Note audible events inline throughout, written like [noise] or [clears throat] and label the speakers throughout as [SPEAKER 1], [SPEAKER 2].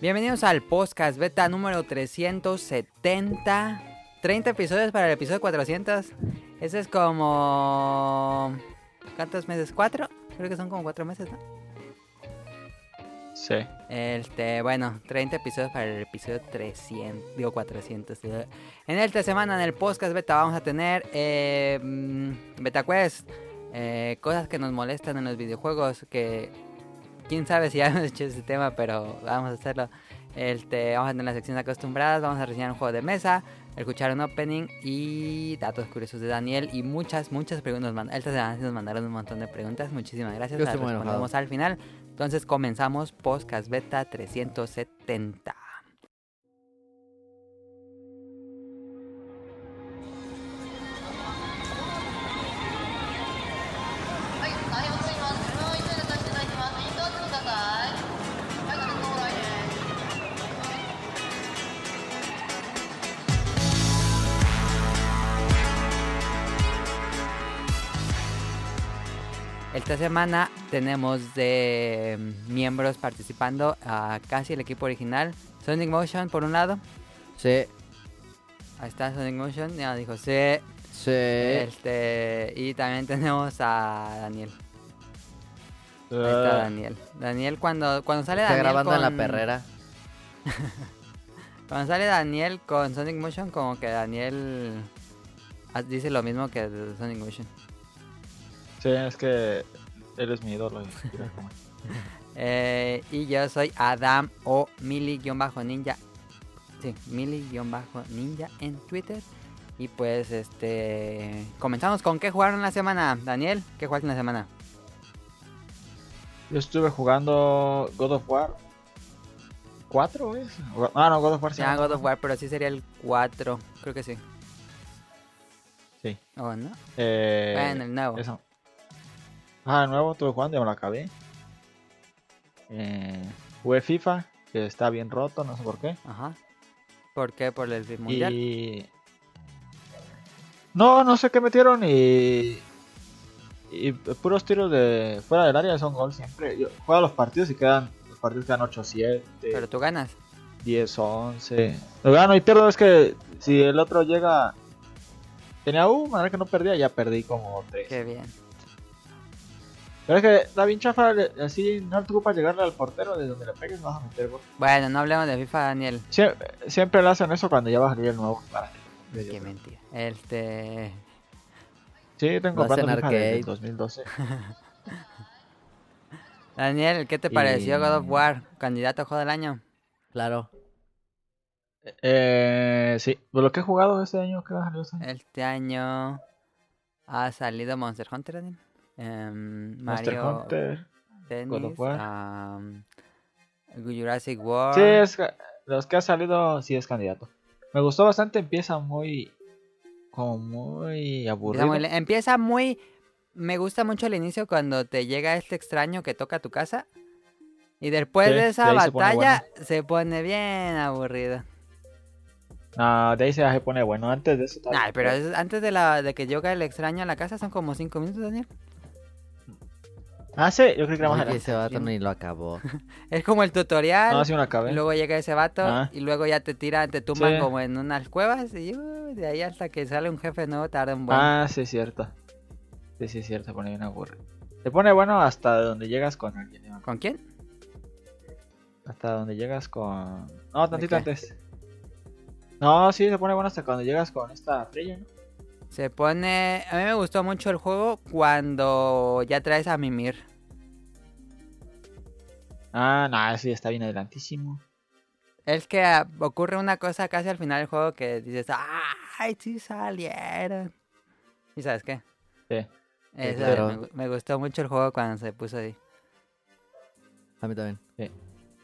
[SPEAKER 1] Bienvenidos al podcast beta número 370. 30 episodios para el episodio 400. Ese es como... ¿Cuántos meses? ¿Cuatro? Creo que son como cuatro meses, ¿no?
[SPEAKER 2] Sí.
[SPEAKER 1] Este, bueno, 30 episodios para el episodio 300, digo 400. digo. En esta semana en el podcast beta vamos a tener eh, mm, beta quest, eh, cosas que nos molestan en los videojuegos, que quién sabe si ya [laughs] hemos hecho ese tema, pero vamos a hacerlo. Este, vamos a tener las secciones acostumbradas, vamos a reseñar un juego de mesa, escuchar un opening y datos curiosos de Daniel y muchas, muchas preguntas. Nos mand- Esta semana sí nos mandaron un montón de preguntas, muchísimas gracias.
[SPEAKER 3] Yo
[SPEAKER 1] Las
[SPEAKER 3] estoy muy enojado.
[SPEAKER 1] respondemos al final. Entonces comenzamos Podcast Beta 370. Esta semana tenemos de mm, miembros participando a casi el equipo original. Sonic Motion por un lado.
[SPEAKER 3] Sí,
[SPEAKER 1] Ahí está Sonic Motion, ya dijo sí.
[SPEAKER 3] sí.
[SPEAKER 1] Este, y también [laughs] tenemos a Daniel. Ahí está Daniel. Daniel cuando, cuando sale
[SPEAKER 3] Ah. Está
[SPEAKER 1] Daniel
[SPEAKER 3] grabando en la
[SPEAKER 1] con-
[SPEAKER 3] perrera.
[SPEAKER 1] Cuando sale Daniel con Sonic Motion, como que Daniel ah, dice lo mismo que de Sonic Motion.
[SPEAKER 2] Sí, es que él es mi ídolo. y mira cómo es.
[SPEAKER 1] Eh, y yo soy Adam o Mili-Ninja. Sí, Mili-Ninja en Twitter. Y pues, este. Comenzamos con qué jugaron la semana. Daniel, ¿qué jugaste en la semana?
[SPEAKER 2] Yo estuve jugando God of War 4, ¿es? O- Ah, no, God of War
[SPEAKER 1] Se llama
[SPEAKER 2] 5.
[SPEAKER 1] God of War, pero sí sería el 4. Creo que sí.
[SPEAKER 2] Sí.
[SPEAKER 1] ¿O no?
[SPEAKER 2] Eh,
[SPEAKER 1] bueno, el nuevo.
[SPEAKER 2] Eso. Ah, de nuevo estuve jugando, ya me lo acabé. Eh, jugué FIFA, que está bien roto, no sé por qué.
[SPEAKER 1] Ajá. ¿Por qué? ¿Por el mundial?
[SPEAKER 2] Y... No, no sé qué metieron y... Y puros tiros de fuera del área son gol siempre. Yo juego los partidos y quedan... Los partidos quedan 8-7,
[SPEAKER 1] Pero tú ganas.
[SPEAKER 2] 10-11. Lo gano y pierdo es que si el otro llega... Tenía un manera que no perdía, ya perdí como 3.
[SPEAKER 1] Qué bien.
[SPEAKER 2] Pero es que da bien chafa, le- así no te ocupa llegarle al portero de donde le pegues, no vas a meter gol.
[SPEAKER 1] Bueno, no hablemos de FIFA, Daniel.
[SPEAKER 2] Sie- siempre le hacen eso cuando ya va a salir el nuevo. para-
[SPEAKER 1] Qué mentira. Este.
[SPEAKER 2] Sí, tengo
[SPEAKER 3] Lo hacen
[SPEAKER 2] comprando FIFA desde
[SPEAKER 3] arcade.
[SPEAKER 2] el 2012.
[SPEAKER 1] Daniel, ¿qué te pareció
[SPEAKER 2] Y-
[SPEAKER 1] God of War? Candidato a juego del año.
[SPEAKER 3] Claro.
[SPEAKER 2] Eh, sí, Pues lo que he jugado este año, ¿qué va a salir este año?
[SPEAKER 1] Este año ha salido Monster Hunter, Daniel. Em,
[SPEAKER 2] Monster
[SPEAKER 1] Mario
[SPEAKER 2] Hunter. God
[SPEAKER 1] Tennis.
[SPEAKER 2] of War.
[SPEAKER 1] am, Jurassic World.
[SPEAKER 2] Sí, es ca- los que ha salido, sí es candidato. Me gustó bastante, empieza muy. como muy
[SPEAKER 1] Empieza
[SPEAKER 2] aburrido.
[SPEAKER 1] muy, le- empieza muy- Me gusta mucho el inicio cuando te llega este extraño que toca tu casa. Y después
[SPEAKER 2] Sí,
[SPEAKER 1] de
[SPEAKER 2] de
[SPEAKER 1] esa
[SPEAKER 2] ahí se pone
[SPEAKER 1] batalla se pone bien aburrido.
[SPEAKER 2] Ah, de ahí se, se pone bueno. Antes de eso. tal-
[SPEAKER 1] Nah, pero es- antes de, la, de que llega el extraño a la casa son como 5 minutos, Daniel.
[SPEAKER 2] Ah, sí, yo creo que era más
[SPEAKER 3] Oye,
[SPEAKER 2] adelante.
[SPEAKER 3] ese vato ni lo acabó.
[SPEAKER 1] Es como el tutorial.
[SPEAKER 2] No, sí, una
[SPEAKER 1] y
[SPEAKER 2] cabeza.
[SPEAKER 1] luego llega ese vato
[SPEAKER 2] Ah.
[SPEAKER 1] y luego ya te tiran, te tumban
[SPEAKER 2] Sí.
[SPEAKER 1] como en unas cuevas y uh, de ahí hasta que sale un jefe nuevo tarda un buen.
[SPEAKER 2] Ah, sí, es cierto. Sí, sí, es cierto, se pone bien aburrido. Se pone bueno hasta donde llegas con alguien. yo me acuerdo.
[SPEAKER 1] ¿Con quién?
[SPEAKER 2] Hasta donde llegas con. No, tantito
[SPEAKER 1] qué?
[SPEAKER 2] antes. No, sí, se pone bueno hasta cuando llegas con esta Freya, ¿no?
[SPEAKER 1] Se pone... A mí me gustó mucho el juego cuando ya traes a Mimir.
[SPEAKER 2] Ah, no, sí, está bien adelantísimo.
[SPEAKER 1] Es que ah, ocurre una cosa casi al final del juego que dices, ¡ay, sí salieron! ¿Y sabes qué?
[SPEAKER 2] Sí.
[SPEAKER 1] Eso,
[SPEAKER 3] claro.
[SPEAKER 1] me, gu- me gustó mucho el juego cuando se puso ahí.
[SPEAKER 3] A mí también.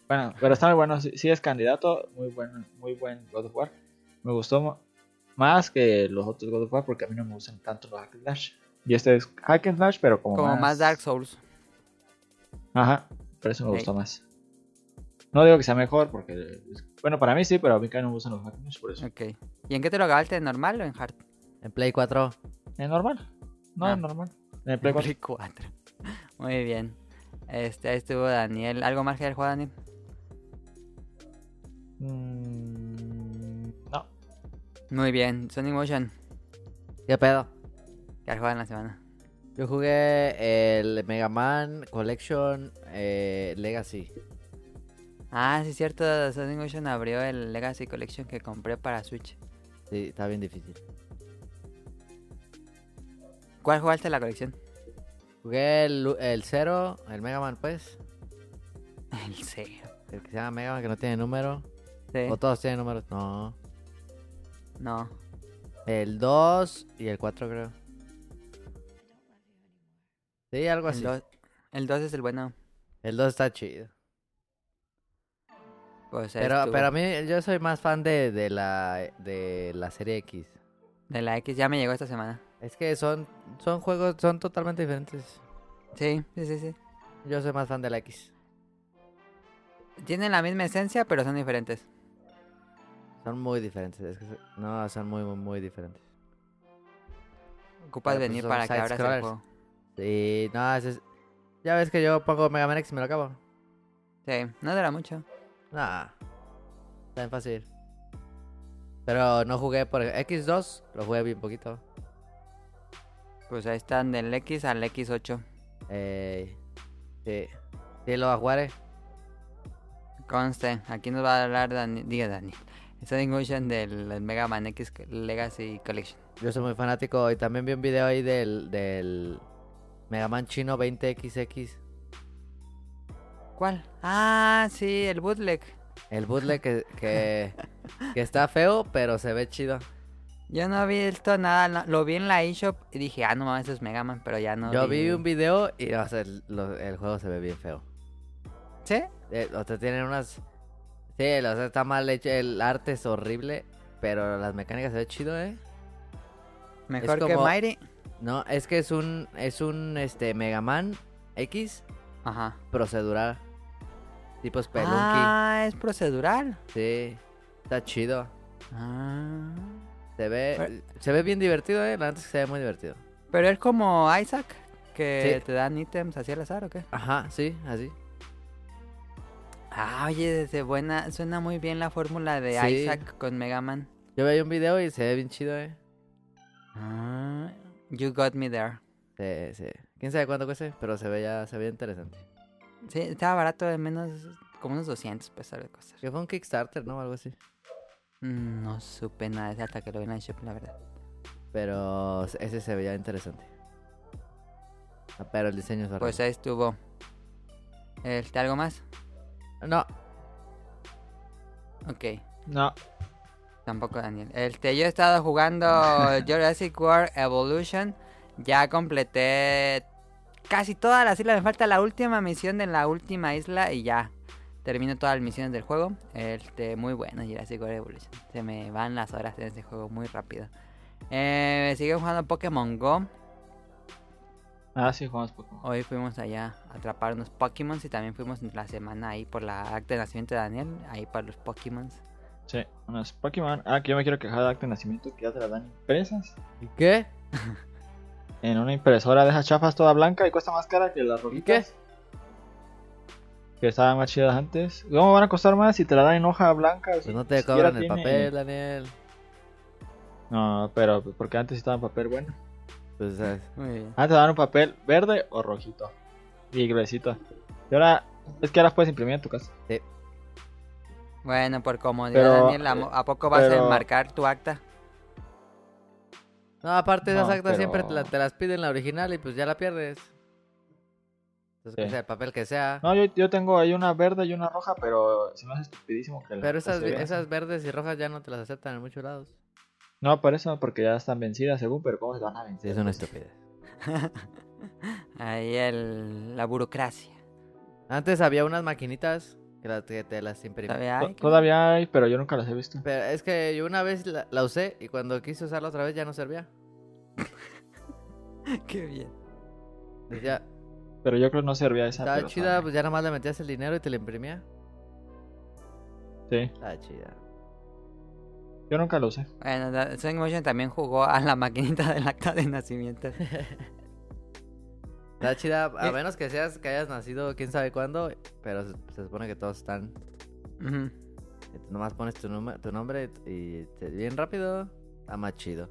[SPEAKER 2] Bueno, pero está muy bueno. Sí, sí es candidato. Muy buen, muy buen God of War. Me gustó mo- más que los otros God of War porque a mí no me gustan tanto los Hack and Slash. Y este es Hack and Slash, pero como,
[SPEAKER 1] Como más, Dark Souls.
[SPEAKER 2] Ajá, pero eso me
[SPEAKER 1] Ok.
[SPEAKER 2] gustó más. No digo que sea mejor porque. Bueno, para mí sí, pero a mí que no me gustan los Hack and Slash por eso.
[SPEAKER 1] Ok. ¿Y en qué te lo acabaste? ¿En normal o en hard?
[SPEAKER 3] En Play 4.
[SPEAKER 2] Es normal. No,
[SPEAKER 1] Ah.
[SPEAKER 2] es normal. En el Play 4.
[SPEAKER 1] Play 4. Muy bien. Este, ahí estuvo Daniel. ¿Algo más que el juego, Daniel?
[SPEAKER 2] Mm, no.
[SPEAKER 1] Muy bien. Sonic Motion.
[SPEAKER 3] ¿Qué pedo?
[SPEAKER 1] ¿Qué has jugado en la semana?
[SPEAKER 3] Yo jugué el Mega Man Collection eh, Legacy.
[SPEAKER 1] Ah, sí, es cierto. Sonic Motion abrió el Legacy Collection que compré para Switch.
[SPEAKER 3] Sí, está bien difícil.
[SPEAKER 1] ¿Cuál jugaste en la colección? [laughs]
[SPEAKER 3] Jugué el, el Zero, el Mega Man, pues.
[SPEAKER 1] El cero.
[SPEAKER 3] El que se llama Mega Man, que no tiene número.
[SPEAKER 1] Sí.
[SPEAKER 3] O todos tienen números. No.
[SPEAKER 1] No.
[SPEAKER 3] El 2 y el 4, creo. Sí, algo
[SPEAKER 1] El
[SPEAKER 3] así.
[SPEAKER 1] 2 el dos es el bueno.
[SPEAKER 3] El 2 está chido.
[SPEAKER 1] Pues, ahí
[SPEAKER 3] Pero,
[SPEAKER 1] estuvo.
[SPEAKER 3] pero a mí, yo soy más fan de, de, la, de la serie X.
[SPEAKER 1] De la X ya me llegó esta semana.
[SPEAKER 3] Es que son, son juegos, son totalmente diferentes.
[SPEAKER 1] Sí, sí, sí, sí.
[SPEAKER 3] Yo soy más fan de la X.
[SPEAKER 1] Tienen la misma esencia, pero son diferentes.
[SPEAKER 3] Son muy diferentes. es que se- no, son muy, muy, muy diferentes.
[SPEAKER 1] Ocupas
[SPEAKER 3] Pero, pues,
[SPEAKER 1] venir
[SPEAKER 3] son
[SPEAKER 1] para que abras el
[SPEAKER 3] side-scrollers.
[SPEAKER 1] juego.
[SPEAKER 3] Sí, no, ese es- ya ves que yo pongo Mega Man X y me lo acabo.
[SPEAKER 1] Sí, no dura mucho.
[SPEAKER 3] Nah, está bien fácil. Pero no jugué por X2, lo jugué bien poquito.
[SPEAKER 1] Pues ahí están del X al X8.
[SPEAKER 3] Eh, sí, sí, lo va a jugar. eh.
[SPEAKER 1] Conste, aquí nos va a hablar Dani, diga Dani. Sonic Motion del Mega Man X Legacy Collection.
[SPEAKER 3] Yo soy muy fanático y también vi un video ahí del, del Mega Man chino 20XX.
[SPEAKER 1] ¿Cuál? Ah, sí, el bootleg.
[SPEAKER 3] El bootleg que,
[SPEAKER 1] [laughs]
[SPEAKER 3] que, que está feo, pero se ve chido.
[SPEAKER 1] Yo no he visto nada, no- lo vi en la eShop y dije, ah, no mames, eso es Mega Man, pero ya no.
[SPEAKER 3] Yo vi un video y o sea, el, lo- el juego se ve bien feo.
[SPEAKER 1] ¿Sí?
[SPEAKER 3] Eh, o sea, tienen unas... Sí, o sea, está mal hecho, el arte es horrible, pero las mecánicas se ve chido, ¿eh?
[SPEAKER 1] Mejor
[SPEAKER 3] Es
[SPEAKER 1] que
[SPEAKER 3] como-
[SPEAKER 1] Mighty.
[SPEAKER 3] No, es que es un, es un, este, Mega Man X
[SPEAKER 1] Ajá.
[SPEAKER 3] procedural. Tipo Spelunky.
[SPEAKER 1] Ah, es procedural.
[SPEAKER 3] Sí, está chido.
[SPEAKER 1] Ah.
[SPEAKER 3] Se
[SPEAKER 2] Eh.
[SPEAKER 3] ve, se ve bien divertido, eh. La neta es que se ve muy divertido.
[SPEAKER 1] Pero es como Isaac, que
[SPEAKER 3] Sí.
[SPEAKER 1] te dan ítems así al azar o qué.
[SPEAKER 3] Ajá, sí, así.
[SPEAKER 1] Ah, oye, desde buena, suena muy bien la fórmula de
[SPEAKER 3] Sí.
[SPEAKER 1] Isaac con Mega Man.
[SPEAKER 3] Yo veía un video y se ve bien chido, eh.
[SPEAKER 1] Ah, you got me there.
[SPEAKER 3] Sí, sí. Quién sabe cuánto cueste, pero se ve ya, se ve interesante.
[SPEAKER 1] Sí, estaba barato de menos como unos 200 pesos de cosas.
[SPEAKER 3] Que fue un Kickstarter, ¿no? Algo así.
[SPEAKER 1] Mm, No supe nada de eso hasta que lo vi en el shop, la verdad.
[SPEAKER 3] Pero ese se veía interesante. Ah, Pero el diseño es horrible.
[SPEAKER 1] Pues ahí estuvo. Este, ¿Algo más?
[SPEAKER 3] No,
[SPEAKER 1] Ok,
[SPEAKER 2] No.
[SPEAKER 1] tampoco Daniel. Este, yo he estado jugando Jurassic World Evolution. Ya completé casi todas las islas. Me falta la última misión de la última isla y ya. Termino todas las misiones del juego. Este, muy bueno Jurassic World Evolution. Se me van las horas en este juego muy rápido. Eh, sigo jugando Pokémon Go.
[SPEAKER 2] Ah, sí, jugamos Pokémon.
[SPEAKER 1] Hoy fuimos allá a atrapar unos Pokémon y también fuimos la semana ahí por la acta de nacimiento de Daniel, ahí para los Pokémon.
[SPEAKER 2] Sí, unos Pokémon. Ah, que yo me quiero quejar de acta de nacimiento que ya te las dan impresas.
[SPEAKER 3] ¿y qué?
[SPEAKER 2] En una impresora de esas chafas toda blanca y cuesta más cara que las rojitas. Que estaban más chidas antes. ¿Cómo van a costar más si te la dan en hoja blanca?
[SPEAKER 3] Pues no te
[SPEAKER 2] siquiera
[SPEAKER 3] cobran el
[SPEAKER 2] tiene-
[SPEAKER 3] papel, Daniel.
[SPEAKER 2] No, pero porque antes estaban papel bueno.
[SPEAKER 3] Pues ¿sabes?
[SPEAKER 1] Muy bien.
[SPEAKER 2] Antes daban un papel verde o rojito. Y gruesito. Y ahora, es que ahora puedes imprimir en tu casa.
[SPEAKER 1] Bueno, por comodidad,
[SPEAKER 2] Pero, eh,
[SPEAKER 1] Daniel, ¿a, mo- a poco vas a
[SPEAKER 2] pero-
[SPEAKER 1] enmarcar tu acta?
[SPEAKER 3] No, aparte esas
[SPEAKER 2] No,
[SPEAKER 3] actas siempre te,
[SPEAKER 2] pero-
[SPEAKER 3] la- te las piden la original y pues ya la pierdes. Entonces, que
[SPEAKER 2] Sí.
[SPEAKER 3] sea el papel que sea.
[SPEAKER 2] No, yo, yo tengo ahí una verde y una roja, pero se me hace estupidísimo que la-
[SPEAKER 3] pero
[SPEAKER 2] que
[SPEAKER 3] esas,
[SPEAKER 2] se vea.
[SPEAKER 3] esas verdes y rojas ya no te las aceptan en muchos lados.
[SPEAKER 2] No, por eso, porque ya están vencidas según, pero ¿cómo se van a vencer?
[SPEAKER 3] es una estupidez.
[SPEAKER 1] Ahí el, la burocracia.
[SPEAKER 3] Antes había unas maquinitas que, la- que te las imprimían.
[SPEAKER 1] ¿Todavía
[SPEAKER 2] To-
[SPEAKER 1] hay?
[SPEAKER 2] Todavía hay, pero yo nunca las he visto.
[SPEAKER 3] Pero es que yo una vez la, la usé y cuando quise usarla otra vez ya no servía.
[SPEAKER 1] [laughs] Qué bien.
[SPEAKER 3] Decía,
[SPEAKER 2] Pero yo creo que no servía esa.
[SPEAKER 3] estaba
[SPEAKER 2] pero
[SPEAKER 3] chida,
[SPEAKER 2] sabe.
[SPEAKER 3] pues ya nada más le metías el dinero y te la imprimía.
[SPEAKER 2] Sí,
[SPEAKER 3] Estaba chida.
[SPEAKER 2] yo nunca lo usé.
[SPEAKER 1] Bueno, da- Sonic Motion también jugó a la maquinita del acta de
[SPEAKER 2] [laughs]
[SPEAKER 1] nacimiento.
[SPEAKER 3] Está chida, a
[SPEAKER 1] Eh.
[SPEAKER 3] menos que seas que hayas nacido quién sabe cuándo, pero se, se supone que todos están.
[SPEAKER 1] Ujú.
[SPEAKER 3] Entonces, Nomás pones tu, numa- tu nombre y te- bien rápido. Está más chido.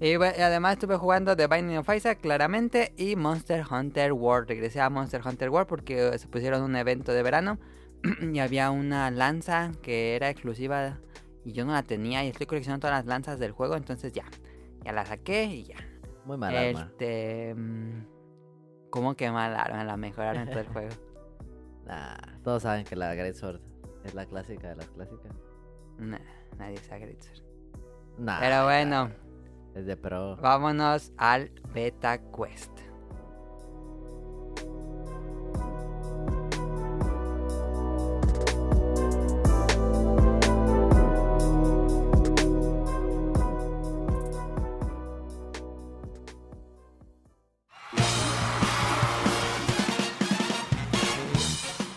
[SPEAKER 1] Y bu- y además estuve jugando The Binding of Isaac, claramente, y Monster Hunter World. Regresé a Monster Hunter World porque eh, se pusieron un evento de verano [clears throat] y había una lanza que era exclusiva y yo no la tenía y estoy coleccionando todas las lanzas del juego, entonces ya, ya la saqué y ya.
[SPEAKER 3] Muy mal arma.
[SPEAKER 1] Este... mm, ¿Cómo que mal arma? La mejoraron en todo el juego. [laughs]
[SPEAKER 3] Nah, todos saben que la Great Sword es la clásica de las clásicas.
[SPEAKER 1] Nah, nadie sabe Gritzer.
[SPEAKER 3] Nah.
[SPEAKER 1] Pero bueno,
[SPEAKER 3] Es de pro.
[SPEAKER 1] vámonos al Beta Quest.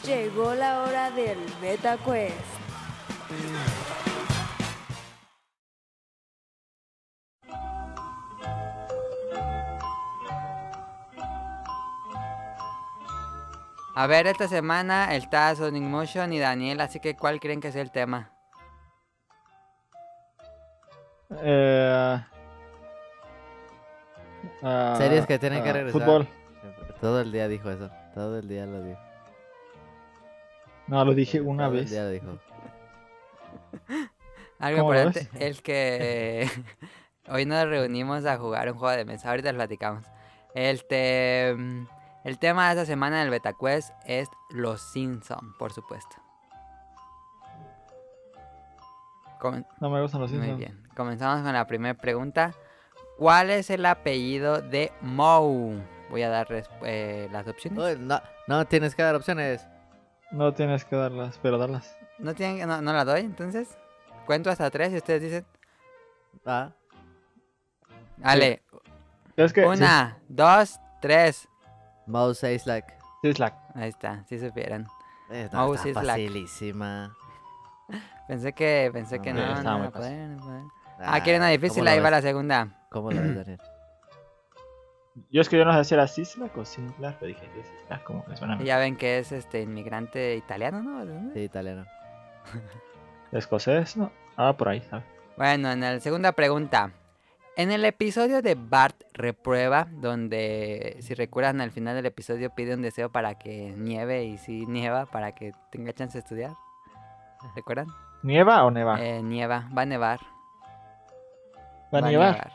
[SPEAKER 4] Llegó la hora del Beta Quest.
[SPEAKER 1] A ver, esta semana está Sonic Motion y Daniel, así que ¿cuál creen que es el tema?
[SPEAKER 2] Eh, ah,
[SPEAKER 3] Series que tienen que
[SPEAKER 2] ah,
[SPEAKER 3] regresar.
[SPEAKER 2] Fútbol.
[SPEAKER 3] Siempre. Todo el día dijo eso. Todo el día lo dijo.
[SPEAKER 2] No, lo dije una
[SPEAKER 3] Todo el
[SPEAKER 2] vez.
[SPEAKER 3] día lo dijo.
[SPEAKER 1] Algo
[SPEAKER 2] ¿Cómo lo
[SPEAKER 1] importante es que [laughs] hoy nos reunimos a jugar un juego de mesa, ahorita lo platicamos. Este, mm, el tema de esta semana del BetaQuest es Los Simpsons, por supuesto. Comen-
[SPEAKER 2] No me gustan los
[SPEAKER 1] Muy
[SPEAKER 2] Simpsons.
[SPEAKER 1] bien, comenzamos con la primera pregunta. ¿Cuál es el apellido de Moe? Voy a dar res- eh, las opciones.
[SPEAKER 3] Uy, no, no tienes que dar opciones.
[SPEAKER 2] No tienes que darlas, pero darlas.
[SPEAKER 1] ¿No, tienen, que- no, no la doy entonces? Cuento hasta tres y ustedes dicen...
[SPEAKER 3] Ah,
[SPEAKER 1] Ale,
[SPEAKER 2] Es que
[SPEAKER 1] una, dos, tres.
[SPEAKER 3] Mouse Islack.
[SPEAKER 2] sí, es la-
[SPEAKER 1] Ahí está, si supieran.
[SPEAKER 3] Eh,
[SPEAKER 1] Mouse
[SPEAKER 3] está
[SPEAKER 1] Islak.
[SPEAKER 3] facilísima.
[SPEAKER 1] Pensé que, pensé que
[SPEAKER 3] Ah,
[SPEAKER 1] no, no,
[SPEAKER 2] estaba
[SPEAKER 1] iba
[SPEAKER 2] muy
[SPEAKER 1] a
[SPEAKER 2] fácil.
[SPEAKER 1] poder, no poder. Ah, quieren una difícil,
[SPEAKER 3] ¿cómo lo
[SPEAKER 1] ahí va
[SPEAKER 3] ves?
[SPEAKER 1] la segunda.
[SPEAKER 3] ¿Cómo lo
[SPEAKER 1] [clears throat]
[SPEAKER 3] ves, Daniel?
[SPEAKER 2] Yo es que yo no sé si era Sislac o Simplac, pero dije sí, Sislac, como que suena
[SPEAKER 1] Y ya ven que es este inmigrante italiano, ¿no?
[SPEAKER 3] Sí, italiano.
[SPEAKER 2] escocés, ¿no? Ah, por ahí, ¿sabes?
[SPEAKER 1] Bueno, en la segunda pregunta. En el episodio de Bart reprueba, donde si recuerdan al final del episodio pide un deseo para que nieve y si nieva para que tenga chance de estudiar. ¿Recuerdan?
[SPEAKER 2] ¿Nieva o neva?
[SPEAKER 1] Eh, nieva, va a nevar.
[SPEAKER 2] ¿Va a nevar?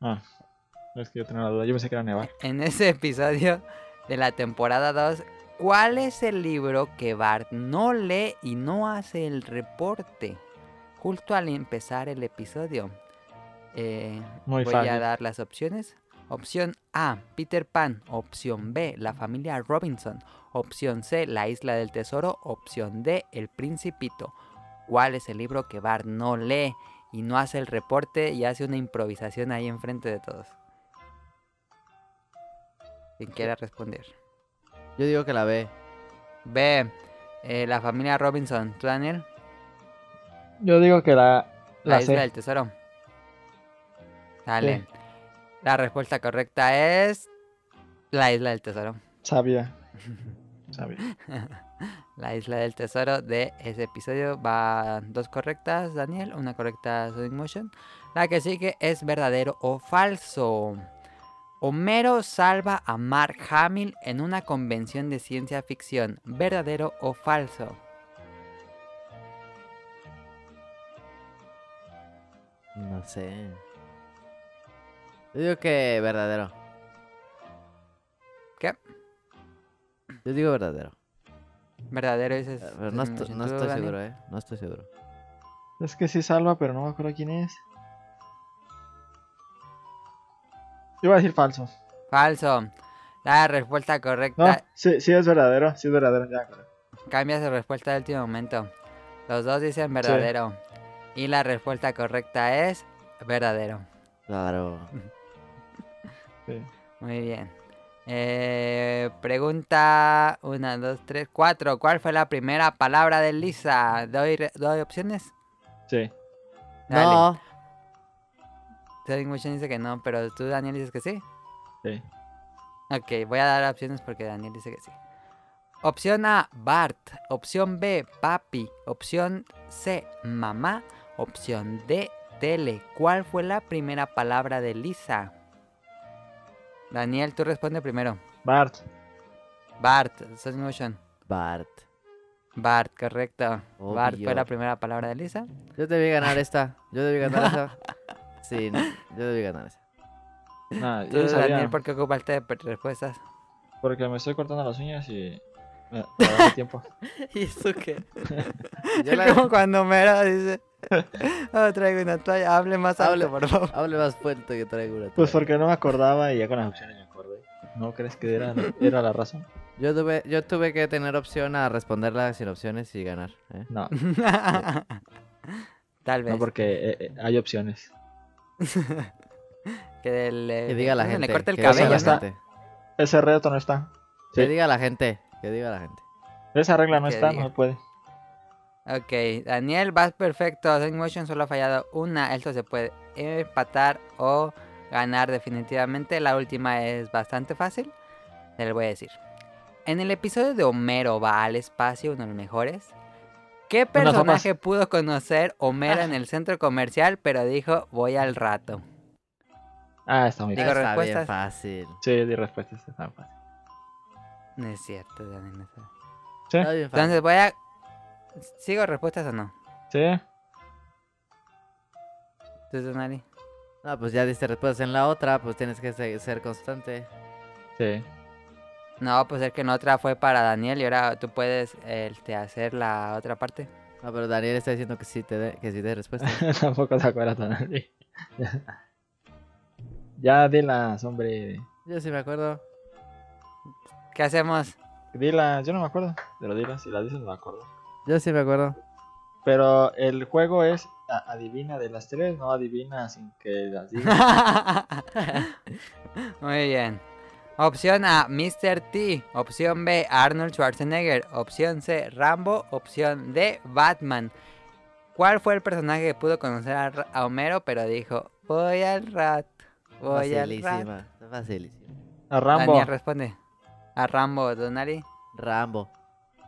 [SPEAKER 2] Ah, es que yo tenía la duda, yo pensé que era nevar.
[SPEAKER 1] En ese episodio de la temporada 2, ¿cuál es el libro que Bart no lee y no hace el reporte? Justo al empezar el episodio. Eh,
[SPEAKER 2] Muy
[SPEAKER 1] voy a
[SPEAKER 2] fácil.
[SPEAKER 1] dar las opciones. Opción A, Peter Pan. Opción B, la familia Robinson. Opción C, la isla del tesoro. Opción D, el principito. ¿Cuál es el libro que Bart no lee y no hace el reporte y hace una improvisación ahí enfrente de todos? Quien quiera responder.
[SPEAKER 3] Yo digo que la ve.
[SPEAKER 1] B, eh, la familia Robinson. ¿Tú, Daniel?
[SPEAKER 2] Yo digo que la,
[SPEAKER 1] La,
[SPEAKER 2] la,
[SPEAKER 1] isla
[SPEAKER 2] sé.
[SPEAKER 1] del tesoro. Dale.
[SPEAKER 2] Sí.
[SPEAKER 1] La respuesta correcta es la isla del tesoro. [laughs]
[SPEAKER 2] Sabía. Sabía.
[SPEAKER 1] La isla del tesoro de ese episodio va dos correctas, Daniel, una correcta Sonic Motion. La que sigue es verdadero o falso. Homero salva a Mark Hamill en una convención de ciencia ficción. ¿Verdadero o falso?
[SPEAKER 3] No sé. Yo digo que verdadero.
[SPEAKER 1] ¿Qué?
[SPEAKER 3] Yo digo verdadero.
[SPEAKER 1] Verdadero dices.
[SPEAKER 3] Eh, Pero no,
[SPEAKER 1] Sonic
[SPEAKER 3] estu-
[SPEAKER 1] Motion.
[SPEAKER 3] no
[SPEAKER 1] ¿Tú,
[SPEAKER 3] estoy
[SPEAKER 1] Daniel?
[SPEAKER 3] seguro, ¿eh? No estoy seguro.
[SPEAKER 2] Es que sí salva, pero no me acuerdo quién es. Yo voy a decir falso.
[SPEAKER 1] Falso. La respuesta
[SPEAKER 2] No,
[SPEAKER 1] correcta.
[SPEAKER 2] sí, sí es verdadero, sí es verdadero, ya. claro.
[SPEAKER 1] Cambia su respuesta de último momento. Los dos dicen verdadero. Y la respuesta correcta es verdadero.
[SPEAKER 3] Claro.
[SPEAKER 2] Sí.
[SPEAKER 1] Muy bien. Eh, pregunta 1, 2, 3, 4. ¿Cuál fue la primera palabra de Lisa? ¿Doy, re- doy opciones?
[SPEAKER 2] Sí.
[SPEAKER 1] Dale.
[SPEAKER 3] No.
[SPEAKER 1] Sonic Motion dice que no, pero tú, Daniel, dices que sí.
[SPEAKER 2] sí.
[SPEAKER 1] Ok, voy a dar opciones porque Daniel dice que sí. Opción A, Bart. Opción B, Papi. Opción C, Mamá. Opción D, Tele. ¿Cuál fue la primera palabra de Lisa? Daniel, tú responde primero.
[SPEAKER 2] Bart.
[SPEAKER 1] Bart, Sonic Motion.
[SPEAKER 3] Bart.
[SPEAKER 1] Bart, correcto.
[SPEAKER 3] Obvio.
[SPEAKER 1] Bart fue la primera palabra de Lisa.
[SPEAKER 3] Yo debí
[SPEAKER 2] [laughs]
[SPEAKER 3] ganar esta. Yo debí ganar esa. Sí, no, yo debí ganar esa.
[SPEAKER 2] No, yo
[SPEAKER 1] Tú,
[SPEAKER 2] lo sabía
[SPEAKER 1] Daniel, ¿por qué ocupaste de respuestas?
[SPEAKER 2] porque me estoy cortando las uñas y me, me da más tiempo.
[SPEAKER 3] [laughs] ¿Y eso qué? Yo
[SPEAKER 1] Es
[SPEAKER 3] la
[SPEAKER 1] [laughs] como cuando Mero dice, [laughs] oh, traigo una toalla, hable más
[SPEAKER 3] Hable.
[SPEAKER 1] alto, por favor.
[SPEAKER 3] hable más fuerte que traigo
[SPEAKER 2] [laughs]
[SPEAKER 3] una.
[SPEAKER 2] Pues
[SPEAKER 3] todavía.
[SPEAKER 2] porque no me acordaba y ya con las opciones me acordé. ¿No crees que era, era la razón?
[SPEAKER 3] Yo tuve, yo tuve que tener opción a responderla sin opciones y ganar. ¿eh?
[SPEAKER 2] No,
[SPEAKER 1] [laughs] Tal vez.
[SPEAKER 2] no porque eh, eh, hay opciones.
[SPEAKER 1] Que, le,
[SPEAKER 3] Que diga la
[SPEAKER 1] no,
[SPEAKER 3] gente.
[SPEAKER 1] le corte el
[SPEAKER 3] que diga
[SPEAKER 1] cabello.
[SPEAKER 3] la
[SPEAKER 1] ¿no?
[SPEAKER 2] está-
[SPEAKER 3] gente,
[SPEAKER 2] Ese reto no está.
[SPEAKER 3] Que
[SPEAKER 2] Sí.
[SPEAKER 3] diga la gente. Que diga la gente.
[SPEAKER 2] Esa regla no
[SPEAKER 1] Que
[SPEAKER 2] está,
[SPEAKER 1] diga.
[SPEAKER 2] no puede.
[SPEAKER 1] Ok, Daniel, vas perfecto. Sonic Motion solo ha fallado una. Esto se puede empatar o ganar definitivamente. La última es bastante fácil. Se les voy a decir. En el episodio de Homero va al espacio, uno de los mejores. ¿Qué
[SPEAKER 2] papas.
[SPEAKER 1] personaje pudo conocer Homero
[SPEAKER 3] Ah.
[SPEAKER 1] en el centro comercial, pero dijo voy al rato?
[SPEAKER 2] Ah, está muy
[SPEAKER 1] Digo,
[SPEAKER 2] fácil.
[SPEAKER 3] está bien
[SPEAKER 1] respuestas.
[SPEAKER 3] fácil.
[SPEAKER 2] Sí, di respuesta está muy fácil.
[SPEAKER 1] No es cierto, Daniel. no sabe.
[SPEAKER 2] Sí,
[SPEAKER 3] Está bien fácil.
[SPEAKER 1] Entonces voy a... ¿Sigo respuestas o no?
[SPEAKER 2] sí.
[SPEAKER 1] ¿Tú, Tonali?
[SPEAKER 3] No, pues ya diste respuestas en la otra, pues tienes que se- ser constante.
[SPEAKER 2] Sí.
[SPEAKER 1] No, pues es que en otra fue para Daniel y ahora tú puedes este, hacer la otra parte.
[SPEAKER 3] No, pero Daniel está diciendo que sí te dé, que sí
[SPEAKER 2] [laughs]
[SPEAKER 3] dé respuesta.
[SPEAKER 2] Tampoco se acuerda tan nadie. [laughs] ya dilas, hombre.
[SPEAKER 3] Yo sí me acuerdo.
[SPEAKER 1] ¿Qué hacemos? [laughs]
[SPEAKER 2] Dilas, yo no me acuerdo. Pero dilas, si las dices no me acuerdo.
[SPEAKER 3] Yo sí me acuerdo.
[SPEAKER 2] Pero el juego es a- adivina de las tres, no adivina sin que
[SPEAKER 1] [laughs]
[SPEAKER 2] las digas.
[SPEAKER 1] Muy bien. Opción A, Mr. T. Opción B, Arnold Schwarzenegger. Opción C, Rambo. Opción D, Batman. ¿Cuál fue el personaje que pudo conocer a, Ra- a Homero pero dijo, voy al rat, voy al rat?
[SPEAKER 3] Facilísima. Facilísima.
[SPEAKER 2] A Rambo.
[SPEAKER 1] Daniel responde. A Rambo, Donari.
[SPEAKER 3] Rambo.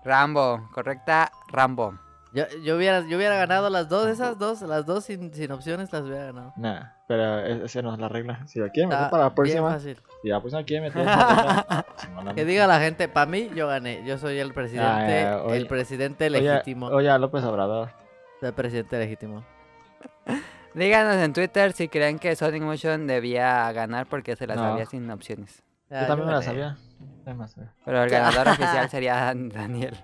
[SPEAKER 1] Rambo, correcta, Rambo.
[SPEAKER 3] Yo, yo, hubiera, yo hubiera ganado las dos, esas dos, las dos sin, sin opciones las hubiera ganado.
[SPEAKER 2] Nah, pero e- esa no es la regla. Si la quieren meter
[SPEAKER 1] Ah,
[SPEAKER 3] Está
[SPEAKER 2] para la
[SPEAKER 3] bien
[SPEAKER 2] próxima,
[SPEAKER 3] fácil.
[SPEAKER 2] si la próxima quiere meter
[SPEAKER 1] pues.
[SPEAKER 2] esa
[SPEAKER 1] [laughs]
[SPEAKER 2] regla, si no la
[SPEAKER 3] Que
[SPEAKER 2] meten.
[SPEAKER 3] diga la gente, para mí yo gané. Yo soy el presidente,
[SPEAKER 2] Ah, oye,
[SPEAKER 3] el presidente
[SPEAKER 2] Oye,
[SPEAKER 3] legítimo.
[SPEAKER 2] Oye, a López Obrador.
[SPEAKER 3] Soy el presidente legítimo.
[SPEAKER 1] Díganos en Twitter si creen que Sonic Motion debía ganar porque se la
[SPEAKER 2] No.
[SPEAKER 1] sabía sin opciones.
[SPEAKER 3] Ah,
[SPEAKER 2] yo también me la
[SPEAKER 3] gané.
[SPEAKER 2] sabía. También me la sabía.
[SPEAKER 1] Pero el
[SPEAKER 2] [laughs]
[SPEAKER 1] ganador oficial sería Dan- Daniel.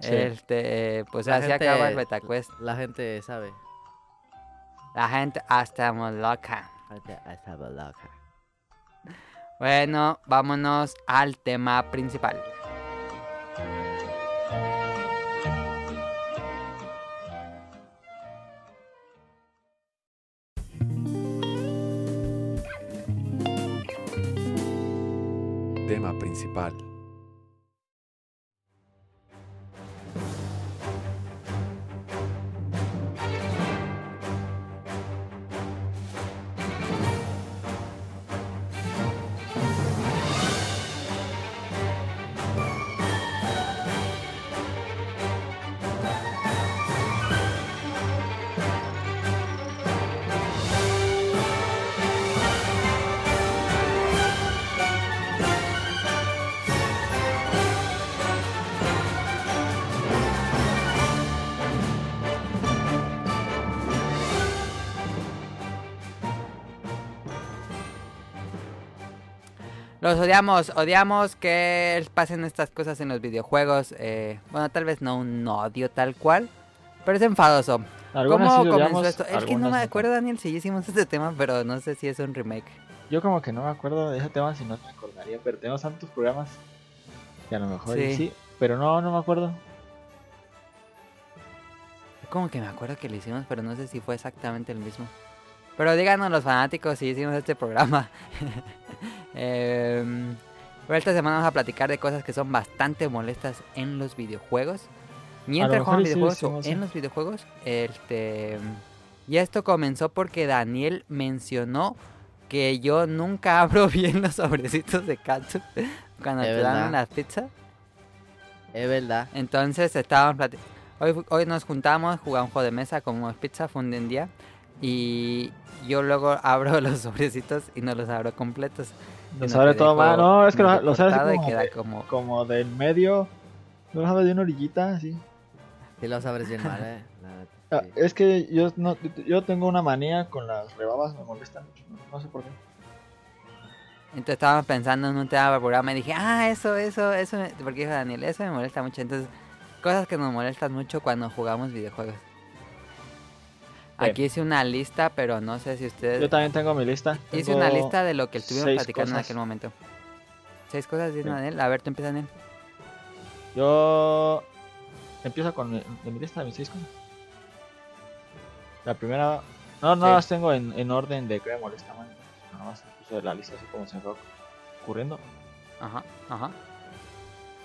[SPEAKER 2] Sí.
[SPEAKER 1] Este, pues
[SPEAKER 3] La
[SPEAKER 1] así
[SPEAKER 3] gente-
[SPEAKER 1] acaba el BetaQuest.
[SPEAKER 3] La gente sabe.
[SPEAKER 1] La gente hasta muy loca.
[SPEAKER 3] La gente estaba loca.
[SPEAKER 1] Bueno, vámonos al tema principal.
[SPEAKER 5] Tema principal.
[SPEAKER 1] Los odiamos, odiamos que pasen estas cosas en los videojuegos. eh, bueno, tal vez no un odio tal cual, pero es enfadoso.
[SPEAKER 2] Algunas
[SPEAKER 1] ¿Cómo
[SPEAKER 2] sí lo
[SPEAKER 1] comenzó
[SPEAKER 2] odiamos,
[SPEAKER 1] esto? Es que no
[SPEAKER 2] algunas
[SPEAKER 1] me
[SPEAKER 2] no.
[SPEAKER 1] acuerdo, Daniel, si hicimos este tema, pero no sé si es un remake.
[SPEAKER 2] Yo como que no me acuerdo de ese tema, si no me acordaría, pero tenemos tantos programas que a lo mejor
[SPEAKER 1] Sí.
[SPEAKER 2] y sí. pero no, no me acuerdo.
[SPEAKER 1] Como que me acuerdo que lo hicimos, pero no sé si fue exactamente el mismo. Pero díganos los fanáticos si hicimos este programa. [laughs] Em, pero esta semana vamos a platicar de cosas que son bastante molestas en los videojuegos.
[SPEAKER 2] A
[SPEAKER 1] Mientras
[SPEAKER 2] lo
[SPEAKER 1] juegan
[SPEAKER 2] mejor y sí
[SPEAKER 1] videojuegos o
[SPEAKER 2] hicimos, sí.
[SPEAKER 1] en los videojuegos. Este, y esto comenzó porque Daniel mencionó que yo [laughs] nunca abro bien los sobrecitos de catsup cuando
[SPEAKER 3] De
[SPEAKER 1] te dan
[SPEAKER 3] verdad.
[SPEAKER 1] las pizzas.
[SPEAKER 3] Es verdad.
[SPEAKER 1] Entonces estábamos plati- hoy, fu- hoy nos juntamos, jugamos un juego de mesa como es pizza, fue un día. Y yo luego [laughs] abro los sobrecitos y no los abro completos.
[SPEAKER 2] Los
[SPEAKER 1] sino
[SPEAKER 2] abre
[SPEAKER 1] que
[SPEAKER 2] todo
[SPEAKER 1] dejo
[SPEAKER 2] mal. No, es que
[SPEAKER 1] medio
[SPEAKER 2] los- los abre así
[SPEAKER 1] cortado y
[SPEAKER 2] como
[SPEAKER 1] queda
[SPEAKER 2] de-
[SPEAKER 1] como...
[SPEAKER 2] Como del medio, no sabes de una orillita, así.
[SPEAKER 3] Sí lo sabes bien mal, eh. La neta,
[SPEAKER 2] Ah,
[SPEAKER 3] sí.
[SPEAKER 2] Es que yo no, yo tengo una manía con las rebabas, me molestan mucho, no- no sé por qué.
[SPEAKER 1] Entonces estábamos pensando en un tema para el programa y dije, ah, eso, eso, eso, me- porque dijo Daniel, eso me molesta mucho. Entonces, cosas que nos molestan mucho cuando jugamos videojuegos. Aquí hice una lista, pero no sé si
[SPEAKER 2] Yo
[SPEAKER 1] ustedes...
[SPEAKER 2] también tengo mi lista.
[SPEAKER 1] Hice
[SPEAKER 2] tengo-
[SPEAKER 1] una lista de lo que estuvimos
[SPEAKER 2] seis
[SPEAKER 1] platicando en
[SPEAKER 2] cosas.
[SPEAKER 1] aquel momento. Seis cosas, dice
[SPEAKER 2] Sí.
[SPEAKER 1] Daniel. A ver, tú empiezas, Daniel.
[SPEAKER 2] Yo empiezo con mi, de mi lista de mis seis cosas. La primera... No, no
[SPEAKER 1] Sí.
[SPEAKER 2] las tengo en, en orden de que me molesta man. Nada más puse la lista así como se me fue ocurriendo.
[SPEAKER 1] Ajá, ajá,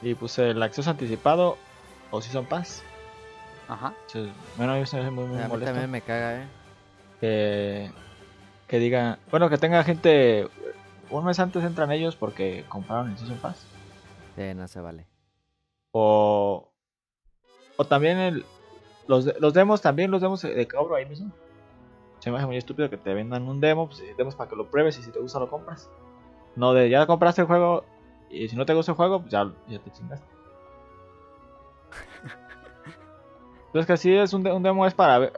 [SPEAKER 2] Y puse el acceso anticipado o Season Pass.
[SPEAKER 1] ajá.
[SPEAKER 2] Entonces, bueno, a mí se Ah, eh, me hace muy, muy
[SPEAKER 3] A mí
[SPEAKER 2] molesto.
[SPEAKER 3] también me caga, eh.
[SPEAKER 2] que, que diga, bueno, que tenga gente, un mes antes entran ellos porque compraron el Season Pass.
[SPEAKER 3] Sí, no se vale.
[SPEAKER 2] O, o también el, los, de- los demos, también los demos de cobro ahí mismo. Se me hace muy estúpido que te vendan un demo, pues demos para que lo pruebes y si te gusta lo compras. No, de ya compraste el juego y si no te gusta el juego, pues ya, ya te chingaste. Entonces Pues que así es, un, de- un demo es para ver...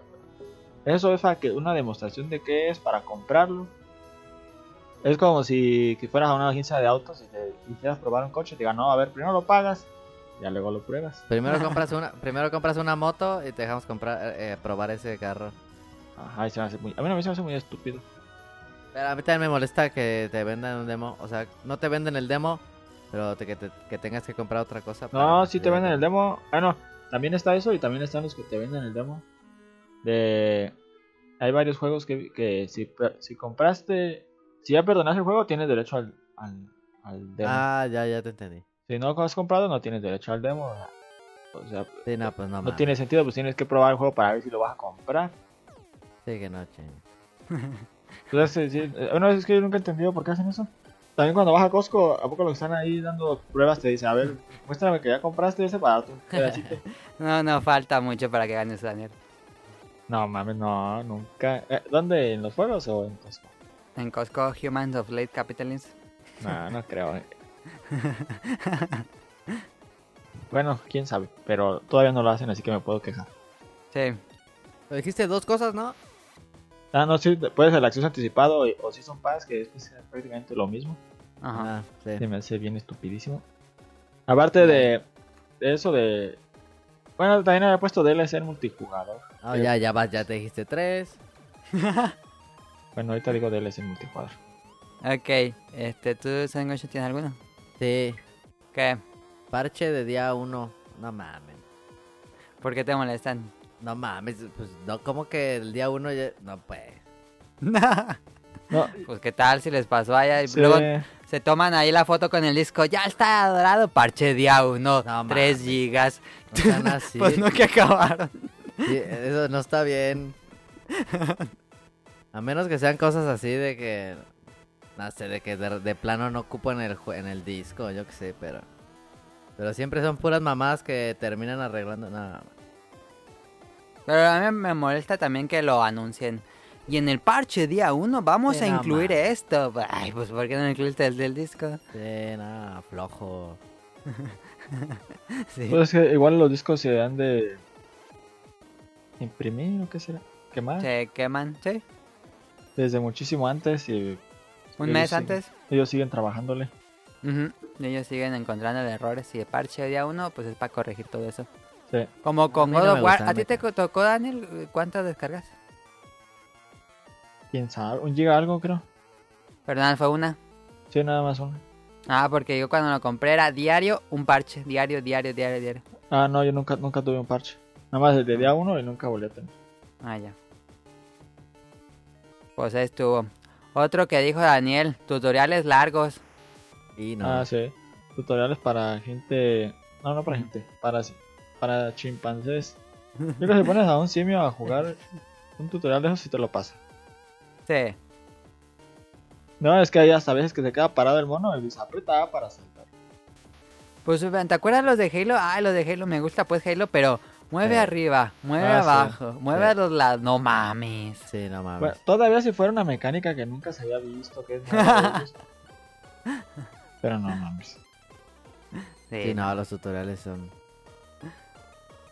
[SPEAKER 2] Eso es para que una demostración de qué es, para comprarlo. Es como si que fueras a una agencia de autos y te quisieras probar un coche y te digan, no, a ver, primero lo pagas, ya luego lo pruebas.
[SPEAKER 3] Primero compras una, [laughs] primero compras una moto y te dejamos comprar, eh, probar ese carro.
[SPEAKER 2] Ajá, y se me hace muy... A mí no se me hace muy estúpido.
[SPEAKER 3] Pero a mí también me molesta que te vendan un demo. O sea, no te venden el demo, pero te- que, te- que tengas que comprar otra cosa.
[SPEAKER 2] No, si te venden el demo. Ah, no. También está eso y también están los que te venden el demo. De... Hay varios juegos que, que si, per- si compraste... Si ya perdonaste el juego, tienes derecho al, al, al demo.
[SPEAKER 3] Ah, ya, ya te entendí.
[SPEAKER 2] Si no has comprado, no tienes derecho al demo. O sea,
[SPEAKER 3] Sí, no, pues no,
[SPEAKER 2] no
[SPEAKER 3] mames.
[SPEAKER 2] tiene sentido, pues tienes que probar el juego para ver si lo vas a comprar.
[SPEAKER 3] Sí, que no, ching.
[SPEAKER 2] Entonces, sí, eh, bueno, es que yo nunca he entendido por qué hacen eso. También cuando vas a Costco, ¿a poco lo que están ahí dando pruebas te dice, a ver, muéstrame que ya compraste ese para otro pedacito?
[SPEAKER 1] No, no, falta mucho para que ganes, Daniel.
[SPEAKER 2] No mames, no, nunca. Eh, ¿Dónde? ¿En los juegos o en Costco?
[SPEAKER 1] En Costco, Humans of Late Capitalism.
[SPEAKER 2] No, no creo. eh. bueno, quién sabe, pero todavía no lo hacen, así que me puedo quejar.
[SPEAKER 1] Sí,
[SPEAKER 3] Pero Dijiste dos cosas, ¿no?
[SPEAKER 2] Ah, no, sí, puedes el acceso anticipado y- o Season Pass, que es pues, prácticamente lo mismo.
[SPEAKER 1] ajá.
[SPEAKER 3] Ah, sí.
[SPEAKER 2] Se me hace bien estupidísimo. Aparte de, de eso de... Bueno, también había puesto DLC en multijugador.
[SPEAKER 3] Ah, ya, ya vas, ya te dijiste tres.
[SPEAKER 2] Bueno, ahorita digo DLC en multijugador.
[SPEAKER 1] Ok, este, ¿tú, Sangocho, tienes alguno?
[SPEAKER 3] Sí.
[SPEAKER 1] ¿Qué?
[SPEAKER 3] Parche de día uno. No mames.
[SPEAKER 1] ¿Por qué te molestan?
[SPEAKER 3] No mames. Pues no, como que el día uno ya. No, pues.
[SPEAKER 2] No,
[SPEAKER 1] Pues qué tal si les pasó allá y
[SPEAKER 2] sí,
[SPEAKER 1] luego se toman ahí la foto con el disco, ya está dorado, parche día uno,
[SPEAKER 3] No
[SPEAKER 1] 3
[SPEAKER 3] mames.
[SPEAKER 1] gigas. [laughs]
[SPEAKER 3] No sean así.
[SPEAKER 1] Pues no que acabaron.
[SPEAKER 3] Sí, eso no está bien. A menos que sean cosas así de que. No sé, de que de, de plano no ocupan el, jue- en el disco, yo qué sé, pero. Pero siempre son puras mamás que terminan arreglando. No,
[SPEAKER 1] Pero a mí me molesta también que lo anuncien. Y en el parche día uno vamos
[SPEAKER 3] Sí,
[SPEAKER 1] a
[SPEAKER 3] no
[SPEAKER 1] incluir
[SPEAKER 3] mames.
[SPEAKER 1] esto. Ay, pues ¿por qué no incluiste el del disco?
[SPEAKER 3] sí, no, flojo.
[SPEAKER 1] Sí.
[SPEAKER 2] Pues es que igual los discos se dan de... Imprimir o qué será.
[SPEAKER 3] Ah.
[SPEAKER 2] Quemar.
[SPEAKER 1] Se queman, sí.
[SPEAKER 2] Desde muchísimo antes y...
[SPEAKER 1] Un
[SPEAKER 2] ellos
[SPEAKER 1] mes
[SPEAKER 2] siguen-
[SPEAKER 1] antes.
[SPEAKER 2] Ellos siguen trabajándole.
[SPEAKER 1] Ujú. Y Ellos siguen encontrando errores. Y el parche día uno, pues es para corregir todo eso.
[SPEAKER 2] Sí.
[SPEAKER 1] Como
[SPEAKER 3] A
[SPEAKER 1] con
[SPEAKER 3] mí no
[SPEAKER 1] God of
[SPEAKER 3] me
[SPEAKER 1] War.
[SPEAKER 3] gusta,
[SPEAKER 1] ¿A ti te
[SPEAKER 3] neta.
[SPEAKER 1] tocó, Daniel? ¿Cuántas descargas?
[SPEAKER 2] ¿Quién sabe? ¿Un giga algo creo?
[SPEAKER 1] Perdón, fue una.
[SPEAKER 2] Sí, nada más uno.
[SPEAKER 1] Ah, porque yo cuando lo compré era diario un parche. Diario, diario, diario, diario.
[SPEAKER 2] Ah, no, yo nunca, nunca tuve un parche. Nada más desde día uno y nunca volví a tener.
[SPEAKER 1] Ah, ya. Pues ahí estuvo. Otro que dijo Daniel, tutoriales largos.
[SPEAKER 3] Y no.
[SPEAKER 2] Ah, sí. Tutoriales para gente. No, no para gente. Para, para chimpancés. Yo creo que si pones a un simio a jugar un tutorial de eso, sí te lo pasa.
[SPEAKER 1] Sí.
[SPEAKER 2] No, es que hay hasta veces que se queda parado el mono y dice aprieta A para saltar.
[SPEAKER 1] Pues, ¿te acuerdas los de Halo? Ah, los de Halo, me gusta pues Halo, pero mueve
[SPEAKER 3] Sí.
[SPEAKER 1] arriba, mueve
[SPEAKER 2] Ah, sí.
[SPEAKER 1] abajo, mueve
[SPEAKER 3] Sí.
[SPEAKER 1] a los lados. No mames.
[SPEAKER 3] Sí, no mames.
[SPEAKER 2] Bueno, todavía si fuera una mecánica que nunca se había visto, que es nueva de
[SPEAKER 3] [laughs]
[SPEAKER 2] ellos. Pero no mames.
[SPEAKER 1] Sí,
[SPEAKER 3] sí, no, los tutoriales son.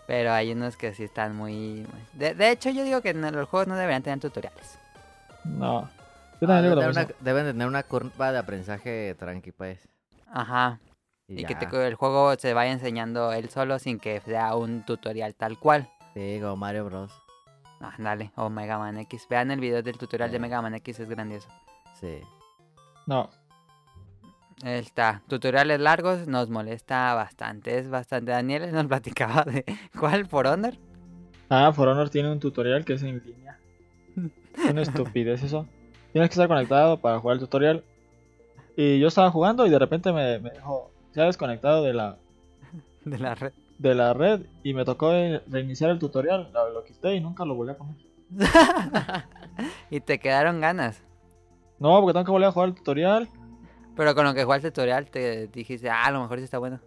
[SPEAKER 1] Pero hay unos que sí están muy... De, de hecho, yo digo que no- los juegos no deberían tener tutoriales.
[SPEAKER 2] No. Yo
[SPEAKER 3] Ah,
[SPEAKER 2] también digo lo
[SPEAKER 3] deben,
[SPEAKER 2] mismo.
[SPEAKER 3] tener una- deben tener una curva de aprendizaje tranqui, pues.
[SPEAKER 1] Ajá. Y, que
[SPEAKER 3] ya.
[SPEAKER 1] te- el juego se vaya enseñando él solo sin que sea un tutorial tal cual.
[SPEAKER 3] Sí, como Mario Bros.
[SPEAKER 1] Ah, dale. O Mega Man X. Vean el video del tutorial de
[SPEAKER 3] Sí.
[SPEAKER 1] Mega Man X, es grandioso.
[SPEAKER 3] Sí.
[SPEAKER 2] No.
[SPEAKER 1] Ahí Está. Tutoriales largos nos molesta bastante. Es bastante. Daniel nos [laughs] platicaba de cuál por Honor.
[SPEAKER 2] Ah, For Honor tiene un tutorial que es en línea. Es una estupidez eso. Tienes que estar conectado para jugar el tutorial. Y yo estaba jugando y de repente me, me dejó, se ha desconectado de la,
[SPEAKER 1] De la red.
[SPEAKER 2] de la red y me tocó eh, reiniciar el tutorial. Lo, lo quité y nunca lo volví a poner.
[SPEAKER 1] [laughs] Y te quedaron ganas.
[SPEAKER 2] No, porque tengo que volver a jugar el tutorial.
[SPEAKER 1] Pero con lo que jugaste el tutorial te dijiste, ah, a lo mejor sí está bueno.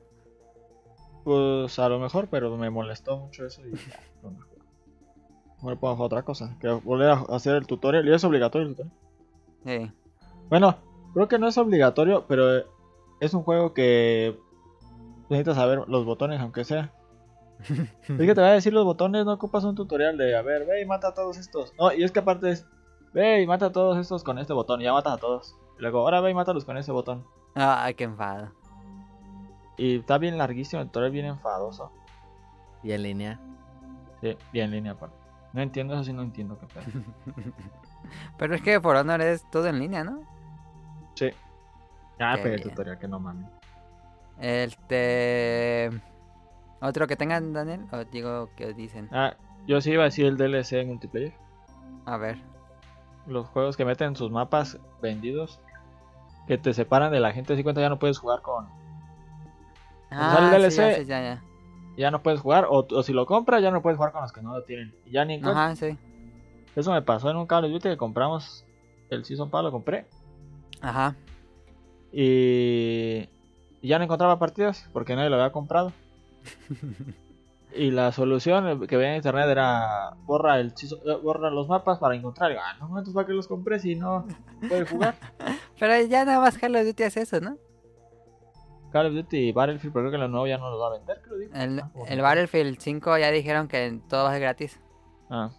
[SPEAKER 2] Pues a lo mejor, pero me molestó mucho eso y ya, no me acuerdo. Mejor puedo jugar otra cosa. Que volver a hacer el tutorial. Y es obligatorio el tutorial.
[SPEAKER 1] Sí.
[SPEAKER 2] Bueno, creo que no es obligatorio, pero eh, es un juego que necesitas saber los botones,
[SPEAKER 1] [laughs]
[SPEAKER 2] aunque sea. es que te va a decir los botones, no ocupas un tutorial de, a ver, ve y mata a todos estos. No, y es que aparte es, ve y mata a todos estos con este botón, y ya matas a todos. Y luego, ahora ve y mátalos con ese botón.
[SPEAKER 1] Ah, qué enfado.
[SPEAKER 2] Y está bien larguísimo, el tutorial bien enfadoso.
[SPEAKER 3] Y en línea.
[SPEAKER 2] Sí, bien en línea aparte. No entiendo, eso sí no entiendo qué pedo.
[SPEAKER 1] [laughs] Pero es que por Honor es todo en línea, ¿no?
[SPEAKER 2] Sí. Ah,
[SPEAKER 1] Qué
[SPEAKER 2] pero el
[SPEAKER 1] bien.
[SPEAKER 2] tutorial que no mames.
[SPEAKER 1] Este. Otro que tengan, Daniel, o digo que os dicen.
[SPEAKER 2] Ah, yo sí iba a decir el DLC multiplayer.
[SPEAKER 1] A ver.
[SPEAKER 2] Los juegos que meten sus mapas vendidos. Que te separan de la gente. Si cuenta ya no puedes jugar con. Ah, sale el
[SPEAKER 1] Ah, sí,
[SPEAKER 2] DLC.
[SPEAKER 1] ya, sí, ya, ya.
[SPEAKER 2] Ya no puedes jugar. O, o si lo compras, ya no puedes jugar con los que no lo tienen. Y ya ni en cuenta.
[SPEAKER 1] Ajá, sí.
[SPEAKER 2] Eso me pasó en un Call of Duty que compramos. El Season Pass lo compré.
[SPEAKER 1] Ajá.
[SPEAKER 2] Y y ya no encontraba partidas porque nadie lo había comprado. y la solución que veía en internet era borra el chizo- eh, borra los mapas para encontrar. Y digo, ah, no, entonces para qué los compré si no puede jugar.
[SPEAKER 1] Pero ya nada más Call of Duty hace eso, ¿no?
[SPEAKER 2] Call of Duty y Battlefield, pero creo que lo nuevo ya no los va a vender, creo digo.
[SPEAKER 1] El,
[SPEAKER 2] Ah, bueno.
[SPEAKER 1] el Battlefield 5 ya dijeron que todo va a ser gratis.
[SPEAKER 2] Ah.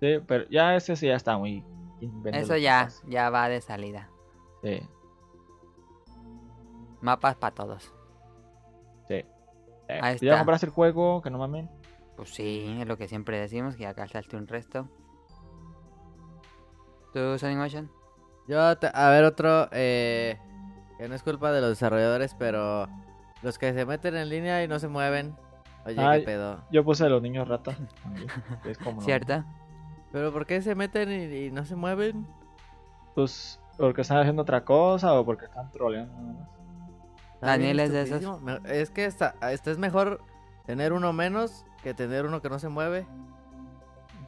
[SPEAKER 2] Sí, pero ya ese sí ya está muy inventado.
[SPEAKER 1] Eso ya, ya va de salida.
[SPEAKER 2] Sí,
[SPEAKER 1] Mapas para todos.
[SPEAKER 2] sí. Eh,
[SPEAKER 1] Ahí
[SPEAKER 2] ya
[SPEAKER 1] está.
[SPEAKER 2] compraste el juego, que no mamen.
[SPEAKER 1] Pues sí, es lo que siempre decimos, que ya gastaste un resto. ¿Tú, Sonic Motion?
[SPEAKER 3] Yo, te- a ver, otro. Eh, que no es culpa de los desarrolladores, pero. Los que se meten en línea y no se mueven. Oye,
[SPEAKER 2] Ay.
[SPEAKER 3] qué pedo.
[SPEAKER 2] Yo puse a los niños
[SPEAKER 1] [laughs]
[SPEAKER 2] rata. también, que es como no-
[SPEAKER 1] ¿Cierto?
[SPEAKER 3] ¿Pero por qué se meten y, y no se mueven?
[SPEAKER 2] Pues porque están haciendo otra cosa o porque están troleando nada más.
[SPEAKER 3] Está bien
[SPEAKER 1] Daniel es de esos.
[SPEAKER 3] estupidísimo. Me- Es que esta, esta es mejor tener uno menos que tener uno que no se mueve.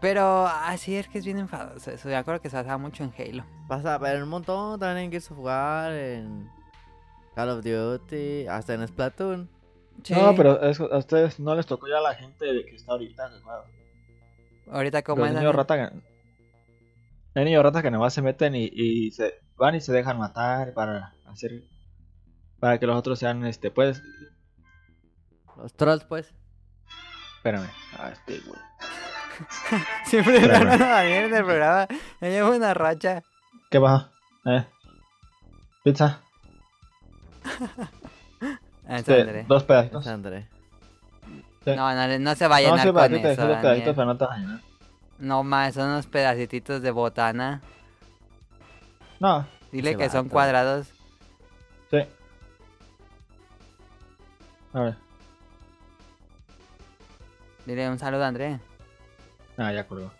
[SPEAKER 1] Pero así es que es bien enfadoso eso. Me acuerdo que se basaba mucho en Halo.
[SPEAKER 3] Pasa a ver un montón también en Gears of War, en Call of Duty, hasta en Splatoon.
[SPEAKER 2] No,
[SPEAKER 1] Sí.
[SPEAKER 2] pero es- a ustedes no les tocó ya la gente de que está ahorita que juega.
[SPEAKER 1] Ahorita como
[SPEAKER 2] Los
[SPEAKER 1] es...
[SPEAKER 2] niños
[SPEAKER 1] Daniel?
[SPEAKER 2] rata que... Hay niños ratas que nomás se meten y, y se van y se dejan matar para hacer... Para que los otros sean, este, pues...
[SPEAKER 3] Los trolls, pues.
[SPEAKER 2] Espérame. Ah, este, güey.
[SPEAKER 1] [laughs] Siempre le
[SPEAKER 2] Claro.
[SPEAKER 1] hablan a Daniel en el programa. Ya llevo una racha.
[SPEAKER 2] ¿Qué pasa? Eh. Pizza.
[SPEAKER 1] Ah, es
[SPEAKER 2] Este,
[SPEAKER 1] André.
[SPEAKER 2] dos pedacitos.
[SPEAKER 3] Es André.
[SPEAKER 2] sí.
[SPEAKER 1] No, no, no se va a
[SPEAKER 2] No,
[SPEAKER 1] llenar
[SPEAKER 2] sí,
[SPEAKER 1] con
[SPEAKER 2] pedacito, sí,
[SPEAKER 1] eso,
[SPEAKER 2] dos
[SPEAKER 1] Daniel.
[SPEAKER 2] pedacitos, pero no te vas a llenar.
[SPEAKER 1] No más, son unos pedacitos de botana.
[SPEAKER 2] No,
[SPEAKER 1] Dile
[SPEAKER 3] Ese
[SPEAKER 1] que son
[SPEAKER 3] vato.
[SPEAKER 1] cuadrados.
[SPEAKER 2] sí. A ver.
[SPEAKER 1] Dile un saludo, André.
[SPEAKER 2] Ah, ya colgó.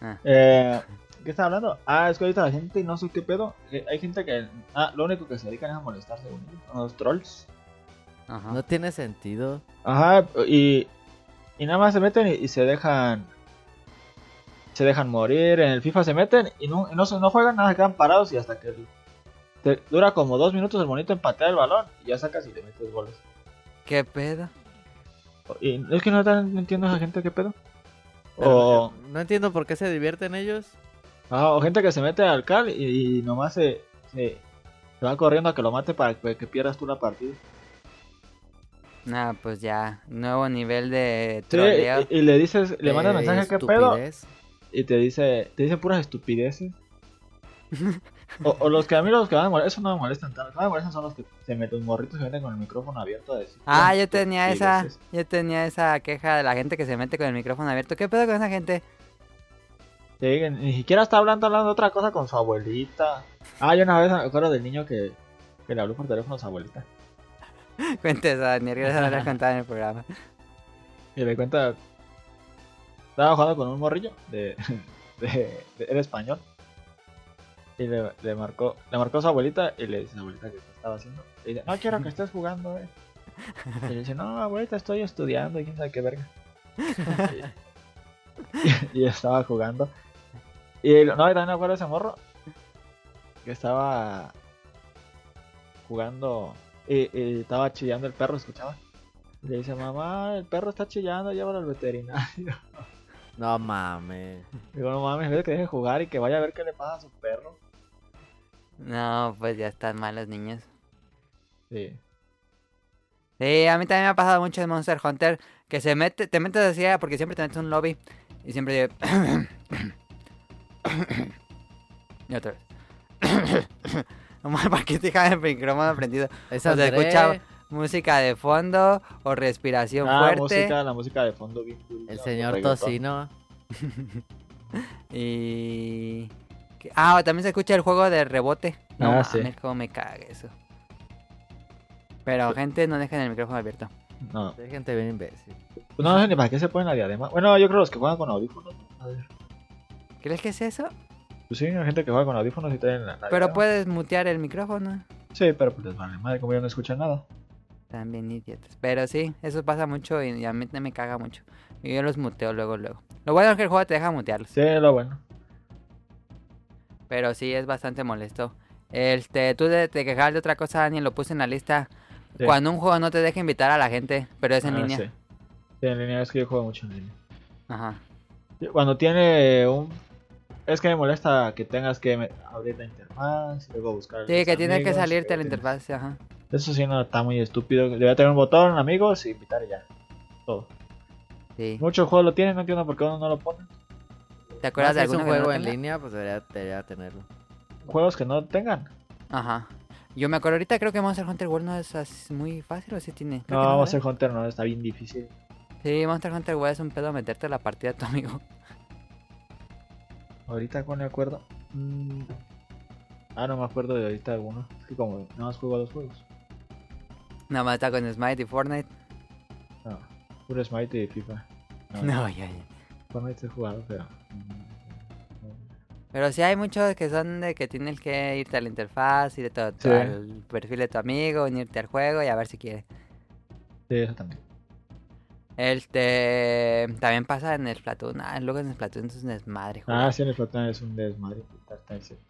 [SPEAKER 1] Ah.
[SPEAKER 2] Eh, ¿Qué estaba hablando? Ah, es que ahorita la gente, no sé qué pedo. eh, Hay gente que. Ah, lo único que se dedican es a molestarse según ellos, con los trolls.
[SPEAKER 1] Ajá.
[SPEAKER 3] No tiene sentido.
[SPEAKER 2] Ajá, y. Y nada más se meten y, y se dejan. Se dejan morir. En el FIFA se meten y no, y no, se- no juegan nada, se quedan parados y hasta que. te- dura como dos minutos el bonito empatear el balón y ya sacas y le metes goles.
[SPEAKER 1] ¿Qué pedo?
[SPEAKER 2] Y es que no, tan- no entiendo a esa gente qué pedo.
[SPEAKER 3] Pero,
[SPEAKER 2] O,
[SPEAKER 3] eh, No entiendo por qué se divierten ellos.
[SPEAKER 2] ajá, o gente que se mete al cal y, y nomás se, se, se va corriendo a que lo mate para que, que pierdas tú la partida.
[SPEAKER 1] Nah, pues ya, nuevo nivel de
[SPEAKER 2] Sí,
[SPEAKER 1] troleo.
[SPEAKER 2] y, y le dices, le mandas
[SPEAKER 3] Eh,
[SPEAKER 2] mensaje qué pedo
[SPEAKER 3] estupidez.
[SPEAKER 2] y te dice, te dicen
[SPEAKER 1] [laughs]
[SPEAKER 2] puras estupideces. o, o los que a mí los que van a molestar, eso no me molestan tanto, los que más me molestan son los que se meten los morritos se meten con el micrófono abierto a decir.
[SPEAKER 1] Ah,
[SPEAKER 2] puras
[SPEAKER 1] yo tenía esa,
[SPEAKER 2] estupideces.
[SPEAKER 1] yo tenía esa queja de la gente que se mete con el micrófono abierto. ¿Qué pedo con esa gente? [laughs]
[SPEAKER 2] Sí, que ni siquiera está hablando, hablando otra cosa con su abuelita. Ah, yo una vez me acuerdo del niño que, que le habló por teléfono a su abuelita.
[SPEAKER 1] Cuéntese, Daniel, gracias no la has contado en el programa.
[SPEAKER 2] Y le cuenta. Estaba jugando con un morrillo de. [laughs] de- de- era español. Y le, le marcó. Le marcó a su abuelita y le dice a su abuelita que qué estaba haciendo. Y dice, no quiero que estés jugando, eh. Y le dice, no, abuelita, estoy estudiando y quién sabe qué verga. [laughs] Y- y, estaba jugando. Y el- no, y también me acuerdo de ese morro. Que estaba jugando. Y, y estaba chillando el perro, escuchaba. Y le dice, mamá, el perro está chillando, llévalo al veterinario. [laughs]
[SPEAKER 3] No mames.
[SPEAKER 2] Digo, no mames, vete que deje de jugar y que vaya a ver qué le pasa a su perro.
[SPEAKER 1] No, pues ya están mal los niños.
[SPEAKER 2] Sí.
[SPEAKER 1] Sí, a mí también me ha pasado mucho en Monster Hunter que se mete, te metes así ah, porque siempre te metes a un lobby y siempre de- [coughs] y otra vez. [coughs] Nomás para que te dejan el micrófono prendido.
[SPEAKER 3] [laughs] Es
[SPEAKER 1] O sea,
[SPEAKER 3] André.
[SPEAKER 1] escuchaba música de fondo o respiración
[SPEAKER 2] Ah,
[SPEAKER 1] fuerte
[SPEAKER 2] música, la música de fondo bien curiosa,
[SPEAKER 3] El señor
[SPEAKER 2] reggaetón.
[SPEAKER 3] Tocino.
[SPEAKER 1] y ¿qué? ah, o también se escucha el juego de rebote. No
[SPEAKER 2] Ah,
[SPEAKER 1] mames,
[SPEAKER 2] sí.
[SPEAKER 1] cómo me caga eso. Pero gente, no dejen el micrófono abierto.
[SPEAKER 2] No, pues
[SPEAKER 3] Hay gente bien imbécil.
[SPEAKER 2] no sé ni para qué se ponen la diadema. Bueno, yo creo los que juegan con audífonos. A ver.
[SPEAKER 1] ¿Crees que es eso?
[SPEAKER 2] Pues sí, hay gente que juega con audífonos y traen la. la
[SPEAKER 1] Pero
[SPEAKER 2] diadema.
[SPEAKER 1] puedes mutear el micrófono.
[SPEAKER 2] Sí, pero pues les vale madre, como yo no escuchan nada.
[SPEAKER 1] También idiotas. Pero sí, eso pasa mucho y y a mí te- me caga mucho. Y yo los muteo luego, luego. Lo bueno es que el juego te deja mutearlos.
[SPEAKER 2] Sí, lo bueno.
[SPEAKER 1] Pero sí, es bastante molesto. Este, tú de- te quejabas de otra cosa, Dani, lo puse en la lista.
[SPEAKER 2] Sí.
[SPEAKER 1] Cuando un juego no te deja invitar a la gente, pero es en
[SPEAKER 2] Ah,
[SPEAKER 1] línea.
[SPEAKER 2] Sí. Sí, en línea es que yo juego mucho en línea.
[SPEAKER 1] Ajá.
[SPEAKER 2] Cuando tiene un. Es que me molesta que tengas que me- abrir la interfaz y luego buscar.
[SPEAKER 1] Sí,
[SPEAKER 2] los
[SPEAKER 1] que tienes que
[SPEAKER 2] amigos, eh,
[SPEAKER 1] salirte de la
[SPEAKER 2] tienes-
[SPEAKER 1] interfaz, ajá.
[SPEAKER 2] Eso sí, no está muy estúpido. Debería tener un botón, amigos, y invitar y ya. Todo.
[SPEAKER 1] Sí.
[SPEAKER 2] Muchos juegos lo tienen, no entiendo por qué uno no lo pone.
[SPEAKER 1] ¿Te acuerdas
[SPEAKER 3] Más
[SPEAKER 1] de
[SPEAKER 3] si es
[SPEAKER 1] algún
[SPEAKER 3] un juego en línea, pues debería, debería tenerlo.
[SPEAKER 2] Juegos que no tengan.
[SPEAKER 1] Ajá. Yo me acuerdo ahorita, creo que Monster Hunter World no es as- muy fácil, ¿o sí tiene? Creo
[SPEAKER 2] No,
[SPEAKER 1] que ¿eh?
[SPEAKER 2] vamos a
[SPEAKER 1] ¿verdad?
[SPEAKER 2] ser Hunter, no, está bien difícil.
[SPEAKER 1] Sí, Monster Hunter World es un pedo meterte a la partida de tu amigo. [laughs]
[SPEAKER 2] Ahorita, ¿cuál me acuerdo? Mm. Ah, no me acuerdo de ahorita alguno. Es que como nada más juego a dos juegos.
[SPEAKER 1] Nada más está con Smite y Fortnite.
[SPEAKER 2] No, puro Smite y FIFA. No,
[SPEAKER 1] No, ya, ya.
[SPEAKER 2] Fortnite he jugado, pero. mm,
[SPEAKER 1] Pero sí hay muchos que son de que tienes que irte a la interfaz, ir a tu- tu-
[SPEAKER 2] Sí.
[SPEAKER 1] al perfil de tu amigo, unirte al juego y a ver si quiere.
[SPEAKER 2] Sí, eso también.
[SPEAKER 1] Este también pasa en Splatoon. Ah, luego en Splatoon es un desmadre, jugar.
[SPEAKER 2] Ah, sí, en el Platón es un desmadre. está en serio.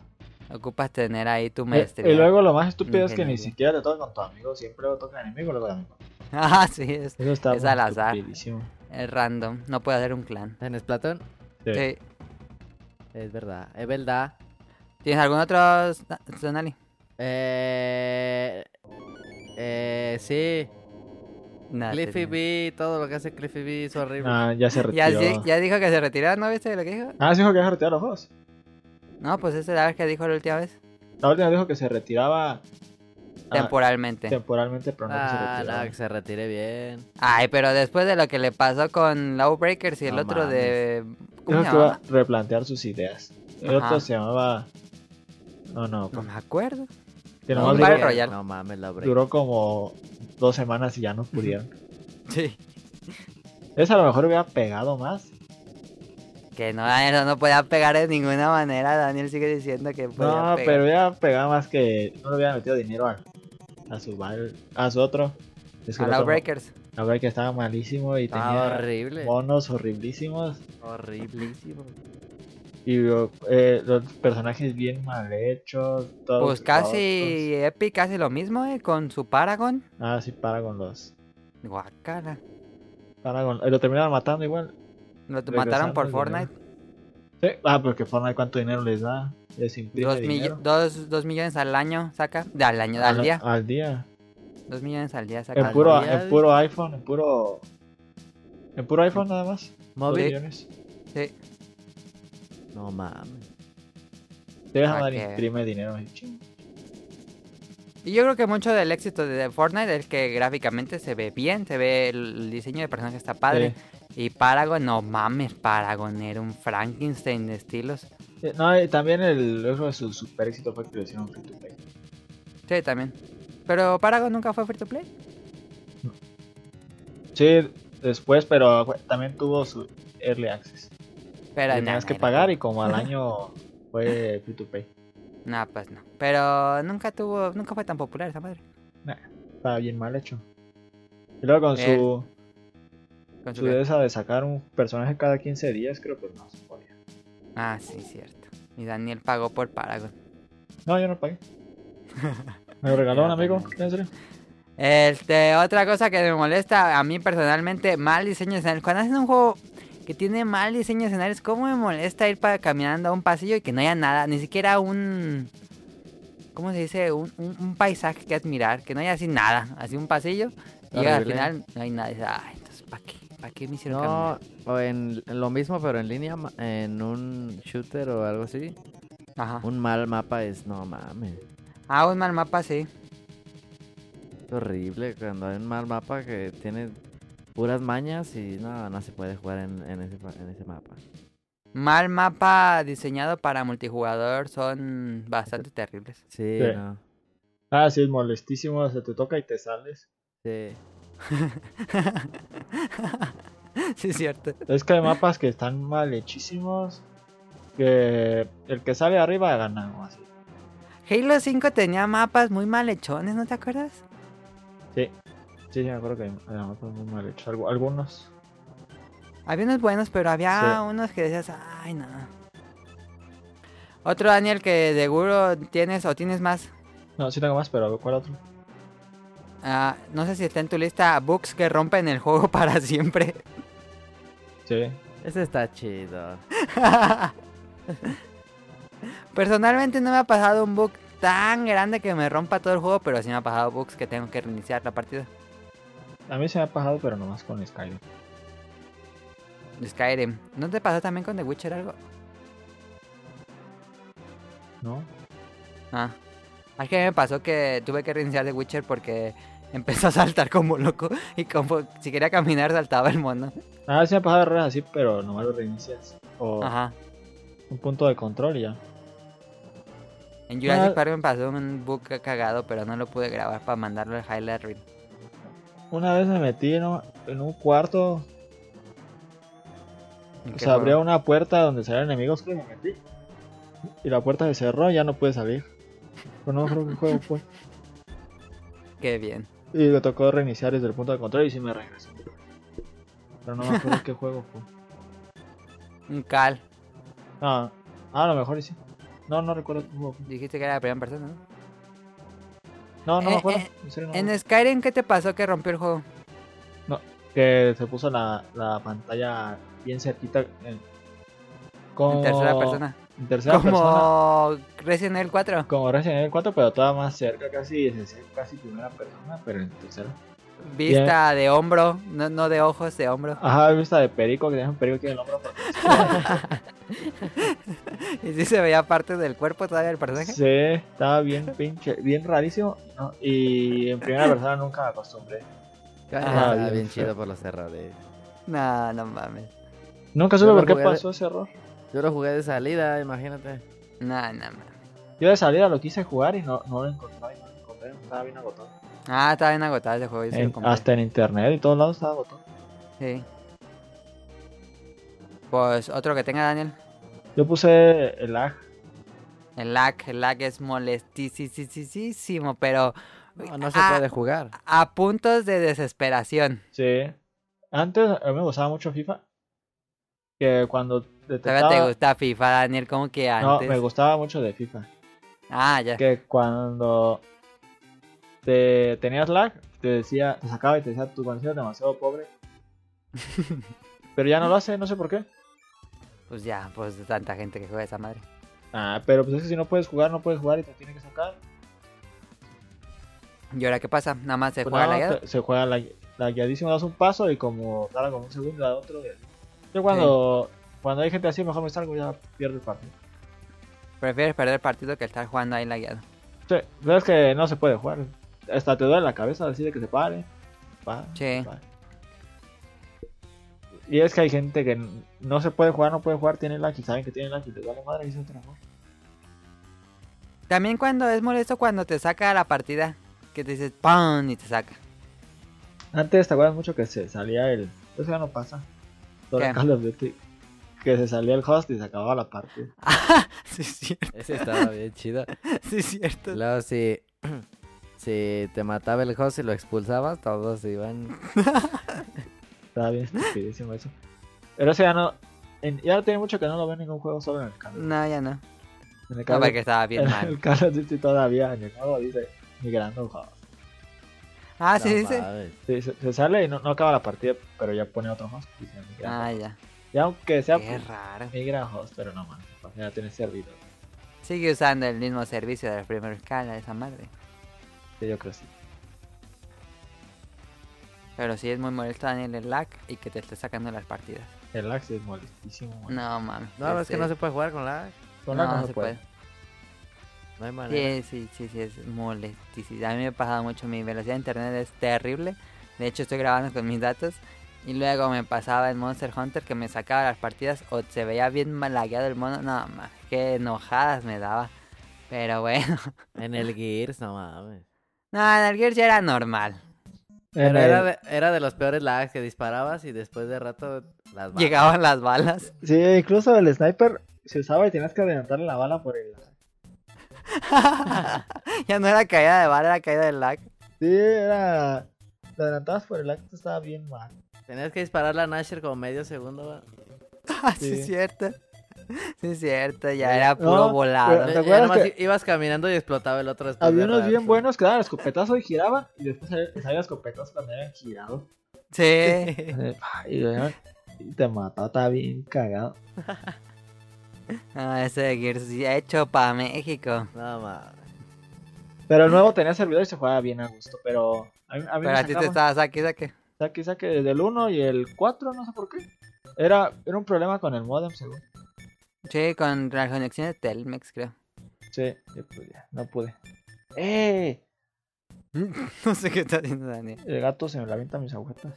[SPEAKER 1] Ocupas tener ahí tu
[SPEAKER 2] Eh,
[SPEAKER 1] maestría.
[SPEAKER 2] Y luego lo más estúpido es que ni
[SPEAKER 1] Ingeniería.
[SPEAKER 2] siquiera te toca con tu amigo, siempre lo toca enemigo, luego de amigo.
[SPEAKER 1] [laughs] Ah, sí, es,
[SPEAKER 2] Eso está
[SPEAKER 1] Es
[SPEAKER 2] muy
[SPEAKER 1] al azar.
[SPEAKER 2] estupidísimo.
[SPEAKER 1] es random. No puede hacer un clan.
[SPEAKER 3] En Splatoon,
[SPEAKER 2] Sí.
[SPEAKER 1] Sí.
[SPEAKER 3] es verdad, es verdad.
[SPEAKER 1] ¿Tienes algún otro, Sonali?
[SPEAKER 3] Eh, eh, sí,
[SPEAKER 1] Nada,
[SPEAKER 3] Cliffy
[SPEAKER 1] te-
[SPEAKER 3] B, todo lo que hace Cliffy B es horrible.
[SPEAKER 2] Ah, ya se retiró.
[SPEAKER 1] Ya, sí- ya dijo que se retiró, ¿no viste lo que dijo?
[SPEAKER 2] Ah, sí dijo que ya se retiró los juegos.
[SPEAKER 1] No, pues esa es la vez que dijo la última vez.
[SPEAKER 2] La última dijo que se retiraba ah,
[SPEAKER 1] Temporalmente.
[SPEAKER 2] temporalmente, pero no que se
[SPEAKER 3] Ah,
[SPEAKER 2] retiraba.
[SPEAKER 3] no, que se retire bien.
[SPEAKER 1] Ay, pero después de lo que le pasó con Lawbreakers y el
[SPEAKER 3] No
[SPEAKER 1] otro de... ¿Cómo
[SPEAKER 2] Dijo
[SPEAKER 1] se
[SPEAKER 2] que iba a
[SPEAKER 1] llamaba?
[SPEAKER 2] replantear sus ideas. El
[SPEAKER 1] Ajá.
[SPEAKER 2] otro se llamaba. No, no,
[SPEAKER 1] No me acuerdo.
[SPEAKER 2] que
[SPEAKER 1] No,
[SPEAKER 2] nomás
[SPEAKER 1] Battle
[SPEAKER 2] duró,
[SPEAKER 1] Royale.
[SPEAKER 3] No mames, la break. [laughs]
[SPEAKER 2] duró como dos semanas y ya no pudieron.
[SPEAKER 1] Sí.
[SPEAKER 2] Esa a lo mejor hubiera pegado más.
[SPEAKER 1] Que no, Daniel no podía pegar de ninguna manera. Daniel sigue diciendo que podía
[SPEAKER 2] No,
[SPEAKER 1] pegar.
[SPEAKER 2] pero hubiera pegado más que no le hubiera metido dinero a, a su bar- a su otro. Es que
[SPEAKER 1] A
[SPEAKER 2] el otro-
[SPEAKER 1] Lawbreakers.
[SPEAKER 2] La verdad que estaba malísimo y
[SPEAKER 3] Ah,
[SPEAKER 2] tenía
[SPEAKER 3] horrible.
[SPEAKER 2] monos horriblísimos.
[SPEAKER 3] Horriblísimo.
[SPEAKER 2] Y eh, los personajes bien mal hechos. Todos
[SPEAKER 1] Pues casi Epic, casi lo mismo, eh, con su Paragon.
[SPEAKER 2] rotos. Ah, sí, para con los.
[SPEAKER 1] Guacala.
[SPEAKER 2] Paragon. Y lo terminaron matando igual.
[SPEAKER 1] Lo
[SPEAKER 2] Regresando
[SPEAKER 1] mataron por
[SPEAKER 2] al
[SPEAKER 1] Fortnite.
[SPEAKER 2] Sí. Ah, porque Fortnite cuánto dinero les da. Les imprime
[SPEAKER 1] Dos, mill-
[SPEAKER 2] dinero.
[SPEAKER 1] dos, dos millones al año saca. De, al año, al
[SPEAKER 2] Al-
[SPEAKER 1] día.
[SPEAKER 2] Al día.
[SPEAKER 1] Dos millones al día saca.
[SPEAKER 2] En
[SPEAKER 3] Al
[SPEAKER 2] puro,
[SPEAKER 3] día.
[SPEAKER 2] en puro iPhone, en puro. En puro iPhone nada más. Dos
[SPEAKER 3] Móvil.
[SPEAKER 2] millones.
[SPEAKER 1] Sí.
[SPEAKER 3] No mames.
[SPEAKER 2] Te dejan
[SPEAKER 1] Ah,
[SPEAKER 2] dar
[SPEAKER 1] que-
[SPEAKER 2] imprime dinero. eh, así, ching.
[SPEAKER 1] Y yo creo que mucho del éxito de Fortnite es que gráficamente se ve bien, se ve el diseño de personaje está padre. Y Paragon, no mames, Paragon era un Frankenstein de estilos.
[SPEAKER 2] Eh, No, y también el otro de su super éxito fue que lo hicieron free to play.
[SPEAKER 1] Sí, también. Pero Paragon nunca fue free to play.
[SPEAKER 2] Sí, después, pero fue- también tuvo su early access.
[SPEAKER 1] Pero
[SPEAKER 2] Pero
[SPEAKER 1] no,
[SPEAKER 2] tenías
[SPEAKER 1] no
[SPEAKER 2] que
[SPEAKER 1] era
[SPEAKER 2] pagar
[SPEAKER 1] free.
[SPEAKER 2] y como
[SPEAKER 1] [laughs]
[SPEAKER 2] al año fue free to play.
[SPEAKER 1] No, pues no. Pero nunca tuvo, nunca fue tan popular esa madre.
[SPEAKER 2] Estaba bien mal hecho. Y luego con su,
[SPEAKER 1] Con su
[SPEAKER 2] su de esa de sacar un personaje cada 15 días, creo que no se podía.
[SPEAKER 1] Ah, sí, cierto. Y Daniel pagó por Paragon.
[SPEAKER 2] No, yo no
[SPEAKER 1] [laughs]
[SPEAKER 2] pagué. Me lo regaló un
[SPEAKER 1] Ya,
[SPEAKER 2] amigo,
[SPEAKER 1] también.
[SPEAKER 2] en serio.
[SPEAKER 1] Este, otra cosa que me molesta a mí personalmente, mal diseño de escenarios. Cuando hacen un juego que tiene mal diseño de escenarios, ¿cómo me molesta ir para caminando a un pasillo y que no haya nada? Ni siquiera un... ¿Cómo se dice? Un, un- un paisaje que admirar, que no haya así nada. Así un pasillo, y
[SPEAKER 2] Claro,
[SPEAKER 1] llega al
[SPEAKER 2] Belén.
[SPEAKER 1] final, no hay nada. Y dices, "Ay, entonces, ¿para qué? ¿Para qué me hicieron
[SPEAKER 3] No,
[SPEAKER 1] caminar?"
[SPEAKER 3] o en, en lo mismo, pero en línea, ma- en un shooter o algo así.
[SPEAKER 1] Ajá.
[SPEAKER 3] Un mal mapa es, no mames.
[SPEAKER 1] Ah, un mal mapa, sí.
[SPEAKER 3] Es horrible cuando hay un mal mapa que tiene puras mañas y no, no se puede jugar en, en ese, pa- en ese mapa.
[SPEAKER 1] Mal mapa diseñado para multijugador son bastante terribles. [laughs]
[SPEAKER 3] Sí,
[SPEAKER 2] Sí.
[SPEAKER 3] no.
[SPEAKER 2] Ah, sí, es molestísimo, se te toca y te sales.
[SPEAKER 3] Sí.
[SPEAKER 1] sí, es cierto.
[SPEAKER 2] Es que hay mapas que están mal hechísimos. Que el que sale arriba gana o así.
[SPEAKER 1] Halo 5 tenía mapas muy malhechones, ¿no te acuerdas?
[SPEAKER 2] Sí. Sí, sí, me acuerdo que hay hay mapas muy mal hechos. algu- Algunos.
[SPEAKER 1] Había unos buenos, pero había
[SPEAKER 2] Sí.
[SPEAKER 1] unos que decías, ay, no. Otro Daniel que de seguro tienes o tienes más.
[SPEAKER 2] No, sí tengo más, pero ¿cuál otro?
[SPEAKER 1] Ah, no sé si está en tu lista bugs que rompen el juego [laughs] para siempre.
[SPEAKER 2] Sí.
[SPEAKER 3] Ese está chido.
[SPEAKER 1] Ah, Personalmente no me ha pasado un bug tan grande que me rompa todo el juego, pero sí me ha pasado bugs que tengo que reiniciar la partida.
[SPEAKER 2] A mí se me ha pasado, pero nomás con Skyrim.
[SPEAKER 1] Skyrim. ¿No te pasó también con The Witcher algo?
[SPEAKER 2] ¿No?
[SPEAKER 1] Ah. Es que me pasó que tuve que reiniciar The Witcher porque [laughs] empezó a saltar como loco y como si quería caminar saltaba el mono.
[SPEAKER 2] Ah, sí me ha pasado errores así, pero nomás lo reinicias. O
[SPEAKER 1] Ajá.
[SPEAKER 2] un punto de control y ya.
[SPEAKER 1] En Jurassic
[SPEAKER 2] Ah.
[SPEAKER 1] Park me pasó un bug cagado, pero no lo pude grabar para mandarlo al highlight reel.
[SPEAKER 2] Una vez me metí en un, en un cuarto.
[SPEAKER 1] ¿En qué
[SPEAKER 2] Se abrió
[SPEAKER 1] juego?
[SPEAKER 2] una puerta donde salían enemigos, creo que me metí. Y la puerta se cerró, ya no pude salir. Pero no creo que
[SPEAKER 1] [laughs]
[SPEAKER 2] juego fue.
[SPEAKER 1] Qué bien.
[SPEAKER 2] Y le tocó reiniciar desde el punto de control y sí me regresó. Pero no me acuerdo qué juego fue.
[SPEAKER 1] Un cal.
[SPEAKER 2] Ah, ah, a lo mejor y sí. No, no recuerdo qué juego fue.
[SPEAKER 1] Dijiste que era la primera persona, ¿no?
[SPEAKER 2] No, no
[SPEAKER 1] Eh,
[SPEAKER 2] me acuerdo.
[SPEAKER 1] eh,
[SPEAKER 2] en serio no me acuerdo.
[SPEAKER 1] En Skyrim, ¿qué te pasó que rompió el juego?
[SPEAKER 2] Que se puso la, la pantalla bien cerquita. En, como...
[SPEAKER 1] En tercera persona.
[SPEAKER 2] En tercera Oh. persona.
[SPEAKER 1] Como Resident Evil 4.
[SPEAKER 2] Como Resident Evil 4, pero toda más cerca, casi, casi primera persona, pero en tercera.
[SPEAKER 1] Vista de hombro, no, no de ojos, de hombro. [laughs]
[SPEAKER 2] Ajá, vista de perico, que tenía un perico aquí en el hombro. pero-
[SPEAKER 1] Y sí se veía parte del cuerpo todavía del personaje.
[SPEAKER 2] Sí, estaba bien pinche, bien rarísimo. ¿no? Y en primera persona nunca me acostumbré.
[SPEAKER 1] Ajá,
[SPEAKER 3] Ah, bien,
[SPEAKER 2] bien
[SPEAKER 3] chido
[SPEAKER 2] feo.
[SPEAKER 3] por los errores.
[SPEAKER 1] No, no mames.
[SPEAKER 2] Nunca
[SPEAKER 3] Yo
[SPEAKER 2] supe
[SPEAKER 3] lo
[SPEAKER 2] por qué
[SPEAKER 3] jugué de-
[SPEAKER 2] pasó ese error.
[SPEAKER 3] Yo lo jugué de salida, imagínate.
[SPEAKER 1] No, no mames.
[SPEAKER 2] Yo de salida lo quise jugar y no, no lo encontraba y no lo encontré, estaba bien agotado.
[SPEAKER 1] Ah, estaba bien agotado ese juego. Yo sí lo
[SPEAKER 2] En-
[SPEAKER 1] compré.
[SPEAKER 2] Eh, hasta en internet y todos lados estaba agotado.
[SPEAKER 1] Sí. Pues otro que tenga Daniel.
[SPEAKER 2] Yo puse el lag.
[SPEAKER 1] El lag, el lag es molestísimo, pero
[SPEAKER 3] No, no se
[SPEAKER 1] Ah.
[SPEAKER 3] puede jugar.
[SPEAKER 1] a puntos de desesperación.
[SPEAKER 2] Sí. Antes a mí me gustaba mucho FIFA. Que cuando
[SPEAKER 1] Todavía te
[SPEAKER 2] detectaba...
[SPEAKER 1] gusta FIFA, Daniel, como que
[SPEAKER 2] No,
[SPEAKER 1] antes.
[SPEAKER 2] me gustaba mucho de FIFA.
[SPEAKER 1] Ah, ya.
[SPEAKER 2] Que cuando te tenías lag, te decía, te sacaba y te decía, tu conexión es
[SPEAKER 1] [laughs]
[SPEAKER 2] demasiado pobre. pero ya no lo hace, no sé por qué.
[SPEAKER 1] Pues ya, pues de tanta gente que juega esa madre.
[SPEAKER 2] Ah, pero pues es que si no puedes jugar, no puedes jugar y te tiene que sacar.
[SPEAKER 1] ¿Y ahora qué pasa? Nada más se
[SPEAKER 2] Pues
[SPEAKER 1] juega
[SPEAKER 2] nada,
[SPEAKER 1] la guerra.
[SPEAKER 2] te- Se juega la, la guiadísima, das un paso y como tarda como un segundo, da otro. Yo cuando, cuando hay gente así, mejor me salgo y ya pierdo el partido.
[SPEAKER 1] Prefieres perder el partido que estar jugando ahí la guiada.
[SPEAKER 2] Sí, pero es que no se puede jugar. Hasta te duele la cabeza decir de que se pare. Pa,
[SPEAKER 1] Sí.
[SPEAKER 2] pa. Y es que hay gente que no se puede jugar, no puede jugar, tiene lag y saben que tiene lag y les vale madre y se otra
[SPEAKER 1] También cuando es molesto cuando te saca la partida. Que te dices ¡pam! y te saca. [laughs]
[SPEAKER 2] Antes te acuerdas mucho que se salía el. Eso ya no pasa. Sobre
[SPEAKER 1] ¿Qué?
[SPEAKER 2] Call of Duty, Que se salía el host y se acababa la partida.
[SPEAKER 1] Sí, es cierto.
[SPEAKER 3] Ese estaba bien chido.
[SPEAKER 1] Sí, es cierto.
[SPEAKER 3] Luego, si, [clears throat] si te mataba el host y lo expulsabas, todos iban.
[SPEAKER 2] Estaba bien estupidísimo eso. Pero eso ya no. en- ya no tiene mucho que no lo ve en ningún juego solo en el Call of Duty.
[SPEAKER 1] No, ya no.
[SPEAKER 2] En el
[SPEAKER 1] No,
[SPEAKER 2] Call of-
[SPEAKER 1] porque estaba bien
[SPEAKER 2] [laughs] en
[SPEAKER 3] [laughs]
[SPEAKER 1] mal.
[SPEAKER 2] el Call of Duty todavía en el juego dice migrando host.
[SPEAKER 1] Ah, sí,
[SPEAKER 3] No
[SPEAKER 1] dice.
[SPEAKER 3] mames.
[SPEAKER 2] Sí, se, se sale y no, no acaba la partida, pero ya pone otro host. Y se migra.
[SPEAKER 1] Ah, ya.
[SPEAKER 2] Y aunque sea
[SPEAKER 3] pues.
[SPEAKER 1] Qué raro.
[SPEAKER 2] migra host, pero no man, ya tiene servidor.
[SPEAKER 1] Sigue usando el mismo servicio de la primera escala, esa madre.
[SPEAKER 2] Sí, yo creo que sí.
[SPEAKER 1] Pero sí es muy molesto Daniel el lag y que te esté sacando las partidas.
[SPEAKER 2] El lag sí es molestísimo. man.
[SPEAKER 1] No, mami.
[SPEAKER 3] No, es
[SPEAKER 1] este,
[SPEAKER 3] que no se puede jugar con lag.
[SPEAKER 2] Con
[SPEAKER 1] no,
[SPEAKER 2] lag
[SPEAKER 1] no se puede.
[SPEAKER 3] No hay manera.
[SPEAKER 1] Sí, sí, sí, sí, es molestísimo. A mí me ha pasado mucho, mi velocidad de internet es terrible. De hecho, estoy grabando con mis datos. Y luego me pasaba el Monster Hunter que me sacaba las partidas o se veía bien malagueado el mono. No, más qué enojadas me daba. Pero bueno. [laughs]
[SPEAKER 3] En el Gears, no mames.
[SPEAKER 1] No, en el Gears ya era normal.
[SPEAKER 2] En
[SPEAKER 3] Pero
[SPEAKER 2] el-
[SPEAKER 3] era de, era de los peores lags que disparabas y después de rato las balas.
[SPEAKER 1] Llegaban las
[SPEAKER 2] [laughs]
[SPEAKER 1] balas.
[SPEAKER 2] Sí, incluso el sniper se usaba y tenías que adelantarle la bala por el lag.
[SPEAKER 1] ya no era caída de bala, era caída de lag.
[SPEAKER 2] Sí, era. Te adelantabas por el lag, esto estaba bien mal.
[SPEAKER 3] Tenías que disparar la Nasher como medio segundo. va.
[SPEAKER 1] [laughs] Ah, sí,
[SPEAKER 2] Sí.
[SPEAKER 1] es cierto. Sí, es cierto, ya era puro
[SPEAKER 2] No,
[SPEAKER 1] volado.
[SPEAKER 2] pero- ¿Te
[SPEAKER 3] Ya- ya
[SPEAKER 2] acuerdas
[SPEAKER 3] nomás
[SPEAKER 2] que-
[SPEAKER 3] i- ibas caminando y explotaba el otro después
[SPEAKER 2] Había
[SPEAKER 3] de
[SPEAKER 2] unos
[SPEAKER 3] rato.
[SPEAKER 2] bien buenos que daban escopetazo y giraban, y después salía- salía escopetazo cuando habían girado. [laughs]
[SPEAKER 1] Sí.
[SPEAKER 2] Y, vean, y te mataba, estaba bien cagado.
[SPEAKER 1] No, ese de Gears sí ha hecho para México.
[SPEAKER 3] No mames.
[SPEAKER 2] Pero el nuevo tenía servidor y se jugaba bien a gusto, pero a mí, a mí
[SPEAKER 1] Pero
[SPEAKER 2] me
[SPEAKER 1] a ti te
[SPEAKER 2] sacaba.
[SPEAKER 1] estabas aquí, saque.
[SPEAKER 2] O sea, quizá que desde el 1 y el 4, no sé por qué. Era, era un problema con el modem, según.
[SPEAKER 1] Sí, con la conexión de Telmex, creo. [laughs]
[SPEAKER 2] Sí, yo pues ya, no pude. ¡Eh!
[SPEAKER 1] no sé qué está haciendo Daniel. [laughs]
[SPEAKER 2] El gato se me la avienta mis agujetas.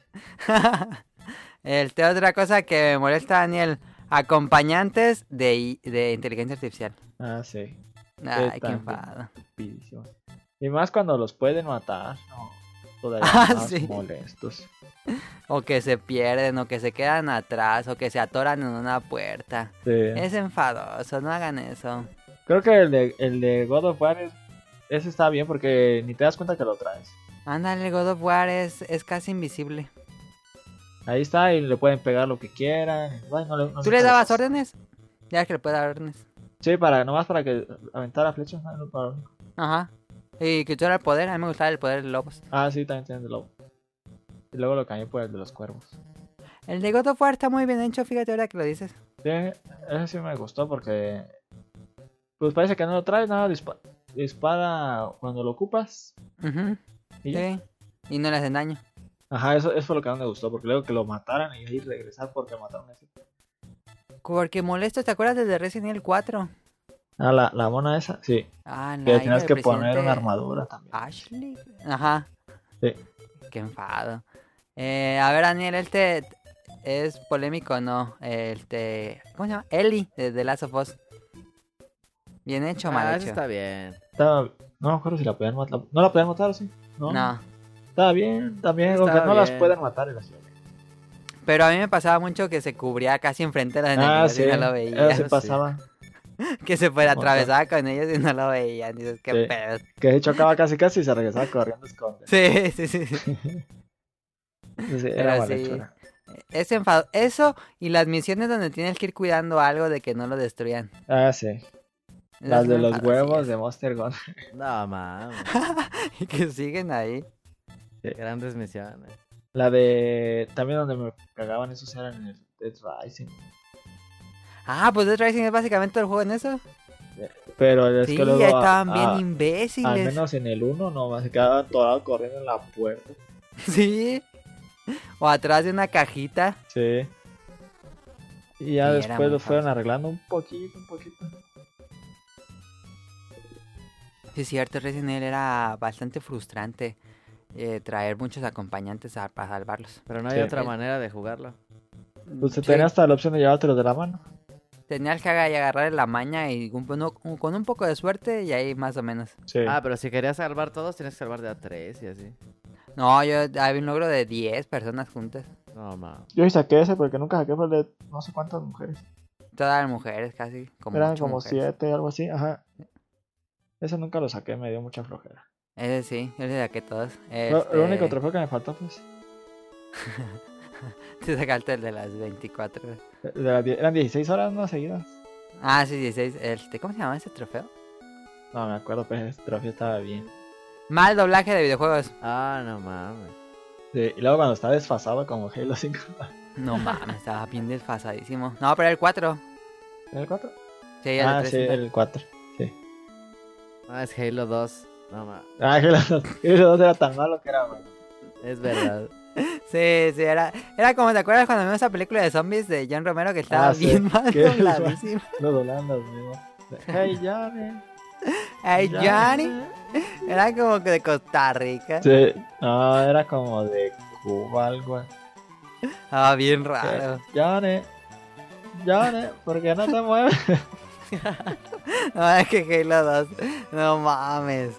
[SPEAKER 1] Este, otra cosa que me molesta, Daniel. Acompañantes de, i- de inteligencia artificial.
[SPEAKER 2] Ah, sí.
[SPEAKER 1] Ay, qué
[SPEAKER 2] también.
[SPEAKER 1] enfado.
[SPEAKER 2] Pidísimo. Y más cuando los pueden matar. No, todavía
[SPEAKER 1] [laughs] Ah,
[SPEAKER 2] más
[SPEAKER 1] sí.
[SPEAKER 2] molestos.
[SPEAKER 1] O que se pierden, o que se quedan atrás, o que se atoran en una puerta.
[SPEAKER 2] Sí.
[SPEAKER 1] Es enfadoso, no hagan eso.
[SPEAKER 2] Creo que el de, el de God of War, es- ese está bien porque ni te das cuenta que lo traes.
[SPEAKER 1] Ándale, God of War es, es casi invisible.
[SPEAKER 2] Ahí está y le pueden pegar lo que quieran. Ay, no le- no
[SPEAKER 1] ¿Tú
[SPEAKER 2] se
[SPEAKER 1] le
[SPEAKER 2] puede.
[SPEAKER 1] dabas órdenes? Ya que le puede dar órdenes.
[SPEAKER 2] Sí, para, nomás para que aventara flechas. Ah, no, para-
[SPEAKER 1] Ajá. Y que era el poder, a mí me gustaba el poder de lobos.
[SPEAKER 2] Ah, sí, también tienen de lobo. Y luego lo cambié por el de los cuervos.
[SPEAKER 1] El de God of War está muy bien hecho, fíjate ahora que lo dices.
[SPEAKER 2] Sí, ese sí me gustó porque. Pues parece que no lo traes, nada, dispa- dispara cuando lo ocupas.
[SPEAKER 1] Ujú,
[SPEAKER 2] Y ya.
[SPEAKER 1] sí. Y no le hacen daño.
[SPEAKER 2] Ajá, eso, eso fue lo que más me gustó, porque luego que lo mataran y ahí regresar porque mataron a ese.
[SPEAKER 1] Porque molesto, ¿te acuerdas del de Resident Evil 4?
[SPEAKER 2] Ah, la, la mona esa, sí.
[SPEAKER 1] Ah, la
[SPEAKER 2] Que
[SPEAKER 1] hija del
[SPEAKER 2] tenías que poner
[SPEAKER 1] presidente
[SPEAKER 2] una armadura también.
[SPEAKER 1] Ashley. Ajá.
[SPEAKER 2] Sí.
[SPEAKER 1] Qué enfado. Eh, a ver, Daniel, este es polémico, ¿no? Este. ¿Cómo se llama? Ellie, de The Last of Us. Bien hecho, o
[SPEAKER 3] Ah,
[SPEAKER 1] mal
[SPEAKER 3] eso
[SPEAKER 1] hecho.
[SPEAKER 3] está bien.
[SPEAKER 2] Estaba- No me acuerdo si la podían matar. ¿No la podían matar, sí? No.
[SPEAKER 1] No.
[SPEAKER 2] Estaba bien, también,
[SPEAKER 3] Sí,
[SPEAKER 2] aunque
[SPEAKER 3] estaba
[SPEAKER 2] no las
[SPEAKER 3] bien.
[SPEAKER 2] puedan matar en la ciudad.
[SPEAKER 1] Pero a mí me pasaba mucho que se cubría casi enfrente de los
[SPEAKER 2] Ah,
[SPEAKER 1] enemigos
[SPEAKER 2] sí.
[SPEAKER 1] y no lo veía.
[SPEAKER 2] Eso sí
[SPEAKER 3] sí.
[SPEAKER 2] pasaba.
[SPEAKER 1] Que se fuera
[SPEAKER 2] Otra.
[SPEAKER 1] atravesada con ellos y no lo veían. Dices, qué
[SPEAKER 2] Sí.
[SPEAKER 1] pedo.
[SPEAKER 2] Que chocaba casi casi y se regresaba corriendo a esconder.
[SPEAKER 1] Sí, sí, sí. sí.
[SPEAKER 2] Sí, era
[SPEAKER 1] Pero
[SPEAKER 2] mala
[SPEAKER 1] sí.
[SPEAKER 2] hechura.
[SPEAKER 1] Es enfado. Eso y las misiones donde tienes que ir cuidando algo de que no lo destruyan.
[SPEAKER 2] Ah, sí.
[SPEAKER 1] Esas
[SPEAKER 2] Las
[SPEAKER 1] son
[SPEAKER 2] de
[SPEAKER 1] [laughs]
[SPEAKER 2] los
[SPEAKER 1] enfadosías.
[SPEAKER 3] [laughs]
[SPEAKER 2] huevos de Monster Gun.
[SPEAKER 3] No mames.
[SPEAKER 1] Y que siguen ahí.
[SPEAKER 3] Grandes misiones.
[SPEAKER 2] La de. También donde me cagaban esos eran en el Dead Rising.
[SPEAKER 1] Ah, pues Dead Rising es básicamente el juego en eso.
[SPEAKER 2] Pero es
[SPEAKER 1] Sí,
[SPEAKER 2] que luego.
[SPEAKER 1] ya
[SPEAKER 2] a-
[SPEAKER 1] estaban bien
[SPEAKER 2] a- al
[SPEAKER 1] imbéciles.
[SPEAKER 2] menos en el 1 nomás se quedaba atorado corriendo en la puerta.
[SPEAKER 1] [laughs] Sí. O atrás de una cajita.
[SPEAKER 2] Sí. Y
[SPEAKER 1] Sí, era
[SPEAKER 2] ya
[SPEAKER 1] muy
[SPEAKER 2] después lo fueron
[SPEAKER 1] fácil.
[SPEAKER 2] arreglando un poquito, un poquito.
[SPEAKER 1] Sí, es cierto, Resident Evil era bastante frustrante eh, traer muchos acompañantes a- para salvarlos.
[SPEAKER 3] Pero no hay
[SPEAKER 2] Sí.
[SPEAKER 3] otra manera de jugarlo.
[SPEAKER 2] Pues se
[SPEAKER 1] Sí,
[SPEAKER 2] tenía hasta la opción de llevártelos de la mano.
[SPEAKER 1] tenías que aga- agarrar la maña y un- uno- un- con un poco de suerte y ahí más o menos.
[SPEAKER 2] Sí.
[SPEAKER 3] Ah, pero si querías salvar todos, tienes que salvar de a tres y así.
[SPEAKER 1] No, yo había un logro de 10 personas juntas.
[SPEAKER 3] No, ma.
[SPEAKER 2] Yo sí saqué ese porque nunca saqué fue el de no sé cuántas mujeres.
[SPEAKER 1] Todas las mujeres casi. Como
[SPEAKER 2] Eran
[SPEAKER 1] ocho
[SPEAKER 2] como
[SPEAKER 1] mujeres.
[SPEAKER 2] siete algo así, ajá. Ese nunca lo saqué, me dio mucha flojera.
[SPEAKER 1] Ese sí, yo le saqué todos.
[SPEAKER 2] Lo, el
[SPEAKER 1] [laughs]
[SPEAKER 2] único
[SPEAKER 1] Este,
[SPEAKER 2] trofeo que me faltó, pues.
[SPEAKER 1] Te sacaste el de las 24.
[SPEAKER 2] de- de las die- eran 16 horas, ¿no? Seguidas.
[SPEAKER 1] Ah, sí, 16. Este, ¿Cómo se llama ese trofeo?
[SPEAKER 2] No, me acuerdo, pues ese trofeo estaba bien.
[SPEAKER 1] Mal doblaje de videojuegos.
[SPEAKER 3] Ah, no mames.
[SPEAKER 2] Sí, y luego cuando estaba desfasado como Halo 5.
[SPEAKER 1] No mames, estaba bien desfasadísimo. No, pero el 4.
[SPEAKER 2] ¿En [laughs] el 4?
[SPEAKER 1] Sí, el
[SPEAKER 2] Ah,
[SPEAKER 1] de
[SPEAKER 2] sí,
[SPEAKER 1] 360.
[SPEAKER 2] el 4.
[SPEAKER 3] No, Ah, es Halo 2. No, ma.
[SPEAKER 2] Ah, Halo 2. [laughs] Halo 2 era tan malo que era, bueno.
[SPEAKER 3] [laughs] Es verdad.
[SPEAKER 1] Sí, sí, era, era como, ¿te acuerdas cuando vimos esa película de zombies de John Romero que estaba
[SPEAKER 2] Ah, sí.
[SPEAKER 1] bien mal
[SPEAKER 2] Qué [laughs]
[SPEAKER 1] dobladísima?
[SPEAKER 2] Lo doblaban los mismos. Hey, Johnny.
[SPEAKER 1] Ay,
[SPEAKER 2] Ya.
[SPEAKER 1] Johnny, era como que de Costa Rica.
[SPEAKER 2] Sí, no, era como de Cuba, algo así.
[SPEAKER 1] Ah, bien raro.
[SPEAKER 2] Johnny. Johnny, ¿por qué no te mueves? [laughs]
[SPEAKER 1] No, es que Halo 2, no mames.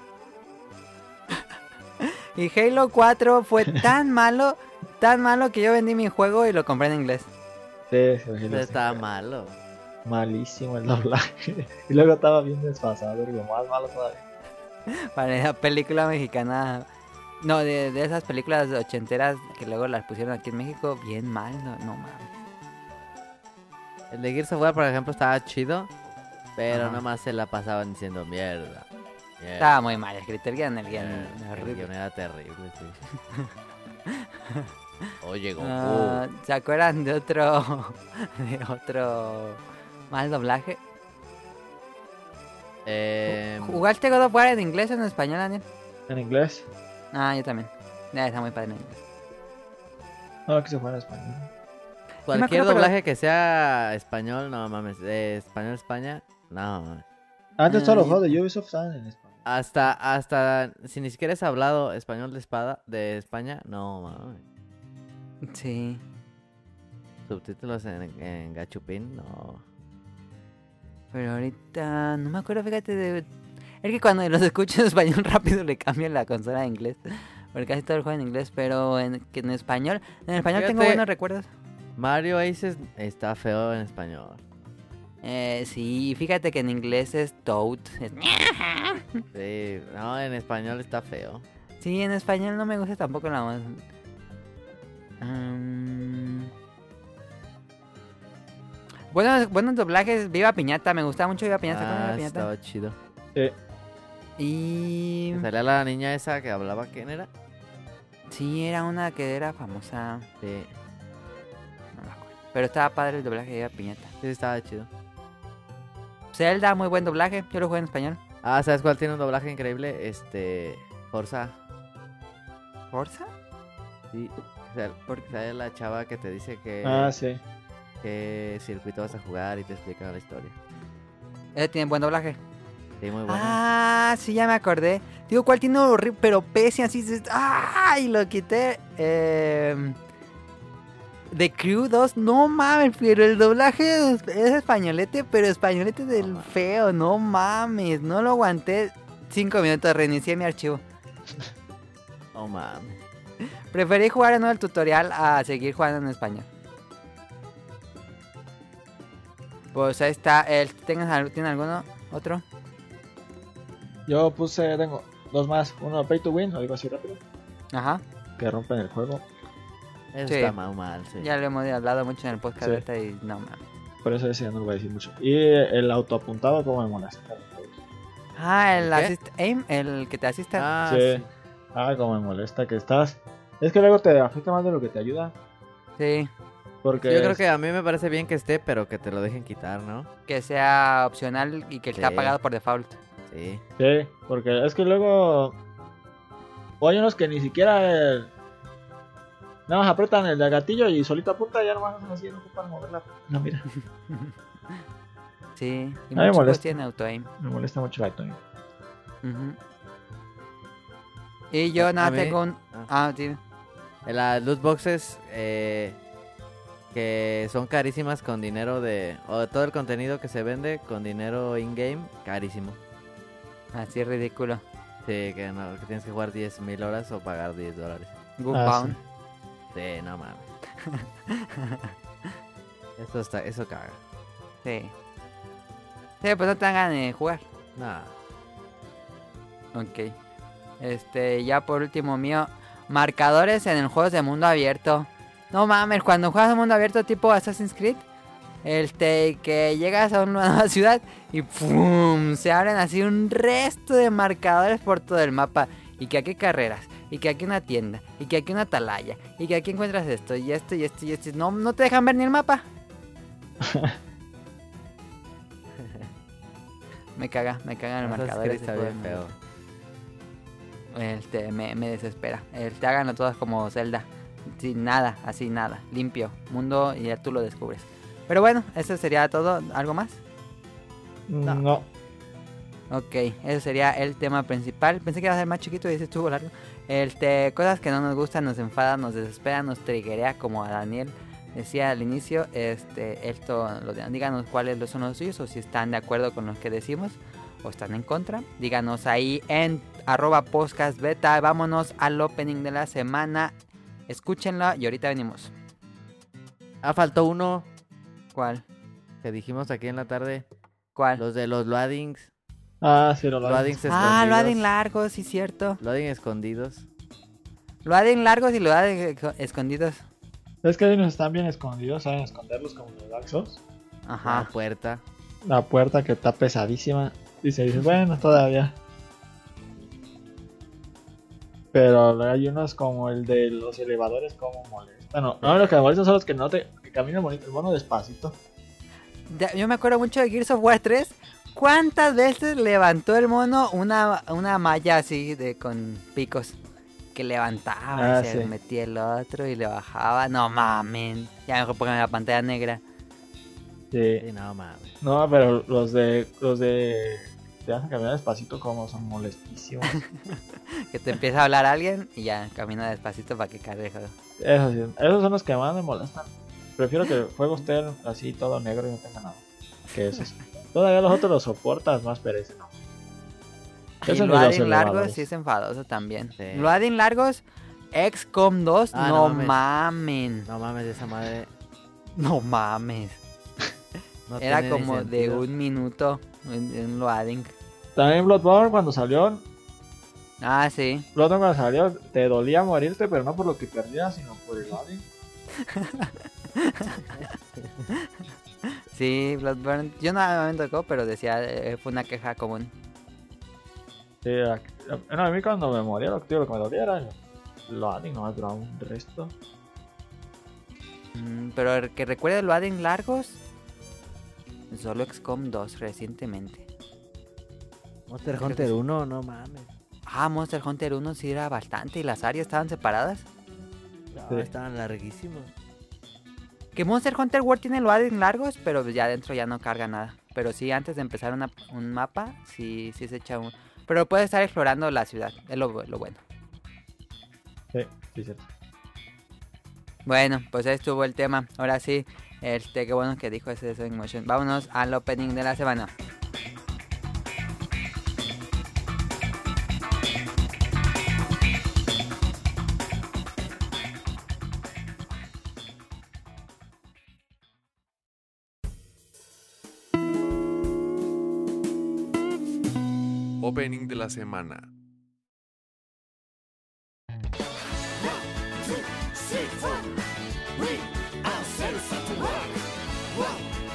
[SPEAKER 1] Y Halo 4 fue
[SPEAKER 2] [laughs]
[SPEAKER 1] tan malo, tan malo que yo vendí mi juego y lo compré en inglés.
[SPEAKER 2] Sí, sí, sí,
[SPEAKER 3] Pero
[SPEAKER 2] sí.
[SPEAKER 3] estaba malo.
[SPEAKER 2] Malísimo el [laughs] doblaje. Y luego estaba bien desfasado, y lo más malo todavía.
[SPEAKER 1] Para esa película mexicana. No, de, de esas películas ochenteras que luego las pusieron aquí en México, bien mal, no, no
[SPEAKER 3] Eh.
[SPEAKER 1] mames.
[SPEAKER 3] El de Gears of War, por ejemplo, estaba chido. Pero
[SPEAKER 1] Ajá.
[SPEAKER 3] nomás se la pasaban diciendo mierda. mierda,
[SPEAKER 1] Estaba muy mal escrito el guión, el guión
[SPEAKER 3] mierda".
[SPEAKER 1] era
[SPEAKER 3] Eh, El
[SPEAKER 1] horrible.
[SPEAKER 3] guion era terrible,
[SPEAKER 1] [laughs]
[SPEAKER 3] sí. Oye, Goku.
[SPEAKER 1] Ah, ¿Se acuerdan de otro. [laughs] de otro. mal doblaje?
[SPEAKER 3] Em,
[SPEAKER 1] ¿Jugaste God of War en inglés o en español, Daniel?
[SPEAKER 2] ¿En inglés?
[SPEAKER 1] Ah, yo también. Ya, está muy padre en inglés.
[SPEAKER 2] No, que se fue en español.
[SPEAKER 3] Cualquier
[SPEAKER 1] acuerdo, pero-
[SPEAKER 3] doblaje que sea español, no mames. eh, español, España, no mames.
[SPEAKER 2] Antes
[SPEAKER 1] Ah,
[SPEAKER 2] todos los
[SPEAKER 1] ya.
[SPEAKER 2] juegos de Ubisoft estaban en español.
[SPEAKER 3] Hasta, hasta, si ni siquiera has hablado español de espada, de España, no mames.
[SPEAKER 1] Sí.
[SPEAKER 3] Subtítulos en, en gachupín, no.
[SPEAKER 1] Pero ahorita. no me acuerdo, fíjate de. Es que cuando los escucho [laughs] en español rápido le cambian la consola a inglés. Porque casi todo el juego en inglés, pero en, que en español. En español tengo
[SPEAKER 3] Fíjate.
[SPEAKER 1] buenos recuerdos.
[SPEAKER 3] Mario Aces está feo en español.
[SPEAKER 1] Eh, sí, fíjate que en inglés es Toad. es-
[SPEAKER 3] Sí, no, en español está feo.
[SPEAKER 1] Sí, en español no me gusta tampoco la voz. Mm. Buenos, buenos doblajes, Viva Piñata, me gustaba mucho Viva Piñata. ¿se acuerdan de
[SPEAKER 3] Ah,
[SPEAKER 1] Viva Piñata?
[SPEAKER 3] estaba chido.
[SPEAKER 2] Sí,
[SPEAKER 1] Y...
[SPEAKER 3] Que Salía la niña esa que hablaba, ¿quién era?
[SPEAKER 1] Sí, era una que era famosa.
[SPEAKER 3] Sí,
[SPEAKER 1] no me acuerdo. Pero estaba padre el doblaje de Viva Piñata.
[SPEAKER 3] sí, estaba chido.
[SPEAKER 1] Zelda, muy buen doblaje. Yo lo jugué en español.
[SPEAKER 3] Ah, ¿sabes cuál tiene un doblaje increíble? Este, Forza.
[SPEAKER 1] ¿Forza?
[SPEAKER 3] Sí, sal- porque sale la chava que te dice que,
[SPEAKER 2] Ah, sí.
[SPEAKER 3] qué circuito vas a jugar y te explica la historia.
[SPEAKER 1] Ese Eh, tiene buen doblaje.
[SPEAKER 3] Sí, muy bueno.
[SPEAKER 1] Ah, sí, ya me acordé. Digo, ¿cuál tiene horrible? Pero pese así. se- ¡Ah! Y lo quité. Eh... The Crew 2. No mames, pero el doblaje es es españolete, pero españolete del
[SPEAKER 3] mames.
[SPEAKER 1] feo. No mames, no lo aguanté. Cinco minutos, reinicié mi archivo.
[SPEAKER 3] Oh, mames.
[SPEAKER 1] Preferí jugar en el tutorial a seguir jugando en español. Pues ahí está. El, ¿tienes, al- ¿Tiene alguno otro?
[SPEAKER 2] Yo puse, tengo dos más. Uno pay to win, algo así rápido.
[SPEAKER 1] Ajá.
[SPEAKER 2] Que rompen el juego.
[SPEAKER 3] Eso
[SPEAKER 1] Sí.
[SPEAKER 3] está mal, mal, sí.
[SPEAKER 1] Ya lo hemos hablado mucho en el podcast
[SPEAKER 2] Sí.
[SPEAKER 1] ahorita y no mames.
[SPEAKER 2] Por eso ese ya no lo voy a decir mucho. Y el autoapuntado, como me molesta.
[SPEAKER 1] Ah, el
[SPEAKER 3] ¿El qué?
[SPEAKER 1] assist aim, el que te asista.
[SPEAKER 3] Ah,
[SPEAKER 2] Sí.
[SPEAKER 3] sí.
[SPEAKER 2] Ah, como me molesta que estás. Es que luego te afecta más de lo que te ayuda.
[SPEAKER 1] Sí,
[SPEAKER 2] Porque
[SPEAKER 3] Yo creo
[SPEAKER 2] es-
[SPEAKER 3] que a mí me parece bien que esté, pero que te lo dejen quitar, ¿no?
[SPEAKER 1] que sea opcional y que está
[SPEAKER 3] Sí.
[SPEAKER 1] pagado por default.
[SPEAKER 3] Sí.
[SPEAKER 2] Sí, porque es que luego. o hay unos que ni siquiera. el- Nada más apretan el gatillo y solito apunta y ya nomás hacen así, no ocupan moverla. No, mira,
[SPEAKER 1] Sí, y
[SPEAKER 2] A mí me
[SPEAKER 1] muchos juegos
[SPEAKER 2] molesta.
[SPEAKER 1] tienen auto-aim.
[SPEAKER 2] me molesta mucho el item.
[SPEAKER 1] Ujú. Y yo
[SPEAKER 3] A-
[SPEAKER 1] nada
[SPEAKER 3] a mí-
[SPEAKER 1] tengo un.
[SPEAKER 3] ah.
[SPEAKER 1] Ah, sí.
[SPEAKER 3] En Las loot boxes eh, que son carísimas con dinero de... O de todo el contenido que se vende con dinero in-game, carísimo.
[SPEAKER 1] Así es ridículo.
[SPEAKER 3] Sí, que, no, que tienes que jugar 10.000 horas o pagar 10 dólares.
[SPEAKER 1] Good
[SPEAKER 2] Ah,
[SPEAKER 1] Pound.
[SPEAKER 3] Sí, no
[SPEAKER 1] [laughs]
[SPEAKER 3] mames. eso está, eso caga.
[SPEAKER 1] Sí. sí. pues no te dan ganas de jugar.
[SPEAKER 3] No.
[SPEAKER 1] Ok. Este, ya por último mío. Marcadores en el juegos de mundo abierto. No mames, cuando juegas a mundo abierto tipo Assassin's Creed, este, que llegas a una [laughs] nueva ciudad y ¡pum! Se abren así un resto de marcadores por todo el mapa. Y que aquí carreras, y que aquí una tienda, y que aquí una atalaya, y que aquí encuentras esto, y esto, y esto, y esto. No, no te dejan ver ni el
[SPEAKER 3] [laughs]
[SPEAKER 1] mapa. me caga, me cagan los marcadores.
[SPEAKER 3] Assassin's Creed está
[SPEAKER 1] de
[SPEAKER 3] bien
[SPEAKER 1] juegos.
[SPEAKER 3] feo.
[SPEAKER 1] Este, me, me desespera. Este, háganlo todas como Zelda. Sin nada, así nada. Limpio. Mundo y ya tú lo descubres. Pero bueno, eso sería todo. ¿Algo más?
[SPEAKER 2] Mm, No.
[SPEAKER 1] Ok, eso sería el tema principal. Pensé que iba a ser más chiquito y ese estuvo largo. Este, cosas que no nos gustan, nos enfadan, nos desesperan, nos triguea como a Daniel decía al inicio. Este, esto, lo de- díganos cuáles lo- son los suyos o si están de acuerdo con los que decimos o están en contra. Díganos ahí en arroba podcast beta. Vámonos al opening de la semana. Escúchenlo y ahorita venimos.
[SPEAKER 3] Ah, faltó uno
[SPEAKER 1] ¿Cuál?
[SPEAKER 3] que dijimos aquí en
[SPEAKER 1] [laughs]
[SPEAKER 3] la tarde.
[SPEAKER 1] ¿Cuál?
[SPEAKER 3] Los de los loadings.
[SPEAKER 2] Ah, sí, lo
[SPEAKER 3] Loadings escondidos.
[SPEAKER 1] Ah, lo hacen largos, sí, cierto.
[SPEAKER 3] Loading escondidos.
[SPEAKER 1] Lo hacen largos y lo hacen escondidos.
[SPEAKER 2] Es que ellos están bien escondidos, saben esconderlos como los Dark Souls.
[SPEAKER 1] Ajá.
[SPEAKER 3] La puerta.
[SPEAKER 2] La puerta que está pesadísima. Y se dice, bueno, todavía. Pero luego hay unos como el de los elevadores, como molesta. No, no, los que molestan son los que no te que caminan bonito, el mono despacito.
[SPEAKER 1] Ya- Yo me acuerdo mucho de Gears of War 3. ¿Cuántas veces levantó el mono una, una malla así de con picos? Que levantaba
[SPEAKER 2] Ah,
[SPEAKER 1] y se
[SPEAKER 2] sí.
[SPEAKER 1] metía el otro y le bajaba. No mamen. Ya mejor póngame la pantalla negra.
[SPEAKER 3] Sí, no mames.
[SPEAKER 2] No, pero los de. Los de. Te hacen caminar despacito, como son molestísimos.
[SPEAKER 1] Que te empieza a hablar alguien y ya camina despacito para que cargue el juego.
[SPEAKER 2] Eso sí, esos son los que más me molestan. Prefiero que el juego esté así todo negro y no tenga nada. Que esos. Todavía los otros los soportas más, pero ese no.
[SPEAKER 1] Y
[SPEAKER 2] Ese ni
[SPEAKER 1] lo
[SPEAKER 2] los
[SPEAKER 1] Adin largos
[SPEAKER 2] elevadores.
[SPEAKER 1] sí es enfadoso también.
[SPEAKER 3] Sí.
[SPEAKER 1] Lo Adin largos, XCOM 2,
[SPEAKER 3] Ah,
[SPEAKER 1] no,
[SPEAKER 3] no mames.
[SPEAKER 1] mamen.
[SPEAKER 3] No mames, esa madre.
[SPEAKER 1] No mames.
[SPEAKER 3] no
[SPEAKER 1] Era
[SPEAKER 3] tiene ni
[SPEAKER 1] como de
[SPEAKER 3] sentido.
[SPEAKER 1] un minuto en, en lo Adin.
[SPEAKER 2] También Bloodborne cuando salió,
[SPEAKER 1] Ah, sí.
[SPEAKER 2] Bloodborne cuando salió te dolía morirte, pero no por lo que perdías, sino por el lobby.
[SPEAKER 1] Sí, Bloodborne. Yo no me tocó, pero decía, eh, fue una queja común.
[SPEAKER 2] Sí, a, a- no, a mí cuando me moría, lo, tío, lo que me dolía era el lobby, no más duraba un resto.
[SPEAKER 1] Mm, pero el que recuerde lo Adin Largos, solo XCOM 2 recientemente.
[SPEAKER 3] Monster
[SPEAKER 1] Creo que
[SPEAKER 3] Hunter
[SPEAKER 1] sí.
[SPEAKER 3] 1, no mames.
[SPEAKER 1] Ah, Monster Hunter 1 sí era bastante y las áreas estaban separadas.
[SPEAKER 3] No,
[SPEAKER 2] Sí.
[SPEAKER 3] Ah, Estaban larguísimos.
[SPEAKER 1] Que Monster Hunter World tiene lo Adin Largos, pero pues ya adentro ya no carga nada. Pero sí, antes de empezar una- un mapa, sí, sí se echa un... Pero puedes estar explorando la ciudad, es lo, bu- lo bueno.
[SPEAKER 2] Sí, sí, cierto.
[SPEAKER 1] Bueno, pues ahí estuvo el tema. Ahora sí, este, qué bueno que dijo ese de Sonic Motion. Vámonos al opening de la semana.
[SPEAKER 5] Opening de la semana.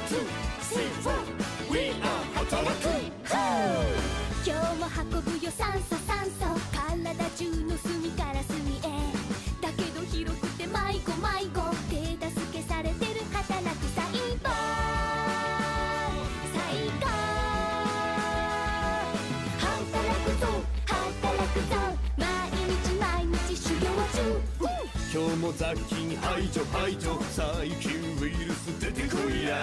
[SPEAKER 6] 今日も運ぶよ酸素酸素体中の隅の雑菌排除排除細菌ウイルス出てこいや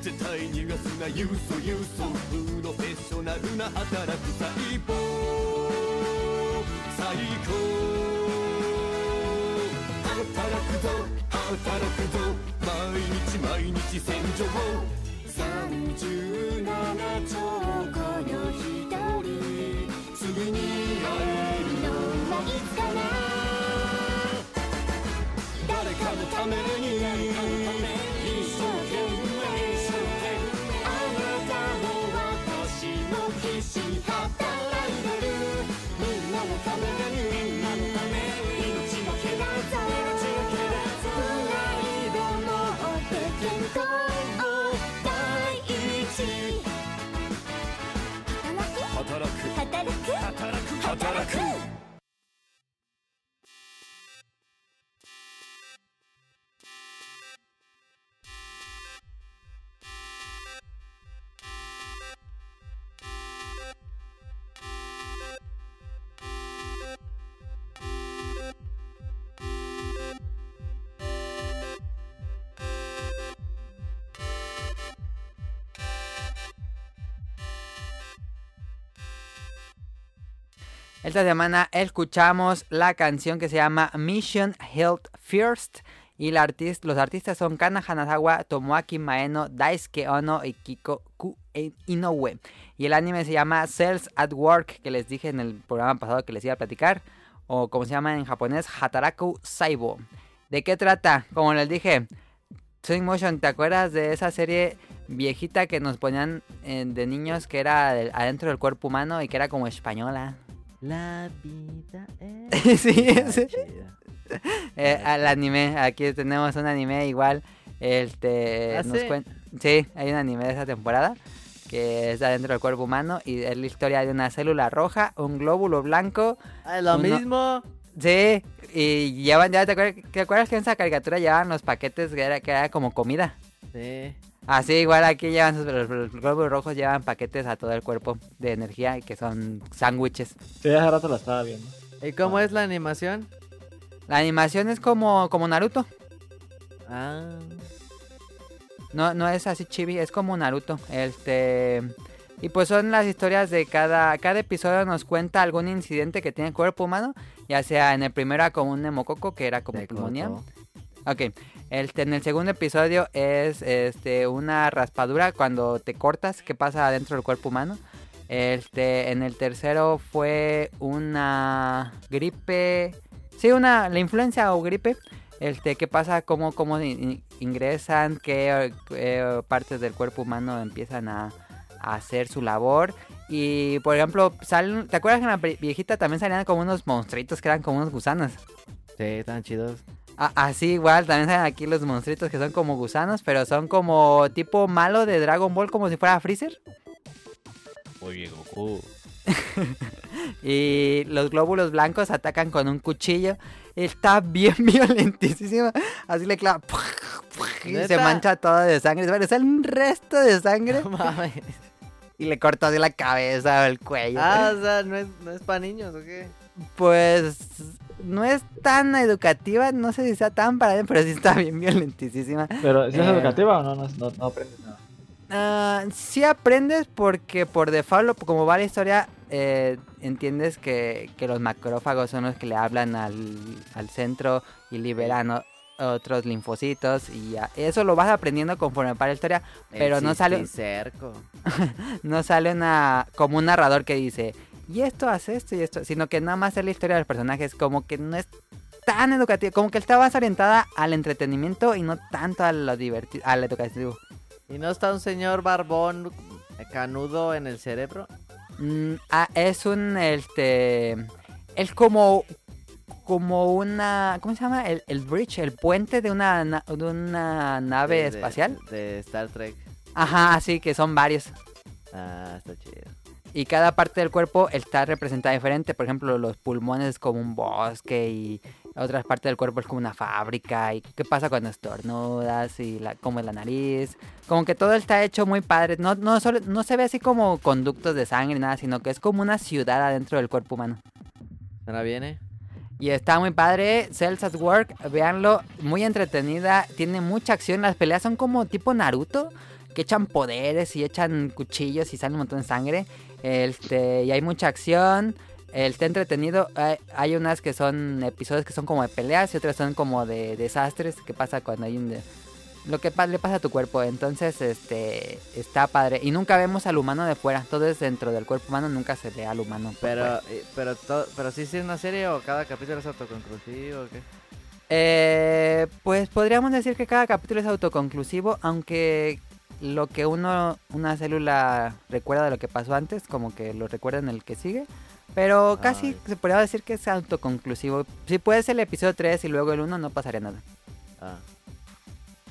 [SPEAKER 6] 絶対逃がすなユーソユーソプロフェッショナルな働く細胞最高働くぞ働くぞ毎日毎日洗浄37兆個の一人次に会えるのはいつかな誰かのために一生懸命あなたも私も必死に働いてるみんなのためにみんなのために命のけだぞ未来でもって健康を第一働く働く働く働く
[SPEAKER 1] Esta semana escuchamos la canción que se llama Mission Health First. Y la artis- los artistas son Kana Hanazawa, Tomoaki Maeno, Daisuke Ono y Kiko Ku e- Inoue. Y el anime se llama Cells at Work, que les dije en el programa pasado que les iba a platicar. O como se llama en japonés, Hataraku Saibo. ¿De qué trata? Como les dije, Swing Motion, ¿te acuerdas de esa serie viejita que nos ponían eh, de niños que era del- adentro del cuerpo humano y que era como española?
[SPEAKER 3] La
[SPEAKER 1] [laughs]
[SPEAKER 3] vida
[SPEAKER 1] es
[SPEAKER 3] es.
[SPEAKER 1] Sí, una sí.
[SPEAKER 3] chida.
[SPEAKER 1] Eh, al anime, aquí tenemos un anime igual. Este,
[SPEAKER 3] ¿Ah,
[SPEAKER 1] nos
[SPEAKER 3] sí?
[SPEAKER 1] cuen- sí, hay un anime de esa temporada que es de adentro del cuerpo humano y es la historia de una célula roja, un glóbulo blanco.
[SPEAKER 3] Ah, lo
[SPEAKER 1] Uno-
[SPEAKER 3] mismo.
[SPEAKER 1] Sí, y llevan, ya te acuerdas, ¿te acuerdas que en esa caricatura llevaban los paquetes que era, que era como comida?
[SPEAKER 3] Sí.
[SPEAKER 1] Así igual aquí llevan, sus- los, los glóbulos rojos llevan paquetes a todo el cuerpo de energía que son sándwiches.
[SPEAKER 2] Sí, hace rato la estaba viendo.
[SPEAKER 3] ¿Y cómo es la animación?
[SPEAKER 1] La animación es como, como Naruto,
[SPEAKER 3] Ah.
[SPEAKER 1] No, no es así chibi, es como Naruto. Este. Y pues son las historias de cada. Cada episodio nos cuenta algún incidente que tiene el cuerpo humano. Ya sea en el primero era como un nemococo, que era como
[SPEAKER 3] de
[SPEAKER 1] pulmonía.
[SPEAKER 3] coco.
[SPEAKER 1] Ok. Este, en el segundo episodio es este una raspadura cuando te cortas, que pasa adentro del cuerpo humano. Este, en el tercero fue una gripe. Sí, una. la influenza o gripe. Este, qué pasa, cómo, cómo in- in- ingresan, qué eh, partes del cuerpo humano empiezan a, a hacer su labor. Y por ejemplo, salen, ¿te acuerdas que en la pri- viejita también salían como unos monstruitos que eran como unos gusanos?
[SPEAKER 3] Sí, están chidos.
[SPEAKER 1] A- Así igual, también salen aquí los monstruitos que son como gusanos, pero son como tipo malo de Dragon Ball, como si fuera Freezer.
[SPEAKER 3] Oye, Goku.
[SPEAKER 1] [laughs] Y los glóbulos blancos atacan con un cuchillo. Está bien [laughs] violentísimo. Así le clava. Y se
[SPEAKER 3] ¿Neta?
[SPEAKER 1] mancha todo de sangre. Pero sale un resto de
[SPEAKER 3] [laughs]
[SPEAKER 1] sangre.
[SPEAKER 3] No mames.
[SPEAKER 1] Y le corta así la cabeza o el cuello.
[SPEAKER 3] Ah, o sea, no es, no es para niños, ¿o qué?
[SPEAKER 1] Pues no es tan educativa. No sé si sea tan para pero sí está bien violentísima.
[SPEAKER 2] Pero, ¿sí es
[SPEAKER 1] Eh.
[SPEAKER 2] educativa o no? No, no, no aprendes nada.
[SPEAKER 1] Ah, sí aprendes porque por default, lo- como va la historia, eh, entiendes que, que los macrófagos son los que le hablan al, al centro y liberan o- otros linfocitos y ya. eso lo vas aprendiendo conforme para la historia, pero no sale,
[SPEAKER 3] cerco.
[SPEAKER 1] no sale una, como un narrador que dice, y esto hace esto y esto, sino que nada más es la historia de los personajes, como que no es tan educativo, como que está más orientada al entretenimiento y no tanto a lo divertido, al educativo.
[SPEAKER 3] ¿Y no está un señor barbón canudo en el cerebro?
[SPEAKER 1] Mm, ah, es un, este, es como, como una, ¿cómo se llama? El, el bridge, el puente de una, na- de una nave
[SPEAKER 3] De- de-
[SPEAKER 1] espacial.
[SPEAKER 3] De, Star Trek.
[SPEAKER 1] Ajá, así que son varios.
[SPEAKER 3] Ah, está chido.
[SPEAKER 1] Y cada parte del cuerpo está representada diferente. Por ejemplo, los pulmones es como un bosque y otras partes del cuerpo es como una fábrica. ¿Y qué pasa cuando estornudas? ¿Y la, cómo es la nariz? Como que todo está hecho muy padre. No, no, solo, no se ve así como conductos de sangre, nada, sino que es como una ciudad adentro del cuerpo humano.
[SPEAKER 3] ¿Suena bien, eh?
[SPEAKER 1] Y está muy padre, Cells at Work, véanlo, muy entretenida, tiene mucha acción, las peleas son como tipo Naruto, que echan poderes y echan cuchillos y sale un montón de sangre, este, y hay mucha acción, eh, está entretenido, hay, hay unas que son episodios que son como de peleas y otras son como de desastres, que pasa cuando hay un... de- lo que pa- le pasa a tu cuerpo, entonces este está padre. Y nunca vemos al humano de fuera, todo es dentro del cuerpo humano, nunca se ve al humano. por fuera.
[SPEAKER 3] Pero, y- pero, to- pero sí, sí es una serie o cada capítulo es autoconclusivo o qué?
[SPEAKER 1] Eh, pues podríamos decir que cada capítulo es autoconclusivo, aunque lo que uno, una célula recuerda de lo que pasó antes, como que lo recuerda en el que sigue. Pero casi
[SPEAKER 3] Ay.
[SPEAKER 1] se podría decir que es autoconclusivo. Si puedes el episodio 3 y luego el 1, no pasaría nada.
[SPEAKER 3] Ah,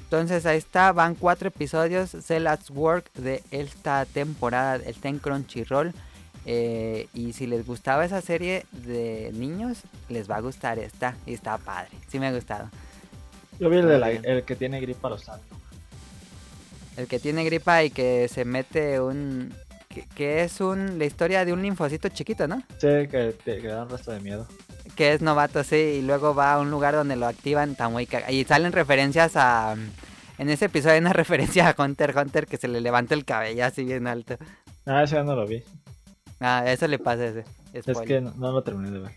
[SPEAKER 1] Entonces ahí está, van cuatro episodios Cell at Work de esta temporada, está en Crunchyroll. eh, y si les gustaba esa serie de niños, les va a gustar esta. Y está padre, sí me ha gustado.
[SPEAKER 2] Yo vi el, de la- el que tiene gripa los santos.
[SPEAKER 1] El que tiene gripa y que se mete un... Que, que es un, la historia de un linfocito chiquito, ¿no?
[SPEAKER 2] Sí, que te que da un resto de miedo.
[SPEAKER 1] Que es novato, sí, y luego va a un lugar donde lo activan, está muy caga- Y salen referencias a... En ese episodio hay una [laughs] referencia a Hunter x Hunter que se le levanta el cabello así bien alto.
[SPEAKER 2] Ah, ese ya no lo vi.
[SPEAKER 1] Ah, eso le pasa a ese.
[SPEAKER 2] Es
[SPEAKER 1] spoiler.
[SPEAKER 2] que no, no lo terminé de ver.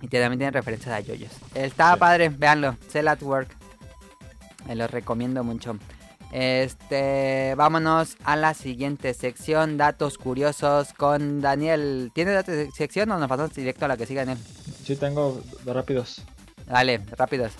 [SPEAKER 1] Y te- también tiene referencias a yoyos. Está
[SPEAKER 2] Sí.
[SPEAKER 1] padre, véanlo. Cell at Work. Me los recomiendo mucho. Este, vámonos a la siguiente sección, datos curiosos con Daniel. ¿Tiene datos de sección o nos pasamos directo a la que sigue Daniel?
[SPEAKER 2] Sí, tengo dos rápidos.
[SPEAKER 1] Dale, rápidos.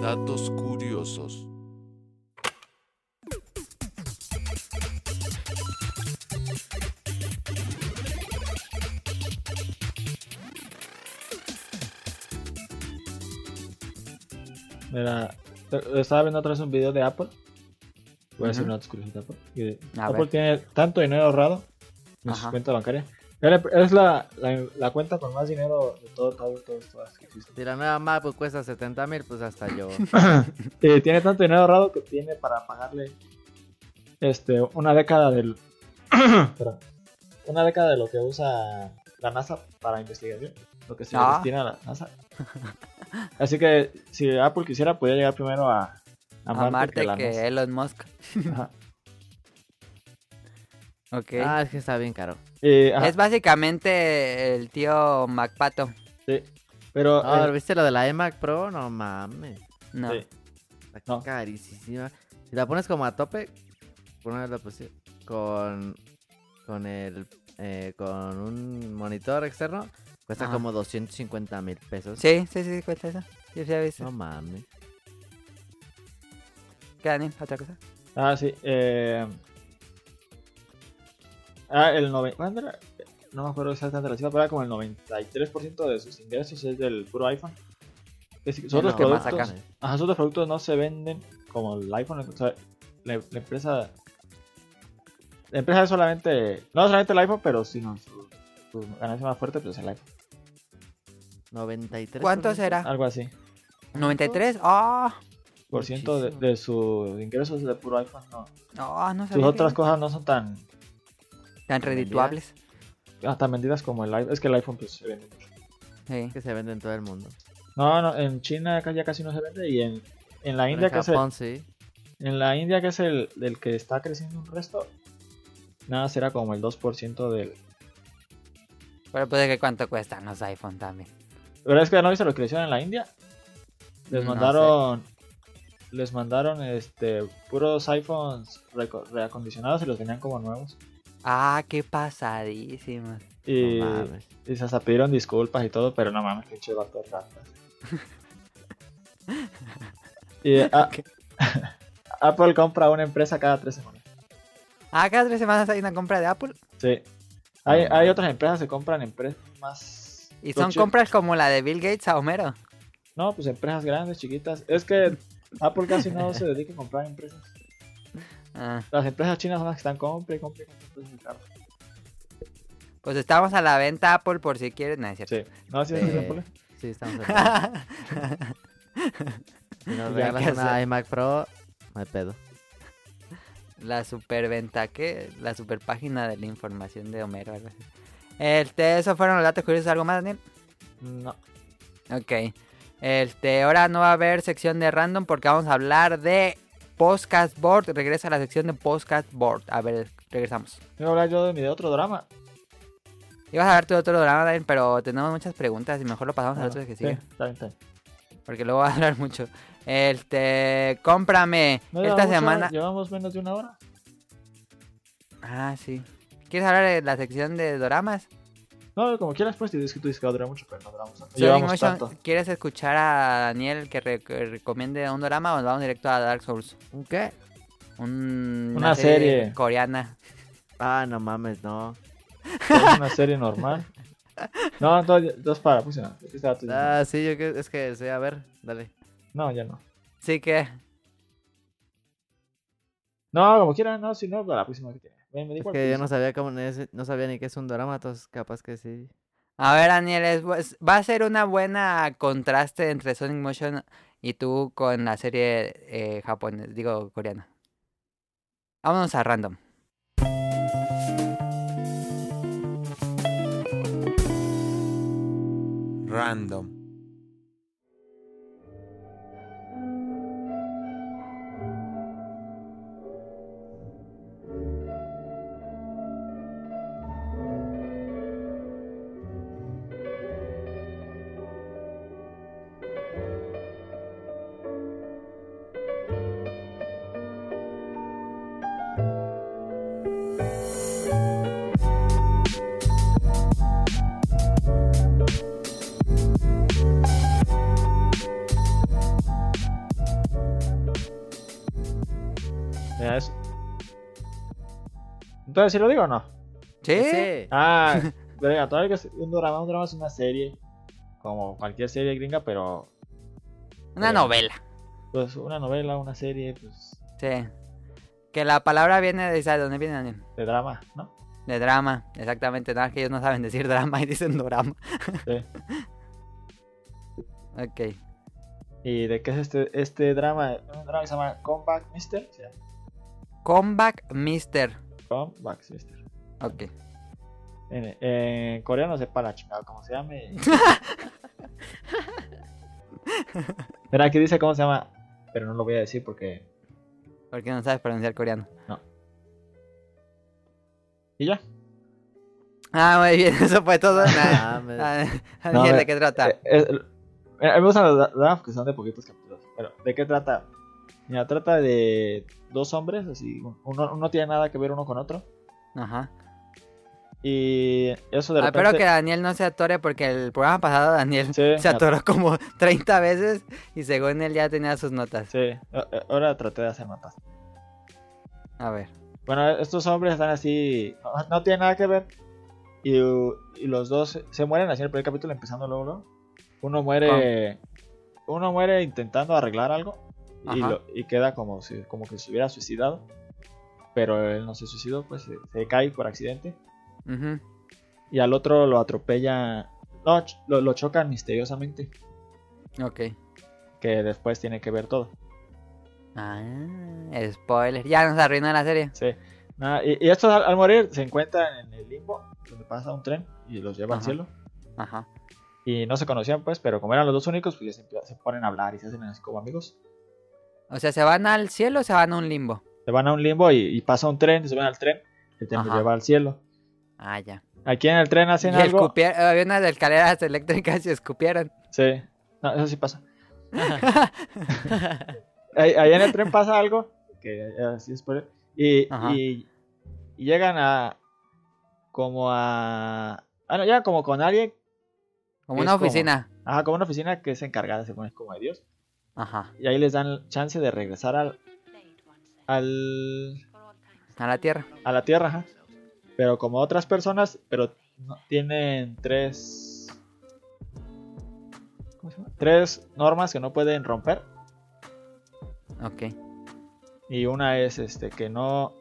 [SPEAKER 5] Datos curiosos.
[SPEAKER 2] Mira, te- estaba viendo otra vez un video de Apple. Voy a hacer
[SPEAKER 1] Ujú.
[SPEAKER 2] una exclusiva de Apple. Y de-
[SPEAKER 1] A
[SPEAKER 2] Apple
[SPEAKER 1] ver.
[SPEAKER 2] tiene tanto dinero ahorrado en
[SPEAKER 1] Ajá.
[SPEAKER 2] su cuenta bancaria. Era- Es la, la, la cuenta con más dinero de todo, todo, todo, todas que existen.
[SPEAKER 3] Si la nueva MacBook cuesta 70 mil, pues hasta
[SPEAKER 1] [laughs]
[SPEAKER 3] yo.
[SPEAKER 2] Eh, tiene tanto dinero ahorrado que tiene para pagarle este una
[SPEAKER 1] [clears throat]
[SPEAKER 2] década del Perdón. una década de lo que usa la NASA para investigación, lo que se
[SPEAKER 1] Ah.
[SPEAKER 2] destina a la NASA. [laughs] Así que si Apple quisiera podría llegar primero a, a
[SPEAKER 1] A Marte
[SPEAKER 2] la
[SPEAKER 1] que
[SPEAKER 2] NASA.
[SPEAKER 1] Elon Musk.
[SPEAKER 2] Ajá.
[SPEAKER 1] [laughs] Ok.
[SPEAKER 3] Ah, es que está bien caro.
[SPEAKER 2] Eh, ajá,
[SPEAKER 1] es básicamente el tío MacPato.
[SPEAKER 2] sí. Pero
[SPEAKER 3] Ah,
[SPEAKER 2] eh,
[SPEAKER 3] ¿viste lo de la iMac Pro? No mames.
[SPEAKER 1] No.
[SPEAKER 2] sí.
[SPEAKER 3] Está
[SPEAKER 2] No.
[SPEAKER 3] carísima. Si la pones como a tope, una vez la puse con con el eh, con un monitor externo, cuesta
[SPEAKER 1] Ajá.
[SPEAKER 3] como 250 mil pesos.
[SPEAKER 1] Sí, sí, sí, cuenta eso. Sí, sí, avisa.
[SPEAKER 3] No mames.
[SPEAKER 1] ¿Qué, Daniel? ¿Otra cosa?
[SPEAKER 2] Ah, sí. Eh... Ah, el 90... ¿Cuándo era? No me acuerdo exactamente la cifra, pero era como el 93% de sus ingresos es del puro iPhone. Es decir, son
[SPEAKER 1] lo
[SPEAKER 2] los
[SPEAKER 1] que más
[SPEAKER 2] productos...
[SPEAKER 1] sacan.
[SPEAKER 2] Ajá, son los productos no se venden como el iPhone. O sea, la, la empresa... La empresa es solamente... No solamente el iPhone, pero sino su, su ganancia más fuerte, pues el iPhone.
[SPEAKER 3] 93.
[SPEAKER 1] ¿Cuánto será?
[SPEAKER 2] Algo así.
[SPEAKER 1] ¿93? ¡Ah!
[SPEAKER 2] Por ciento de,
[SPEAKER 3] Muchísimo.
[SPEAKER 2] de sus ingresos del puro iPhone. No.
[SPEAKER 1] Oh, No, no
[SPEAKER 2] Sus
[SPEAKER 1] sabía
[SPEAKER 2] otras
[SPEAKER 1] que
[SPEAKER 2] cosas no son tan...
[SPEAKER 1] tan redituables.
[SPEAKER 2] Hasta vendidas como el iPhone. Es que el iPhone pues, se vende mucho.
[SPEAKER 1] Sí.
[SPEAKER 3] Que se vende en todo el mundo.
[SPEAKER 2] No, no, en China ca- ya casi no se vende y en, en la
[SPEAKER 3] Pero
[SPEAKER 2] India
[SPEAKER 3] en
[SPEAKER 2] que es el,
[SPEAKER 3] Japón sí.
[SPEAKER 2] en la India que es el, el que está creciendo un resto, nada será como el 2% del
[SPEAKER 1] Pero pues que cuánto cuestan los iPhone también.
[SPEAKER 2] Pero es que no viste lo que le hicieron en la India. Les
[SPEAKER 1] No
[SPEAKER 2] mandaron les mandaron este puros iPhones reco- reacondicionados y los venían como nuevos.
[SPEAKER 1] Ah, qué pasadísimo.
[SPEAKER 2] Y,
[SPEAKER 3] No mames.
[SPEAKER 2] y se hasta pidieron disculpas y todo, pero no mames, pinche vato de
[SPEAKER 3] [laughs]
[SPEAKER 2] ratas. y a- [laughs] Apple compra una empresa cada tres semanas.
[SPEAKER 1] Ah, cada tres semanas hay una compra de Apple.
[SPEAKER 2] Sí. Hay,
[SPEAKER 3] No,
[SPEAKER 2] hay
[SPEAKER 3] no.
[SPEAKER 2] otras empresas que compran empresas más.
[SPEAKER 1] Y son
[SPEAKER 2] chi-
[SPEAKER 1] compras como la de Bill Gates a Homero.
[SPEAKER 2] No, pues empresas grandes, chiquitas. Es que Apple casi no se dedica a comprar empresas.
[SPEAKER 1] Ah,
[SPEAKER 2] Las empresas chinas son las que están compre, y compre, y compre precios muy caros.
[SPEAKER 1] pues estamos a la venta Apple por si quieren. No, es cierto.
[SPEAKER 2] Sí. No, sí,
[SPEAKER 3] Eh,
[SPEAKER 2] sí, sí, Apple.
[SPEAKER 3] Sí, estamos en Si nos
[SPEAKER 1] Ya,
[SPEAKER 3] regalas
[SPEAKER 1] ¿qué
[SPEAKER 3] una
[SPEAKER 1] hacer?
[SPEAKER 3] iMac Pro, no hay pedo.
[SPEAKER 1] [laughs] La superventa, ¿qué? La super página de la información de Homero. algo así. Este, esos fueron los datos curiosos. ¿Algo más, Daniel?
[SPEAKER 2] No.
[SPEAKER 1] Ok. Este, ahora no va a haber sección de random porque vamos a hablar de Podcast Board. Regresa a la sección de Podcast Board. A ver, regresamos.
[SPEAKER 2] Voy a hablar yo de mi de otro drama.
[SPEAKER 1] Ah, Ibas a ver tu otro drama, Daniel, pero tenemos muchas preguntas y mejor lo pasamos al
[SPEAKER 2] Ah,
[SPEAKER 1] otro que
[SPEAKER 2] sí,
[SPEAKER 1] sigue.
[SPEAKER 2] está bien, está bien.
[SPEAKER 1] Porque luego [laughs] va a hablar mucho. Este, cómprame.
[SPEAKER 2] No
[SPEAKER 1] Esta
[SPEAKER 2] llevamos-
[SPEAKER 1] semana.
[SPEAKER 2] Llevamos menos de una hora.
[SPEAKER 1] Ah, sí. ¿Quieres hablar de la sección de doramas?
[SPEAKER 2] No, como quieras, pues, tú dices que tú dices que va a durar mucho, pero no duramos tanto.
[SPEAKER 1] Sonic
[SPEAKER 2] Llevamos
[SPEAKER 1] Motion,
[SPEAKER 2] tanto.
[SPEAKER 1] ¿Quieres escuchar a Daniel que, re- que recomiende un drama o nos vamos directo a Dark Souls?
[SPEAKER 3] ¿Un qué?
[SPEAKER 1] Un-
[SPEAKER 2] Una serie.
[SPEAKER 1] coreana.
[SPEAKER 3] Ah, no mames, no.
[SPEAKER 2] Es una serie
[SPEAKER 1] [laughs]
[SPEAKER 2] normal. No, no, ya- dos para, pues, no. Este dato ya
[SPEAKER 3] Ah, sí, yo que, es que, sí, a ver, dale.
[SPEAKER 2] no. No, ya no.
[SPEAKER 1] Así que,
[SPEAKER 2] No, como quieran, no, si no, para la próxima que tiene. Ven, me di
[SPEAKER 3] Es
[SPEAKER 2] cuenta.
[SPEAKER 3] que yo no sabía cómo, es- no sabía ni qué es un drama, entonces capaz que sí.
[SPEAKER 1] a ver, Daniel, es bu- es- va a ser una buena contraste entre Sonic Motion y tú con la serie eh, japonesa, digo, coreana. Vámonos a random.
[SPEAKER 5] Random.
[SPEAKER 2] Mira, es- Entonces, ¿sí lo digo o no?
[SPEAKER 1] ¿Sí?
[SPEAKER 3] Pues [laughs]
[SPEAKER 2] Ah, verga, todavía que es un drama, un drama es una serie. Como cualquier serie gringa, pero.
[SPEAKER 1] Una
[SPEAKER 2] Eh,
[SPEAKER 1] novela.
[SPEAKER 2] Pues una novela, una serie, pues.
[SPEAKER 1] Sí. Que la palabra viene de, ¿sabes dónde viene, Daniel?
[SPEAKER 2] De drama, ¿no?
[SPEAKER 1] De drama, exactamente. Nada más que ellos no saben decir [laughs] drama y dicen dorama.
[SPEAKER 2] Sí.
[SPEAKER 1] [laughs] ok.
[SPEAKER 2] ¿Y de qué es este, este drama? Un drama que se llama Comeback Mister. Sí,
[SPEAKER 1] Comeback Mister.
[SPEAKER 2] Comeback Mister.
[SPEAKER 1] Ok.
[SPEAKER 2] En, en coreano se para chingado, como se
[SPEAKER 3] [laughs]
[SPEAKER 2] llame. Mira, aquí dice cómo se llama, pero no lo voy a decir porque.
[SPEAKER 1] Porque no sabes pronunciar coreano.
[SPEAKER 2] Y ya.
[SPEAKER 1] Ah, muy bien, [laughs] eso fue
[SPEAKER 2] [laughs]
[SPEAKER 1] todo. [laughs] Nah.
[SPEAKER 3] Ah, mames.
[SPEAKER 1] Ah,
[SPEAKER 2] No, a
[SPEAKER 1] Daniel,
[SPEAKER 2] ver,
[SPEAKER 1] ¿de qué trata?
[SPEAKER 2] Eh, eh, mira, a mí me gustan los dramas que son de poquitos capítulos. Pero, ¿de qué trata? Mira, trata de dos hombres, así. Uno, uno no tiene nada que ver uno con otro.
[SPEAKER 1] Ajá.
[SPEAKER 2] Y eso de
[SPEAKER 1] Ah,
[SPEAKER 2] repente.
[SPEAKER 1] Espero que Daniel no se atore porque el programa pasado Daniel
[SPEAKER 2] Sí,
[SPEAKER 1] se
[SPEAKER 2] me-
[SPEAKER 1] atoró como [laughs] 30 veces y según él ya tenía sus notas.
[SPEAKER 2] Sí, eh, eh, ahora traté de hacer notas.
[SPEAKER 1] A ver.
[SPEAKER 2] Bueno, estos hombres están así, no, no tienen nada que ver. Y, uh, y los dos se- se mueren así en el primer capítulo, empezando luego. luego. Uno muere, uno muere intentando arreglar algo y,
[SPEAKER 1] Ah. Ajá.
[SPEAKER 2] lo- y queda como si, como que se hubiera suicidado. Pero él no se suicidó, pues se, se cae por accidente.
[SPEAKER 1] Ujú.
[SPEAKER 2] Y al otro lo atropella, no, ch- lo, lo chocan misteriosamente,
[SPEAKER 1] Ok.
[SPEAKER 2] que después tiene que ver todo.
[SPEAKER 1] Ah, spoiler. Ya nos arruinó la serie.
[SPEAKER 2] Sí. Nada, y, y estos al, al morir se encuentran en el limbo, donde pasa un tren y los lleva al
[SPEAKER 1] Ajá.
[SPEAKER 2] cielo.
[SPEAKER 1] Ajá.
[SPEAKER 2] Y no se conocían, pues, pero como eran los dos únicos, pues ya se, empie- se ponen a hablar y se hacen así como amigos.
[SPEAKER 1] O sea, ¿se van al cielo o se van a un limbo?
[SPEAKER 2] Se van a un limbo y, y pasa un tren, y se van al tren, el tren los
[SPEAKER 1] Ajá.
[SPEAKER 2] lleva al cielo.
[SPEAKER 1] Ah, ya.
[SPEAKER 2] Aquí en el tren
[SPEAKER 1] Y
[SPEAKER 2] hacen
[SPEAKER 1] el
[SPEAKER 2] algo.
[SPEAKER 1] cupier- Había unas escaleras eléctricas y escupieron.
[SPEAKER 2] Sí, no, eso
[SPEAKER 1] [laughs]
[SPEAKER 2] sí pasa. ahí, ahí en el tren pasa algo, que eh, así es por y,
[SPEAKER 1] Ajá.
[SPEAKER 2] y, y llegan a. como a. Ah, no, llegan como con alguien.
[SPEAKER 1] Como
[SPEAKER 2] Es
[SPEAKER 1] una
[SPEAKER 2] como-
[SPEAKER 1] oficina.
[SPEAKER 2] Ajá, como una oficina que es encargada, se pone como de Dios.
[SPEAKER 1] Ajá.
[SPEAKER 2] Y ahí les dan chance de regresar al. al
[SPEAKER 1] A la tierra.
[SPEAKER 2] a la Tierra, ajá. pero como otras personas, pero no- tienen tres, ¿cómo se llama? tres normas que no pueden romper.
[SPEAKER 1] Ok.
[SPEAKER 2] Y una es este que no,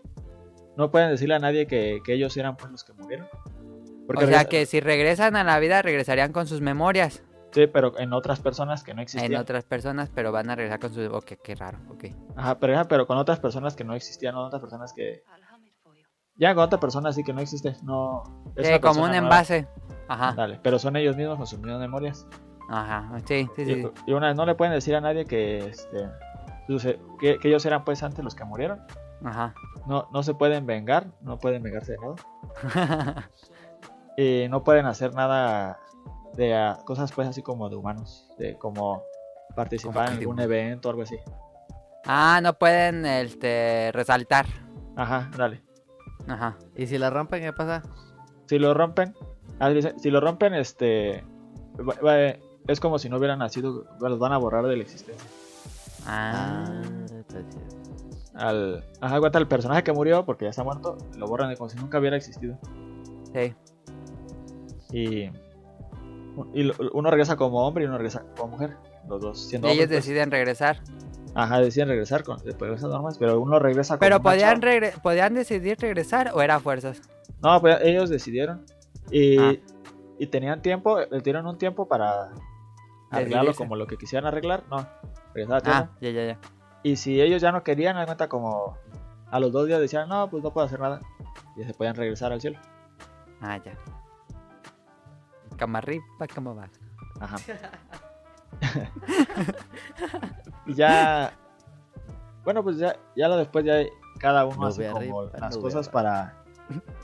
[SPEAKER 2] no pueden decirle a nadie que, que ellos eran pues los que murieron. Porque
[SPEAKER 1] o sea
[SPEAKER 2] regresa-
[SPEAKER 1] que si regresan a la vida, regresarían con sus memorias
[SPEAKER 2] Sí, pero en otras personas que no existían.
[SPEAKER 1] en otras personas, pero van a regresar con sus. Ok, qué raro. Ok. Eh,
[SPEAKER 2] Ajá, pero, ajá, pero con otras personas que no existían, no otras personas que... Ya con otra persona sí que no existe, no... es
[SPEAKER 1] Sí,
[SPEAKER 2] una
[SPEAKER 1] como un
[SPEAKER 2] persona nueva.
[SPEAKER 1] envase. Ajá.
[SPEAKER 2] Dale, pero son ellos mismos con sus mismas memorias.
[SPEAKER 1] Ajá. Sí, sí, sí.
[SPEAKER 2] Y, pues, y una no le pueden decir a nadie que, este, suce- que, que ellos eran pues antes los que murieron.
[SPEAKER 1] Ajá. [laughs]
[SPEAKER 2] No, no se pueden vengar, no pueden vengarse de nada. Y no pueden hacer nada de ah, cosas pues así como de humanos, de como
[SPEAKER 1] Como
[SPEAKER 2] participar
[SPEAKER 1] que
[SPEAKER 2] en
[SPEAKER 1] de
[SPEAKER 2] algún
[SPEAKER 1] humanos.
[SPEAKER 2] evento o algo así.
[SPEAKER 1] ah, no pueden este, resaltar.
[SPEAKER 2] Ajá, dale.
[SPEAKER 1] Ajá.
[SPEAKER 3] ¿Y si la rompen, qué pasa?
[SPEAKER 2] Si lo rompen, ah, dice, si lo rompen, este, va- va- es como si no hubieran nacido, los van a borrar de la existencia.
[SPEAKER 1] Ah.
[SPEAKER 3] está chido.
[SPEAKER 2] Al, ajá, cuenta el personaje que murió porque ya está muerto, lo borran de como si nunca hubiera existido.
[SPEAKER 1] Sí.
[SPEAKER 2] Y, y lo- uno regresa como hombre y uno regresa como mujer, los dos siendo
[SPEAKER 1] Y ellos
[SPEAKER 2] hombres, pues.
[SPEAKER 1] deciden regresar.
[SPEAKER 2] Ajá, deciden regresar con después de esas normas, pero uno regresa como
[SPEAKER 1] Pero
[SPEAKER 2] macho.
[SPEAKER 1] podían, regre- podían decidir regresar o era a fuerzas.
[SPEAKER 2] No, pues ellos decidieron. Y,
[SPEAKER 1] Ah.
[SPEAKER 2] y tenían tiempo, le dieron un tiempo para arreglarlo
[SPEAKER 1] Decidirse.
[SPEAKER 2] como lo que quisieran arreglar. No, regresaba a
[SPEAKER 1] Ah,
[SPEAKER 2] tierra.
[SPEAKER 1] ya, ya, ya.
[SPEAKER 2] Y si ellos ya no querían, haz de cuenta como a los dos días decían, no, pues no puedo hacer nada. Y se podían regresar al cielo.
[SPEAKER 1] Ah, ya. Cama arriba, cama abajo.
[SPEAKER 2] Ajá. y ya. Bueno, pues ya, ya lo después ya cada uno
[SPEAKER 3] Nube
[SPEAKER 2] hace como
[SPEAKER 3] arriba,
[SPEAKER 2] las
[SPEAKER 3] nube
[SPEAKER 2] cosas para.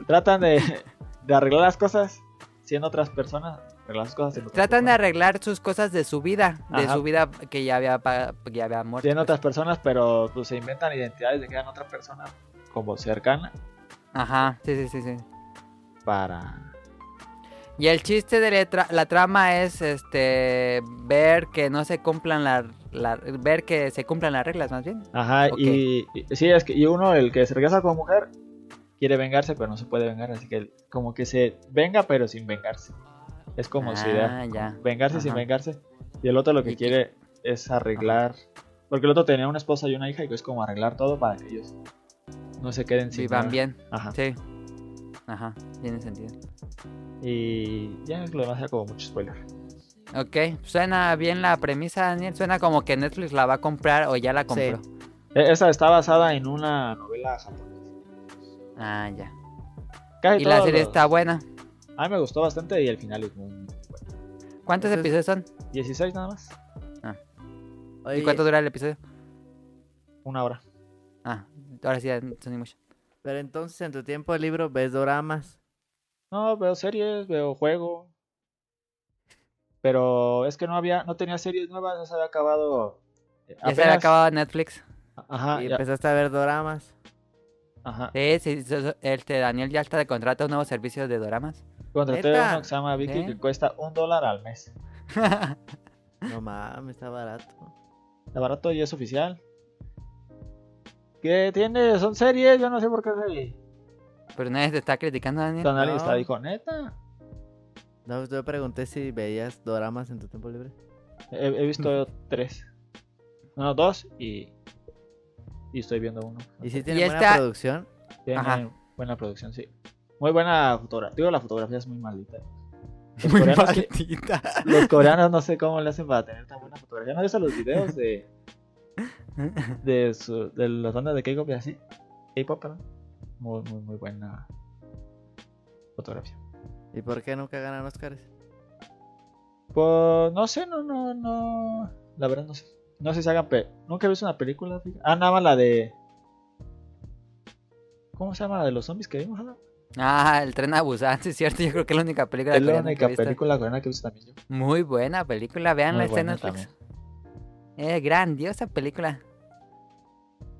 [SPEAKER 2] Tratan de, de arreglar las cosas siendo otras personas. Arreglar las cosas siendo otras
[SPEAKER 1] Tratan de
[SPEAKER 2] personas.
[SPEAKER 1] arreglar sus cosas de su vida, de
[SPEAKER 2] Ajá.
[SPEAKER 1] su vida que ya había, pa- que ya había muerto.
[SPEAKER 2] Tienen otras personas, pero pues se inventan identidades de que eran otra persona como cercana
[SPEAKER 1] Ajá, sí, sí, sí, sí.
[SPEAKER 2] para.
[SPEAKER 1] Y el chiste de la, tra- la trama es este ver que no se cumplan las ver que se cumplan las reglas más bien.
[SPEAKER 2] Ajá,
[SPEAKER 1] Ok.
[SPEAKER 2] y, y- sí, es que y uno, el que se regresa como mujer, quiere vengarse, pero no se puede vengar, así que como que se venga, pero sin vengarse. Es como
[SPEAKER 1] ah,
[SPEAKER 2] su idea.
[SPEAKER 1] ya.
[SPEAKER 2] vengarse sin
[SPEAKER 1] Ajá.
[SPEAKER 2] vengarse. Y el otro lo que
[SPEAKER 1] Y que-
[SPEAKER 2] quiere es arreglar. Porque el otro tenía una esposa y una hija y es como arreglar todo para que ellos no se queden sin.
[SPEAKER 1] Vivan
[SPEAKER 2] nada.
[SPEAKER 1] bien.
[SPEAKER 2] Ajá.
[SPEAKER 1] Sí. Ajá, tiene sentido.
[SPEAKER 2] Y ya lo demás era como mucho spoiler.
[SPEAKER 1] Ok, suena bien la premisa, Daniel. Suena como que Netflix la va a comprar o ya la compró.
[SPEAKER 2] E- Esa está basada en una novela japonesa.
[SPEAKER 1] Ah, ya.
[SPEAKER 2] Casi
[SPEAKER 1] Y la
[SPEAKER 2] todos
[SPEAKER 1] serie
[SPEAKER 2] los-
[SPEAKER 1] está buena.
[SPEAKER 2] A mí me gustó bastante y el final es muy muy bueno.
[SPEAKER 1] ¿Cuántos episodios
[SPEAKER 3] Entonces-
[SPEAKER 1] son?
[SPEAKER 2] 16 nada más.
[SPEAKER 3] Oye,
[SPEAKER 1] ¿Y cuánto dura el episodio?
[SPEAKER 2] Una hora.
[SPEAKER 1] Ah, ahora sí, ya son mucho.
[SPEAKER 3] Pero entonces en tu tiempo libre ves doramas.
[SPEAKER 2] No, veo series, veo juego. Pero es que no había, no tenía series nuevas, no se había acabado.
[SPEAKER 1] Ya
[SPEAKER 2] eh,
[SPEAKER 1] se había
[SPEAKER 2] apenas-
[SPEAKER 1] acabado pues, Netflix.
[SPEAKER 2] Ajá,
[SPEAKER 3] y
[SPEAKER 2] Ah, ya-
[SPEAKER 3] empezaste a ver doramas.
[SPEAKER 2] ajá.
[SPEAKER 1] Sí, sí, so- so- este Daniel ya está de contrato nuevos servicios de doramas. [laughs]
[SPEAKER 2] Contraté
[SPEAKER 3] ¿Neta?
[SPEAKER 2] uno que se llama Vicky
[SPEAKER 1] ¿Sí?
[SPEAKER 2] que cuesta un dólar al mes.
[SPEAKER 3] No mames, está barato.
[SPEAKER 2] Está barato y es oficial. ¿Qué tiene? Son series, yo no sé por qué se...
[SPEAKER 1] Pero nadie te está criticando, Daniel.
[SPEAKER 2] Don alguien está
[SPEAKER 3] No.
[SPEAKER 2] dijo, neta.
[SPEAKER 3] No, yo pregunté si veías doramas en tu tiempo libre.
[SPEAKER 2] He, he
[SPEAKER 3] [laughs]
[SPEAKER 2] visto tres. No, dos y... Y estoy viendo uno.
[SPEAKER 3] ¿Y si tiene
[SPEAKER 1] Y
[SPEAKER 3] buena
[SPEAKER 1] esta-
[SPEAKER 3] producción?
[SPEAKER 2] Tiene
[SPEAKER 1] Ajá.
[SPEAKER 2] buena producción, sí. Muy buena fotografía. Digo, la fotografía es muy maldita. Los
[SPEAKER 1] Muy
[SPEAKER 2] coreanos que-
[SPEAKER 1] maldita.
[SPEAKER 2] [laughs] Los coreanos no sé cómo le hacen para tener tan buena fotografía. ¿No ves a los
[SPEAKER 1] [laughs]
[SPEAKER 2] videos de de, su, de las bandas de K-pop y así? K-pop, perdón. Muy, muy, muy buena fotografía.
[SPEAKER 3] ¿Y por qué nunca ganan Oscars?
[SPEAKER 2] Pues no sé, no, no, no. La verdad no sé. No sé si hagan. pe- Nunca he visto una película. fíjate. Ah, nada más la de. ¿Cómo se llama la de los zombies que vimos? Ana?
[SPEAKER 1] Ah, el tren a Busan, [laughs] sí es cierto. Yo creo que es la única película
[SPEAKER 2] Es la
[SPEAKER 1] coreana que he
[SPEAKER 2] única
[SPEAKER 1] visto.
[SPEAKER 2] película coreana que he visto también yo.
[SPEAKER 1] Muy buena película, vean
[SPEAKER 2] Muy
[SPEAKER 1] la escena
[SPEAKER 2] buena
[SPEAKER 1] Netflix. Es grandiosa película.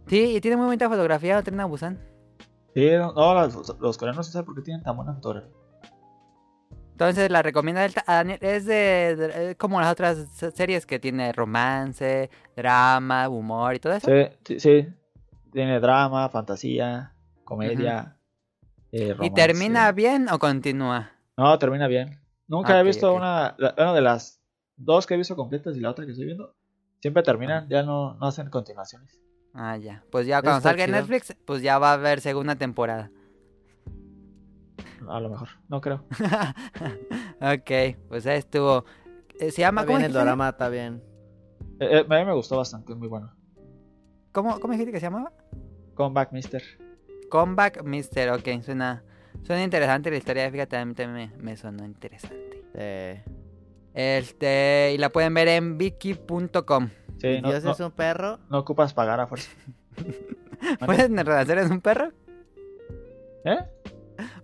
[SPEAKER 1] Sí, y tiene muy bonita fotografía el tren a Busan.
[SPEAKER 2] Sí, no, no, los, los coreanos no sé por qué tienen tan buena fotografía.
[SPEAKER 1] Entonces la recomienda él a Daniel. Es de, de- es como las otras se- series que tiene romance, drama, humor y todo eso.
[SPEAKER 2] Sí, sí, sí. Tiene drama, fantasía, comedia. eh,
[SPEAKER 1] ¿Y
[SPEAKER 2] romance.
[SPEAKER 1] termina bien o continúa?
[SPEAKER 2] No, termina bien. Nunca
[SPEAKER 1] Ah,
[SPEAKER 2] he
[SPEAKER 1] ok,
[SPEAKER 2] visto
[SPEAKER 1] ok.
[SPEAKER 2] una. la- Bueno, de las dos que he visto completas y la otra que estoy viendo, siempre terminan, ya no, no hacen continuaciones.
[SPEAKER 1] Ah, ya. Pues ya
[SPEAKER 3] Eso
[SPEAKER 1] cuando
[SPEAKER 3] está
[SPEAKER 1] salga en
[SPEAKER 3] chido.
[SPEAKER 1] Netflix, pues ya va a haber segunda temporada.
[SPEAKER 2] A lo mejor, no creo.
[SPEAKER 1] [laughs] ok, pues ahí estuvo. Eh, Se llama...
[SPEAKER 3] Está
[SPEAKER 1] ¿cómo
[SPEAKER 3] bien el
[SPEAKER 1] dijiste,
[SPEAKER 3] drama, está bien.
[SPEAKER 2] Eh, eh, a mí me gustó bastante, es muy bueno.
[SPEAKER 1] ¿Cómo, ¿Cómo dijiste que se llamaba?
[SPEAKER 2] Comeback, mister.
[SPEAKER 1] Comeback Mister, ok, suena, suena interesante la historia, fíjate, a mí también me, me sonó interesante.
[SPEAKER 3] Eh,
[SPEAKER 1] Este, y la pueden ver en Vicky.com.
[SPEAKER 2] Sí, no,
[SPEAKER 3] Dios
[SPEAKER 2] no-
[SPEAKER 3] es un perro.
[SPEAKER 2] no ocupas pagar
[SPEAKER 1] [laughs]
[SPEAKER 2] a fuerza.
[SPEAKER 1] ¿Puedes renacer en un perro?
[SPEAKER 2] ¿Eh?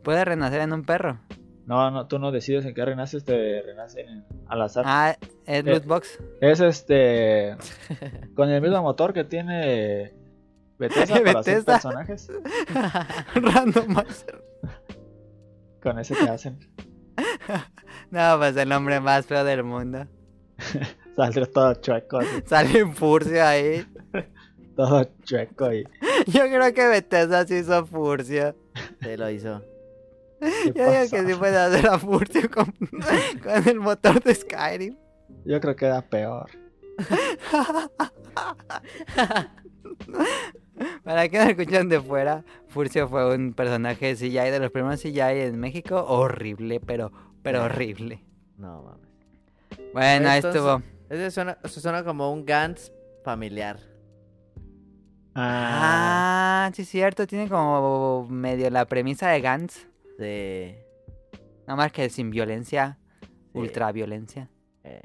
[SPEAKER 1] ¿Puedes renacer en un perro?
[SPEAKER 2] No, no, tú no decides en qué renaces, te renacen en- al azar.
[SPEAKER 1] Ah, es [laughs]
[SPEAKER 2] Eh.
[SPEAKER 1] Lootbox. [laughs]
[SPEAKER 2] Es este. Con el mismo motor que tiene.
[SPEAKER 1] [laughs]
[SPEAKER 2] Bethesda para hacer
[SPEAKER 1] Bethesda.
[SPEAKER 2] personajes.
[SPEAKER 1] Randomizer.
[SPEAKER 2] Con ese te hacen. [laughs]
[SPEAKER 1] No, pues el nombre más feo del mundo.
[SPEAKER 2] Saldrá todo chueco, así,
[SPEAKER 1] Sale Furcio ahí.
[SPEAKER 2] todo chueco y.
[SPEAKER 1] Yo creo que Bethesda sí hizo Furcio.
[SPEAKER 3] Se lo hizo.
[SPEAKER 2] ¿qué
[SPEAKER 1] Yo digo
[SPEAKER 2] pasó?
[SPEAKER 1] que sí puede hacer a Furcio con, [laughs] con el motor de Skyrim.
[SPEAKER 2] Yo creo que era peor.
[SPEAKER 1] Para que no escuchan de fuera, Furcio fue un personaje de CGI, de los primeros CGI en México. Horrible, pero,
[SPEAKER 2] Eh.
[SPEAKER 1] pero horrible.
[SPEAKER 3] No mames.
[SPEAKER 1] Bueno, ahí
[SPEAKER 3] Entonces-
[SPEAKER 1] estuvo.
[SPEAKER 3] Ese suena, eso suena como un Gantz familiar.
[SPEAKER 2] Ah,
[SPEAKER 1] Ah, sí, cierto. Tiene como medio la premisa de Gantz.
[SPEAKER 3] Sí.
[SPEAKER 1] Nada más que sin violencia,
[SPEAKER 3] Sí.
[SPEAKER 1] ultra violencia.
[SPEAKER 3] Eh,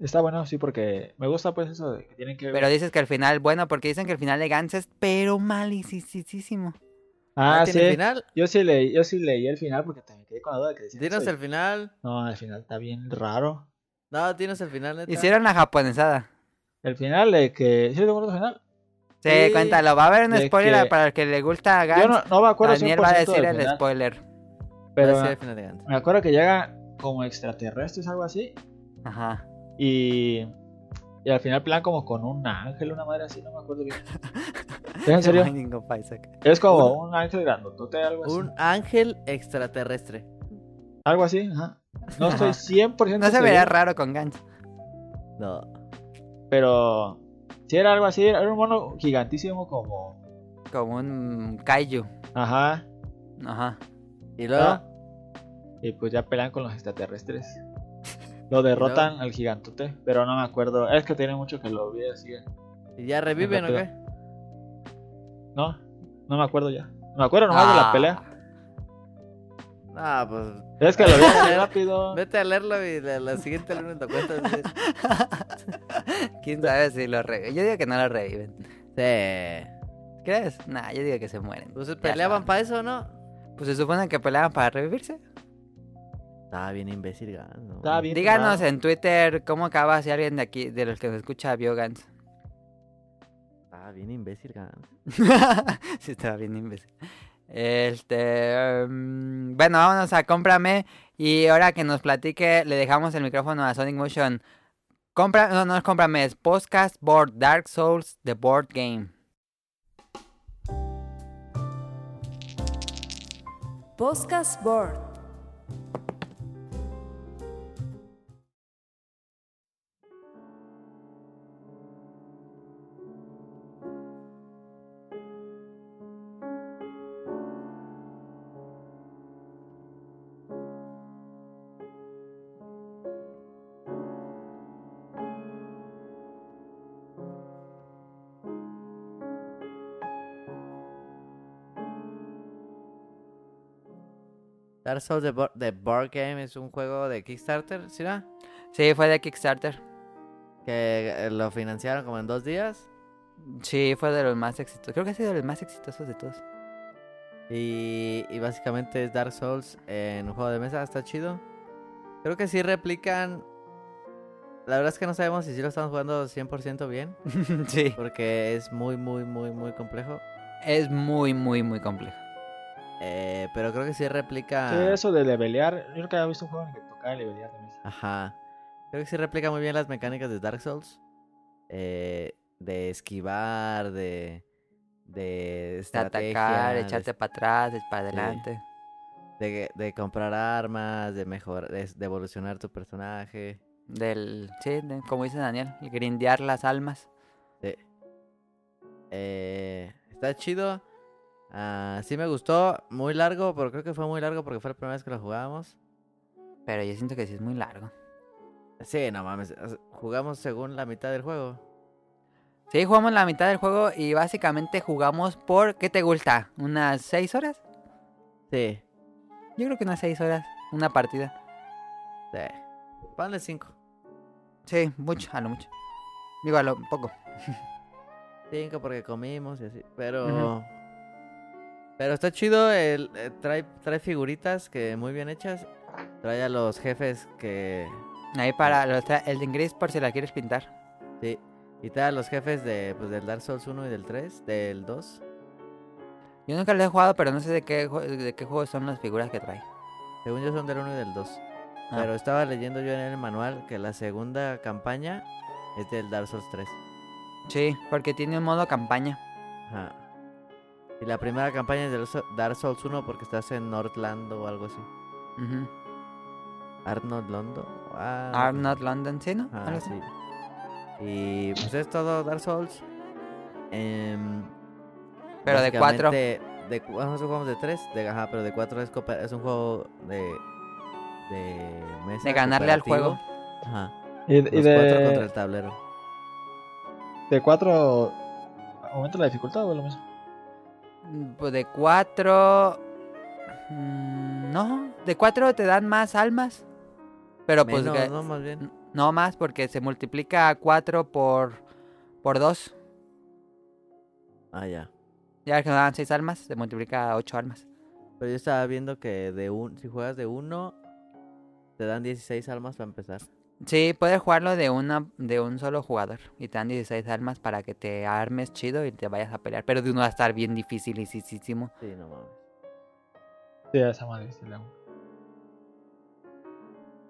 [SPEAKER 2] Está bueno, sí, porque me gusta pues eso de que tienen que.
[SPEAKER 1] Pero dices que al final, bueno, porque dicen que el final de Gantz es pero malísimo.
[SPEAKER 2] ah,
[SPEAKER 3] ¿Tiene
[SPEAKER 2] sí.
[SPEAKER 3] final?
[SPEAKER 2] Yo sí, leí, yo sí leí el final porque también quedé con la duda de que decían
[SPEAKER 3] Dinos
[SPEAKER 2] eso y-
[SPEAKER 3] el final.
[SPEAKER 2] No, el final está bien raro.
[SPEAKER 3] No, dinos el final, neta.
[SPEAKER 1] Hicieron la japonesada.
[SPEAKER 2] El final de que. ¿Sí te acuerdas del final?
[SPEAKER 1] Se
[SPEAKER 3] Sí,
[SPEAKER 1] cuéntalo, va a haber un
[SPEAKER 2] de
[SPEAKER 1] spoiler
[SPEAKER 2] que-
[SPEAKER 1] para el que le gusta a Gantz.
[SPEAKER 2] Yo no, no me acuerdo
[SPEAKER 1] Daniel va a
[SPEAKER 2] 100%
[SPEAKER 1] decir
[SPEAKER 2] del
[SPEAKER 1] el
[SPEAKER 2] final,
[SPEAKER 1] spoiler.
[SPEAKER 3] Pero...
[SPEAKER 2] pero ah,
[SPEAKER 3] el final de Gantz.
[SPEAKER 2] me acuerdo que llega como extraterrestres, algo así,
[SPEAKER 1] Ajá.
[SPEAKER 2] y, y al final plan como con un ángel, una madre así, no me
[SPEAKER 1] [laughs]
[SPEAKER 2] acuerdo bien. en serio?
[SPEAKER 1] Binding of Isaac.
[SPEAKER 2] Es como un ángel grandotote, algo así.
[SPEAKER 3] Un ángel extraterrestre.
[SPEAKER 2] Algo así, ajá. No estoy 100%
[SPEAKER 1] No se
[SPEAKER 2] seguro,
[SPEAKER 1] vería raro con Gantz.
[SPEAKER 3] No.
[SPEAKER 2] pero si era algo así, era un mono gigantísimo como...
[SPEAKER 1] Como un kaiju.
[SPEAKER 2] Ajá.
[SPEAKER 1] Ajá.
[SPEAKER 3] Y luego.
[SPEAKER 2] Ah. Y pues ya pelean con los extraterrestres.
[SPEAKER 1] [laughs]
[SPEAKER 2] Lo derrotan al gigantote, pero no me acuerdo. Es que tiene mucho que lo vi así.
[SPEAKER 3] ¿Y ya reviven o
[SPEAKER 2] rápido.
[SPEAKER 3] qué?
[SPEAKER 2] No, no me acuerdo ya. Me acuerdo nomás de la
[SPEAKER 1] Ah.
[SPEAKER 2] pelea.
[SPEAKER 3] No, pues
[SPEAKER 2] Es que lo vi muy
[SPEAKER 1] [laughs]
[SPEAKER 2] rápido.
[SPEAKER 3] Vete a leerlo y la, la siguiente lunes te cuentas. Sí.
[SPEAKER 1] ¿Quién sabe si lo reviven? Yo digo que no lo reviven.
[SPEAKER 3] [laughs] sí.
[SPEAKER 1] ¿Crees? Nah, yo digo que se mueren.
[SPEAKER 3] Pues
[SPEAKER 1] Ya
[SPEAKER 3] peleaban
[SPEAKER 1] se
[SPEAKER 3] para eso, ¿no?
[SPEAKER 1] van. Pues se supone que peleaban para revivirse.
[SPEAKER 3] Estaba bien imbécil, Gantz, ¿no?
[SPEAKER 2] Estaba bien
[SPEAKER 1] Díganos eh,
[SPEAKER 2] raro.
[SPEAKER 1] en Twitter cómo acaba si alguien de aquí, de los que nos escucha, vio Gantz.
[SPEAKER 3] Estaba bien imbécil, Gantz.
[SPEAKER 1] [laughs] sí, estaba bien imbécil. Este. mm, bueno, vámonos a cómprame. Y ahora que nos platique, le dejamos el micrófono a Sonic Motion. Compra, no, no es cómprame, es Podcast Board Dark Souls The Board Game.
[SPEAKER 4] Podcast Board.
[SPEAKER 3] Dark Souls The, Bo- The Board Game es un juego de Kickstarter, ¿sí, no?
[SPEAKER 1] Sí, fue de Kickstarter.
[SPEAKER 3] Que eh, lo financiaron como en dos días.
[SPEAKER 1] Sí, fue de los más exitosos. Creo que ha sido de los más exitosos de todos. [laughs]
[SPEAKER 3] Y, y básicamente es Dark Souls en un juego de mesa, está chido. Creo que sí replican. La verdad es que no sabemos si sí lo estamos jugando 100% bien.
[SPEAKER 1] sí.
[SPEAKER 3] Porque es muy, muy, muy, muy complejo.
[SPEAKER 1] Es muy, muy, muy complejo.
[SPEAKER 3] Eh, pero creo que sí replica.
[SPEAKER 2] Sí, eso de levelear. Yo nunca había visto un juego en el que tocaba levelear de mesa.
[SPEAKER 3] Ajá. Creo que sí replica muy bien las mecánicas de Dark Souls. eh, de esquivar, de. De
[SPEAKER 1] De
[SPEAKER 3] estrategia,
[SPEAKER 1] atacar,
[SPEAKER 3] de
[SPEAKER 1] echarte para atrás, de- para
[SPEAKER 3] Sí.
[SPEAKER 1] adelante.
[SPEAKER 3] de, de comprar armas, de mejorar, de, de evolucionar tu personaje.
[SPEAKER 1] Del, sí, de- como dice Daniel, grindear las almas.
[SPEAKER 3] Eh, está chido. Ah, sí me gustó. Muy largo, pero creo que fue muy largo porque fue la primera vez que lo jugábamos.
[SPEAKER 1] Pero yo siento que sí es muy largo.
[SPEAKER 3] Sí, no mames. o sea, Jugamos según la mitad del juego.
[SPEAKER 1] Sí, jugamos la mitad del juego y básicamente jugamos por, ¿qué te gusta? ¿Unas 6 horas?
[SPEAKER 3] Sí,
[SPEAKER 1] Yo creo que unas 6 horas, una partida.
[SPEAKER 3] sí. Ponle cinco.
[SPEAKER 1] Sí, mucho, a lo mucho. Digo, a lo poco.
[SPEAKER 3] Cinco porque comimos y así. Pero. Pero está chido. el- eh, trae, trae figuritas que muy bien hechas. Trae a los jefes que.
[SPEAKER 1] Ahí para lo está el de inglés por si la quieres pintar.
[SPEAKER 3] Sí. Y trae a los jefes de, pues, del Dark Souls 1 y del 3. Del 2.
[SPEAKER 1] Yo nunca lo he jugado, pero no sé de qué, jue- de qué juego son las figuras que trae.
[SPEAKER 3] Según yo son del 1 y del 2.
[SPEAKER 1] Ah.
[SPEAKER 3] Pero estaba leyendo yo en el manual que la segunda campaña es del Dark Souls 3.
[SPEAKER 1] Sí, porque tiene un modo campaña.
[SPEAKER 3] Ajá. Y la primera campaña es del So- Dark Souls 1 porque estás en Nortland o algo así.
[SPEAKER 1] Ujú.
[SPEAKER 3] Arnold Londo. Ah,
[SPEAKER 1] Are Not London, ¿sí, no?
[SPEAKER 3] Ah,
[SPEAKER 1] Algo así.
[SPEAKER 3] sí. Y pues es todo Dark Souls. Em,
[SPEAKER 1] Pero de cuatro.
[SPEAKER 3] básicamente, De, cu- ah, nosotros jugamos de tres. De, ajá, pero de cuatro es, copa- es un juego de. De mesa.
[SPEAKER 1] De ganarle al juego.
[SPEAKER 3] cooperativo. Ajá.
[SPEAKER 2] Y, y
[SPEAKER 3] Los cuatro contra
[SPEAKER 2] de,
[SPEAKER 3] el tablero.
[SPEAKER 2] de cuatro, ¿aumenta la dificultad o es lo mismo?
[SPEAKER 1] Mm, pues De cuatro... Mm, No, de cuatro te dan más almas. Pero pues...
[SPEAKER 3] Menos,
[SPEAKER 1] que-
[SPEAKER 3] no, más bien.
[SPEAKER 1] No más, porque se multiplica 4 por, por 2.
[SPEAKER 3] Ah, ya.
[SPEAKER 1] Ya ves que nos daban 6 almas, se multiplica a 8 almas.
[SPEAKER 3] Pero yo estaba viendo que de un, si juegas de uno, te dan 16 almas para empezar.
[SPEAKER 1] Sí, puedes jugarlo de, una, de un solo jugador. Y te dan 16 almas para que te armes chido y te vayas a pelear. Pero de uno va a estar bien difícil y sisísimo.
[SPEAKER 3] Sí, no mames.
[SPEAKER 2] Sí, a esa madre este sí le hago.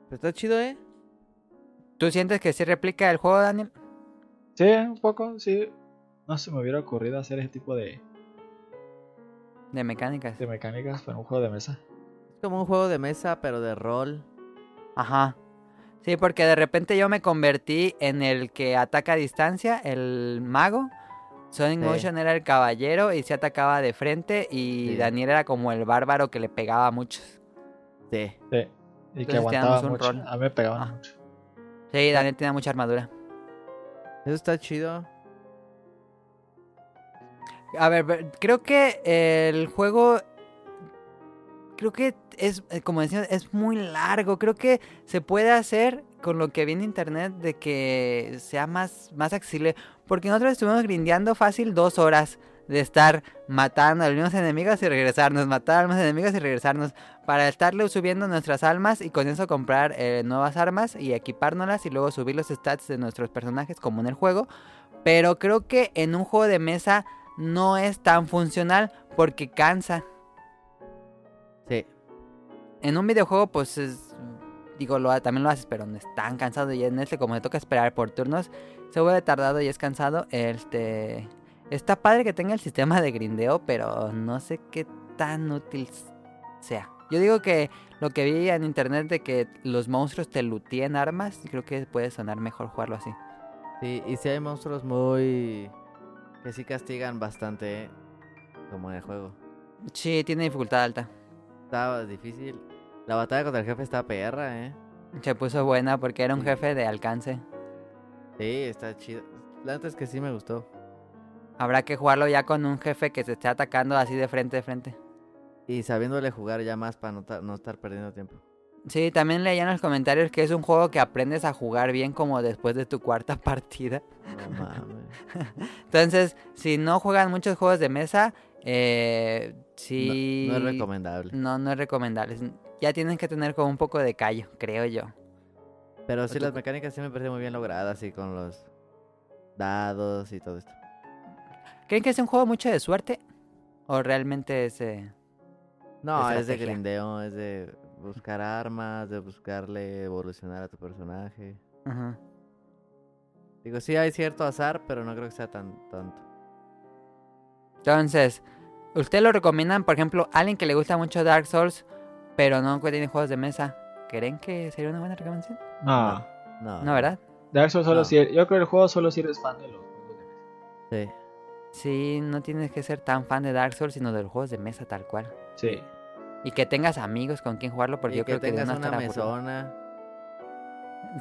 [SPEAKER 3] Pero está chido, ¿eh?
[SPEAKER 1] ¿Tú sientes que sí replica el juego, Daniel?
[SPEAKER 2] Sí, un poco, sí. No se me hubiera ocurrido hacer ese tipo de,
[SPEAKER 1] De mecánicas.
[SPEAKER 2] de mecánicas para un juego de mesa.
[SPEAKER 3] Es como un juego de mesa, pero de rol.
[SPEAKER 1] Ajá. Sí, porque de repente yo me convertí en el que ataca a distancia, el mago. Sonic
[SPEAKER 3] Sí.
[SPEAKER 1] Motion era el caballero y se atacaba de frente. Y
[SPEAKER 3] Sí.
[SPEAKER 1] Daniel era como el bárbaro que le pegaba a muchos.
[SPEAKER 3] Sí.
[SPEAKER 2] Sí. Y
[SPEAKER 1] Entonces te
[SPEAKER 2] que
[SPEAKER 1] damos
[SPEAKER 2] aguantaba
[SPEAKER 1] un
[SPEAKER 2] mucho.
[SPEAKER 1] rol.
[SPEAKER 2] A mí me pegaban
[SPEAKER 1] Ah.
[SPEAKER 2] mucho.
[SPEAKER 1] Sí, Daniel tenía mucha armadura.
[SPEAKER 3] Eso está chido.
[SPEAKER 1] A ver, ver, creo que el juego. Creo que es, eh, como decía, es muy largo. Creo que se puede hacer con lo que viene internet de que sea más, más accesible. Porque nosotros estuvimos grindeando fácil dos horas de estar matando a los mismos enemigos y regresarnos, matar a los mismos enemigos y regresarnos. Para estarle subiendo nuestras almas y con eso comprar eh, nuevas armas y equipárnoslas y luego subir los stats de nuestros personajes como en el juego. Pero creo que en un juego de mesa no es tan funcional porque cansa.
[SPEAKER 3] Sí.
[SPEAKER 1] En un videojuego, pues es- digo, lo, ha- también lo haces, pero no es tan cansado. Y en este, como te toca esperar por turnos, se vuelve tardado y es cansado. Este. Está padre que tenga el sistema de grindeo, pero no sé qué tan útil s- sea. Yo digo que lo que vi en internet de que los monstruos te lutían armas, creo que puede sonar mejor jugarlo así.
[SPEAKER 3] Sí, y si hay monstruos muy. que sí castigan bastante, ¿eh? como en el juego.
[SPEAKER 1] Sí, tiene dificultad alta.
[SPEAKER 3] Estaba difícil. La batalla contra el jefe está perra, ¿eh?
[SPEAKER 1] Se puso buena porque era un
[SPEAKER 3] Sí.
[SPEAKER 1] jefe de alcance.
[SPEAKER 3] Sí, está chido. La neta es que sí me gustó.
[SPEAKER 1] Habrá que jugarlo ya con un jefe que se esté atacando así de frente de frente.
[SPEAKER 3] Y sabiéndole jugar ya más para no, ta- no estar perdiendo tiempo.
[SPEAKER 1] Sí, también leía en los comentarios que es un juego que aprendes a jugar bien como después de tu cuarta [laughs] partida.
[SPEAKER 3] No mames.
[SPEAKER 1] Entonces, si no juegan muchos juegos de mesa, eh, sí...
[SPEAKER 3] No, no es recomendable.
[SPEAKER 1] No, no es recomendable. Ya tienes que tener como un poco de callo, creo yo.
[SPEAKER 3] Pero sí,
[SPEAKER 1] ¿Tú
[SPEAKER 3] las
[SPEAKER 1] cu-
[SPEAKER 3] mecánicas sí me parecen muy bien logradas, y con los dados y todo esto.
[SPEAKER 1] ¿Creen que es un juego mucho de suerte? ¿O realmente es... eh,
[SPEAKER 3] No, es de
[SPEAKER 1] estrategia.
[SPEAKER 3] grindeo, es de buscar armas, de buscarle evolucionar a tu personaje.
[SPEAKER 1] ajá.
[SPEAKER 3] Digo, sí hay cierto azar, pero no creo que sea tan tanto.
[SPEAKER 1] Entonces, ¿usted lo recomiendan, por ejemplo, a alguien que le gusta mucho Dark Souls, pero no tiene juegos de mesa? ¿Creen que sería una buena recomendación?
[SPEAKER 2] No.
[SPEAKER 3] No,
[SPEAKER 1] No, ¿verdad?
[SPEAKER 2] Dark Souls solo
[SPEAKER 3] No.
[SPEAKER 2] si- Yo creo que el juego solo si eres fan de los juegos de mesa.
[SPEAKER 3] Sí.
[SPEAKER 1] Sí, no tienes que ser tan fan de Dark Souls, sino de los juegos de mesa tal cual.
[SPEAKER 2] Sí.
[SPEAKER 1] Y que tengas amigos con quien jugarlo, porque
[SPEAKER 3] y
[SPEAKER 1] yo
[SPEAKER 3] que
[SPEAKER 1] creo que de
[SPEAKER 3] tengas
[SPEAKER 1] uno estará
[SPEAKER 3] una
[SPEAKER 1] aburrido.
[SPEAKER 3] mesona.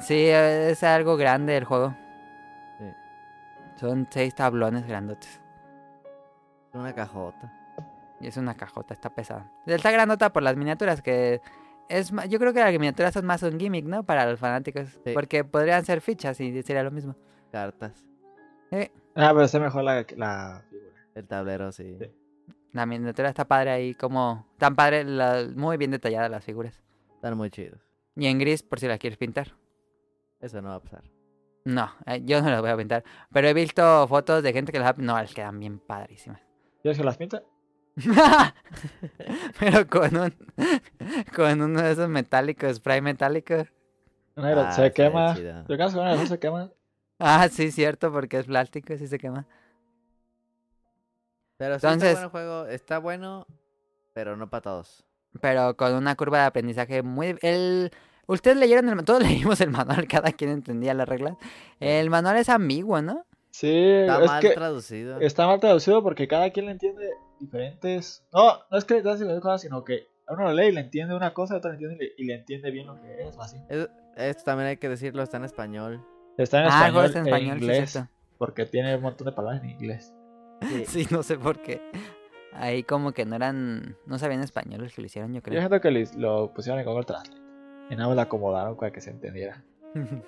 [SPEAKER 1] Sí, es algo grande el juego.
[SPEAKER 3] Sí.
[SPEAKER 1] Son seis tablones grandotes.
[SPEAKER 3] Una cajota.
[SPEAKER 1] Y es una cajota, está pesada. Está grandota por las miniaturas, que es ma- yo creo que las miniaturas son más un gimmick, ¿no? Para los fanáticos.
[SPEAKER 3] Sí.
[SPEAKER 1] Porque podrían ser fichas y sería lo mismo.
[SPEAKER 3] Cartas.
[SPEAKER 2] Ah, pero está mejor la, la figura.
[SPEAKER 3] El tablero, sí.
[SPEAKER 2] Sí.
[SPEAKER 1] La miniatura está padre ahí, como. Tan padre, la- muy bien detalladas las figuras.
[SPEAKER 3] Están muy chidos.
[SPEAKER 1] Y en gris, por si las quieres pintar.
[SPEAKER 3] Eso no va a pasar.
[SPEAKER 1] No, eh, yo no las voy a pintar. Pero he visto fotos de gente que las ha. No, las quedan bien padrísimas. [laughs]
[SPEAKER 2] ¿Quieres que las pinta?
[SPEAKER 1] Pero con un con uno de esos metálicos, spray metálico.
[SPEAKER 2] Una de las-
[SPEAKER 3] Ah,
[SPEAKER 2] se
[SPEAKER 3] se ve
[SPEAKER 2] quema.
[SPEAKER 3] chida.
[SPEAKER 2] Yo creo que una de las dos se quema.
[SPEAKER 1] Ah, sí, cierto, porque es plástico y sí se quema.
[SPEAKER 3] Pero sí
[SPEAKER 1] Entonces-
[SPEAKER 3] está bueno el juego. Está bueno, pero no para todos.
[SPEAKER 1] Pero con una curva de aprendizaje muy el ustedes leyeron el [laughs] ma- todos leímos el manual, cada quien entendía las reglas.
[SPEAKER 2] Eh.
[SPEAKER 1] El manual es ambiguo, ¿no?
[SPEAKER 2] Sí,
[SPEAKER 3] Está
[SPEAKER 2] es
[SPEAKER 3] mal
[SPEAKER 2] que
[SPEAKER 3] traducido.
[SPEAKER 2] está mal traducido porque cada quien le entiende diferentes. No, no es que le entienda diferentes cosas, sino que a uno lo lee y le entiende una cosa, a otro le entiende y le- y le entiende bien lo que es, o así.
[SPEAKER 3] Es- esto también hay que decirlo, está en español.
[SPEAKER 2] Está
[SPEAKER 1] ah,
[SPEAKER 2] en
[SPEAKER 1] el
[SPEAKER 2] español, e
[SPEAKER 1] juego está en español, sí,
[SPEAKER 2] inglés,
[SPEAKER 1] cierto. [laughs]
[SPEAKER 2] porque tiene un montón de palabras en inglés.
[SPEAKER 1] Sí, no sé por qué. Ahí como que no eran no sabían español los que lo hicieron, yo
[SPEAKER 2] Yo
[SPEAKER 1] creo.
[SPEAKER 2] siento que les- lo pusieron en Google Translate. Y nada más lo acomodaron para que se entendiera.
[SPEAKER 1] [laughs]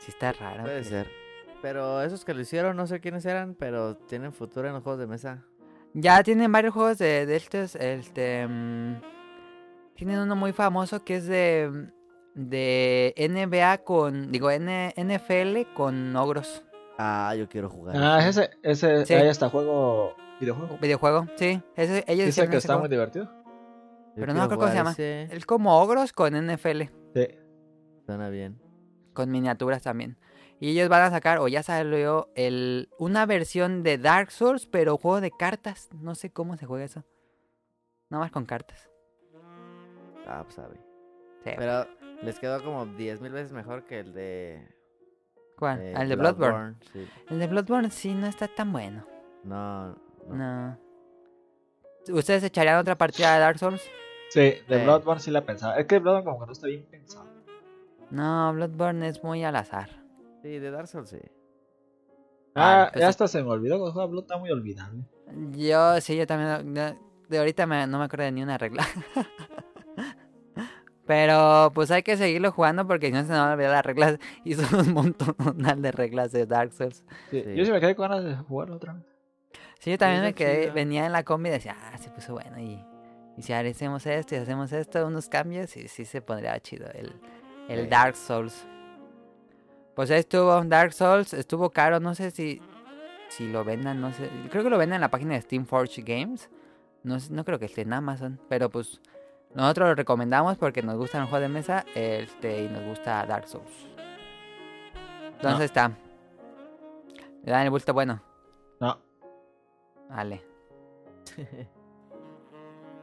[SPEAKER 1] sí está raro.
[SPEAKER 3] Puede
[SPEAKER 1] pero-
[SPEAKER 3] ser. Pero esos que lo hicieron, no sé quiénes eran, pero tienen futuro en los juegos de mesa.
[SPEAKER 1] Ya tienen varios juegos de, de estos. Este. mm, tienen uno muy famoso que es de. De NBA con. Digo, N- NFL con ogros.
[SPEAKER 3] Ah, yo quiero jugar.
[SPEAKER 2] Ah, ese, ese,
[SPEAKER 1] Sí.
[SPEAKER 2] ahí está juego, videojuego.
[SPEAKER 1] Videojuego, sí. Ese, ellos
[SPEAKER 2] Dice
[SPEAKER 1] hicieron
[SPEAKER 2] que
[SPEAKER 1] ese
[SPEAKER 2] está
[SPEAKER 1] juego.
[SPEAKER 2] muy divertido.
[SPEAKER 3] Yo
[SPEAKER 1] pero no me
[SPEAKER 3] quiero
[SPEAKER 1] acuerdo cómo se
[SPEAKER 3] jugar
[SPEAKER 1] llama.
[SPEAKER 3] ese.
[SPEAKER 1] Es como ogros con NFL.
[SPEAKER 2] Sí.
[SPEAKER 3] Suena bien.
[SPEAKER 1] Con miniaturas también. Y ellos van a sacar, o ya salió, el, una versión de Dark Souls, pero juego de cartas. No sé cómo se juega eso. Nada más con cartas.
[SPEAKER 3] Ah, pues sabe.
[SPEAKER 1] Sí,
[SPEAKER 3] Pero les quedó como 10 mil veces mejor que el de.
[SPEAKER 1] ¿cuál?
[SPEAKER 3] eh,
[SPEAKER 1] Ah, el de Bloodborne.
[SPEAKER 3] sí.
[SPEAKER 1] El de Bloodborne sí no está tan bueno.
[SPEAKER 3] No, no.
[SPEAKER 1] No. ¿Ustedes echarían otra partida de Dark Souls?
[SPEAKER 2] Sí, de
[SPEAKER 3] Sí.
[SPEAKER 2] Bloodborne sí la pensaba. Es que Bloodborne como que no está bien pensado.
[SPEAKER 1] No, Bloodborne es muy al azar.
[SPEAKER 3] Sí, de Dark Souls sí.
[SPEAKER 1] Ah,
[SPEAKER 2] Ah,
[SPEAKER 1] pues
[SPEAKER 2] ya
[SPEAKER 1] sí.
[SPEAKER 2] hasta se me olvidó que el juego de Blood está muy olvidable.
[SPEAKER 1] Yo, sí, yo también. no- De ahorita me- no me acuerdo de ni una regla. [laughs] Pero pues hay que seguirlo jugando porque si no se nos van a olvidar las reglas. [laughs] Y son un montón de reglas de Dark Souls.
[SPEAKER 2] Sí,
[SPEAKER 3] Sí.
[SPEAKER 2] Yo sí me quedé con ganas de jugarlo otra vez.
[SPEAKER 1] Sí, yo también
[SPEAKER 3] está
[SPEAKER 1] me quedé.
[SPEAKER 3] chido.
[SPEAKER 1] Venía en la combi y decía, ah, se puso bueno. Y, y si ahora hacemos esto y hacemos esto, unos cambios, y sí se pondría chido el, el
[SPEAKER 3] Sí.
[SPEAKER 1] Dark Souls. Pues ahí estuvo Dark Souls, estuvo caro, no sé si, si lo vendan, no sé. Creo que lo venden en la página de Steam Forge Games. No, sé- no creo que esté en Amazon, pero pues nosotros lo recomendamos porque nos gustan los juegos de mesa este, y nos gusta Dark Souls. Entonces
[SPEAKER 2] No.
[SPEAKER 1] está. Le dan el bulto bueno.
[SPEAKER 2] No,
[SPEAKER 1] Vale. [laughs]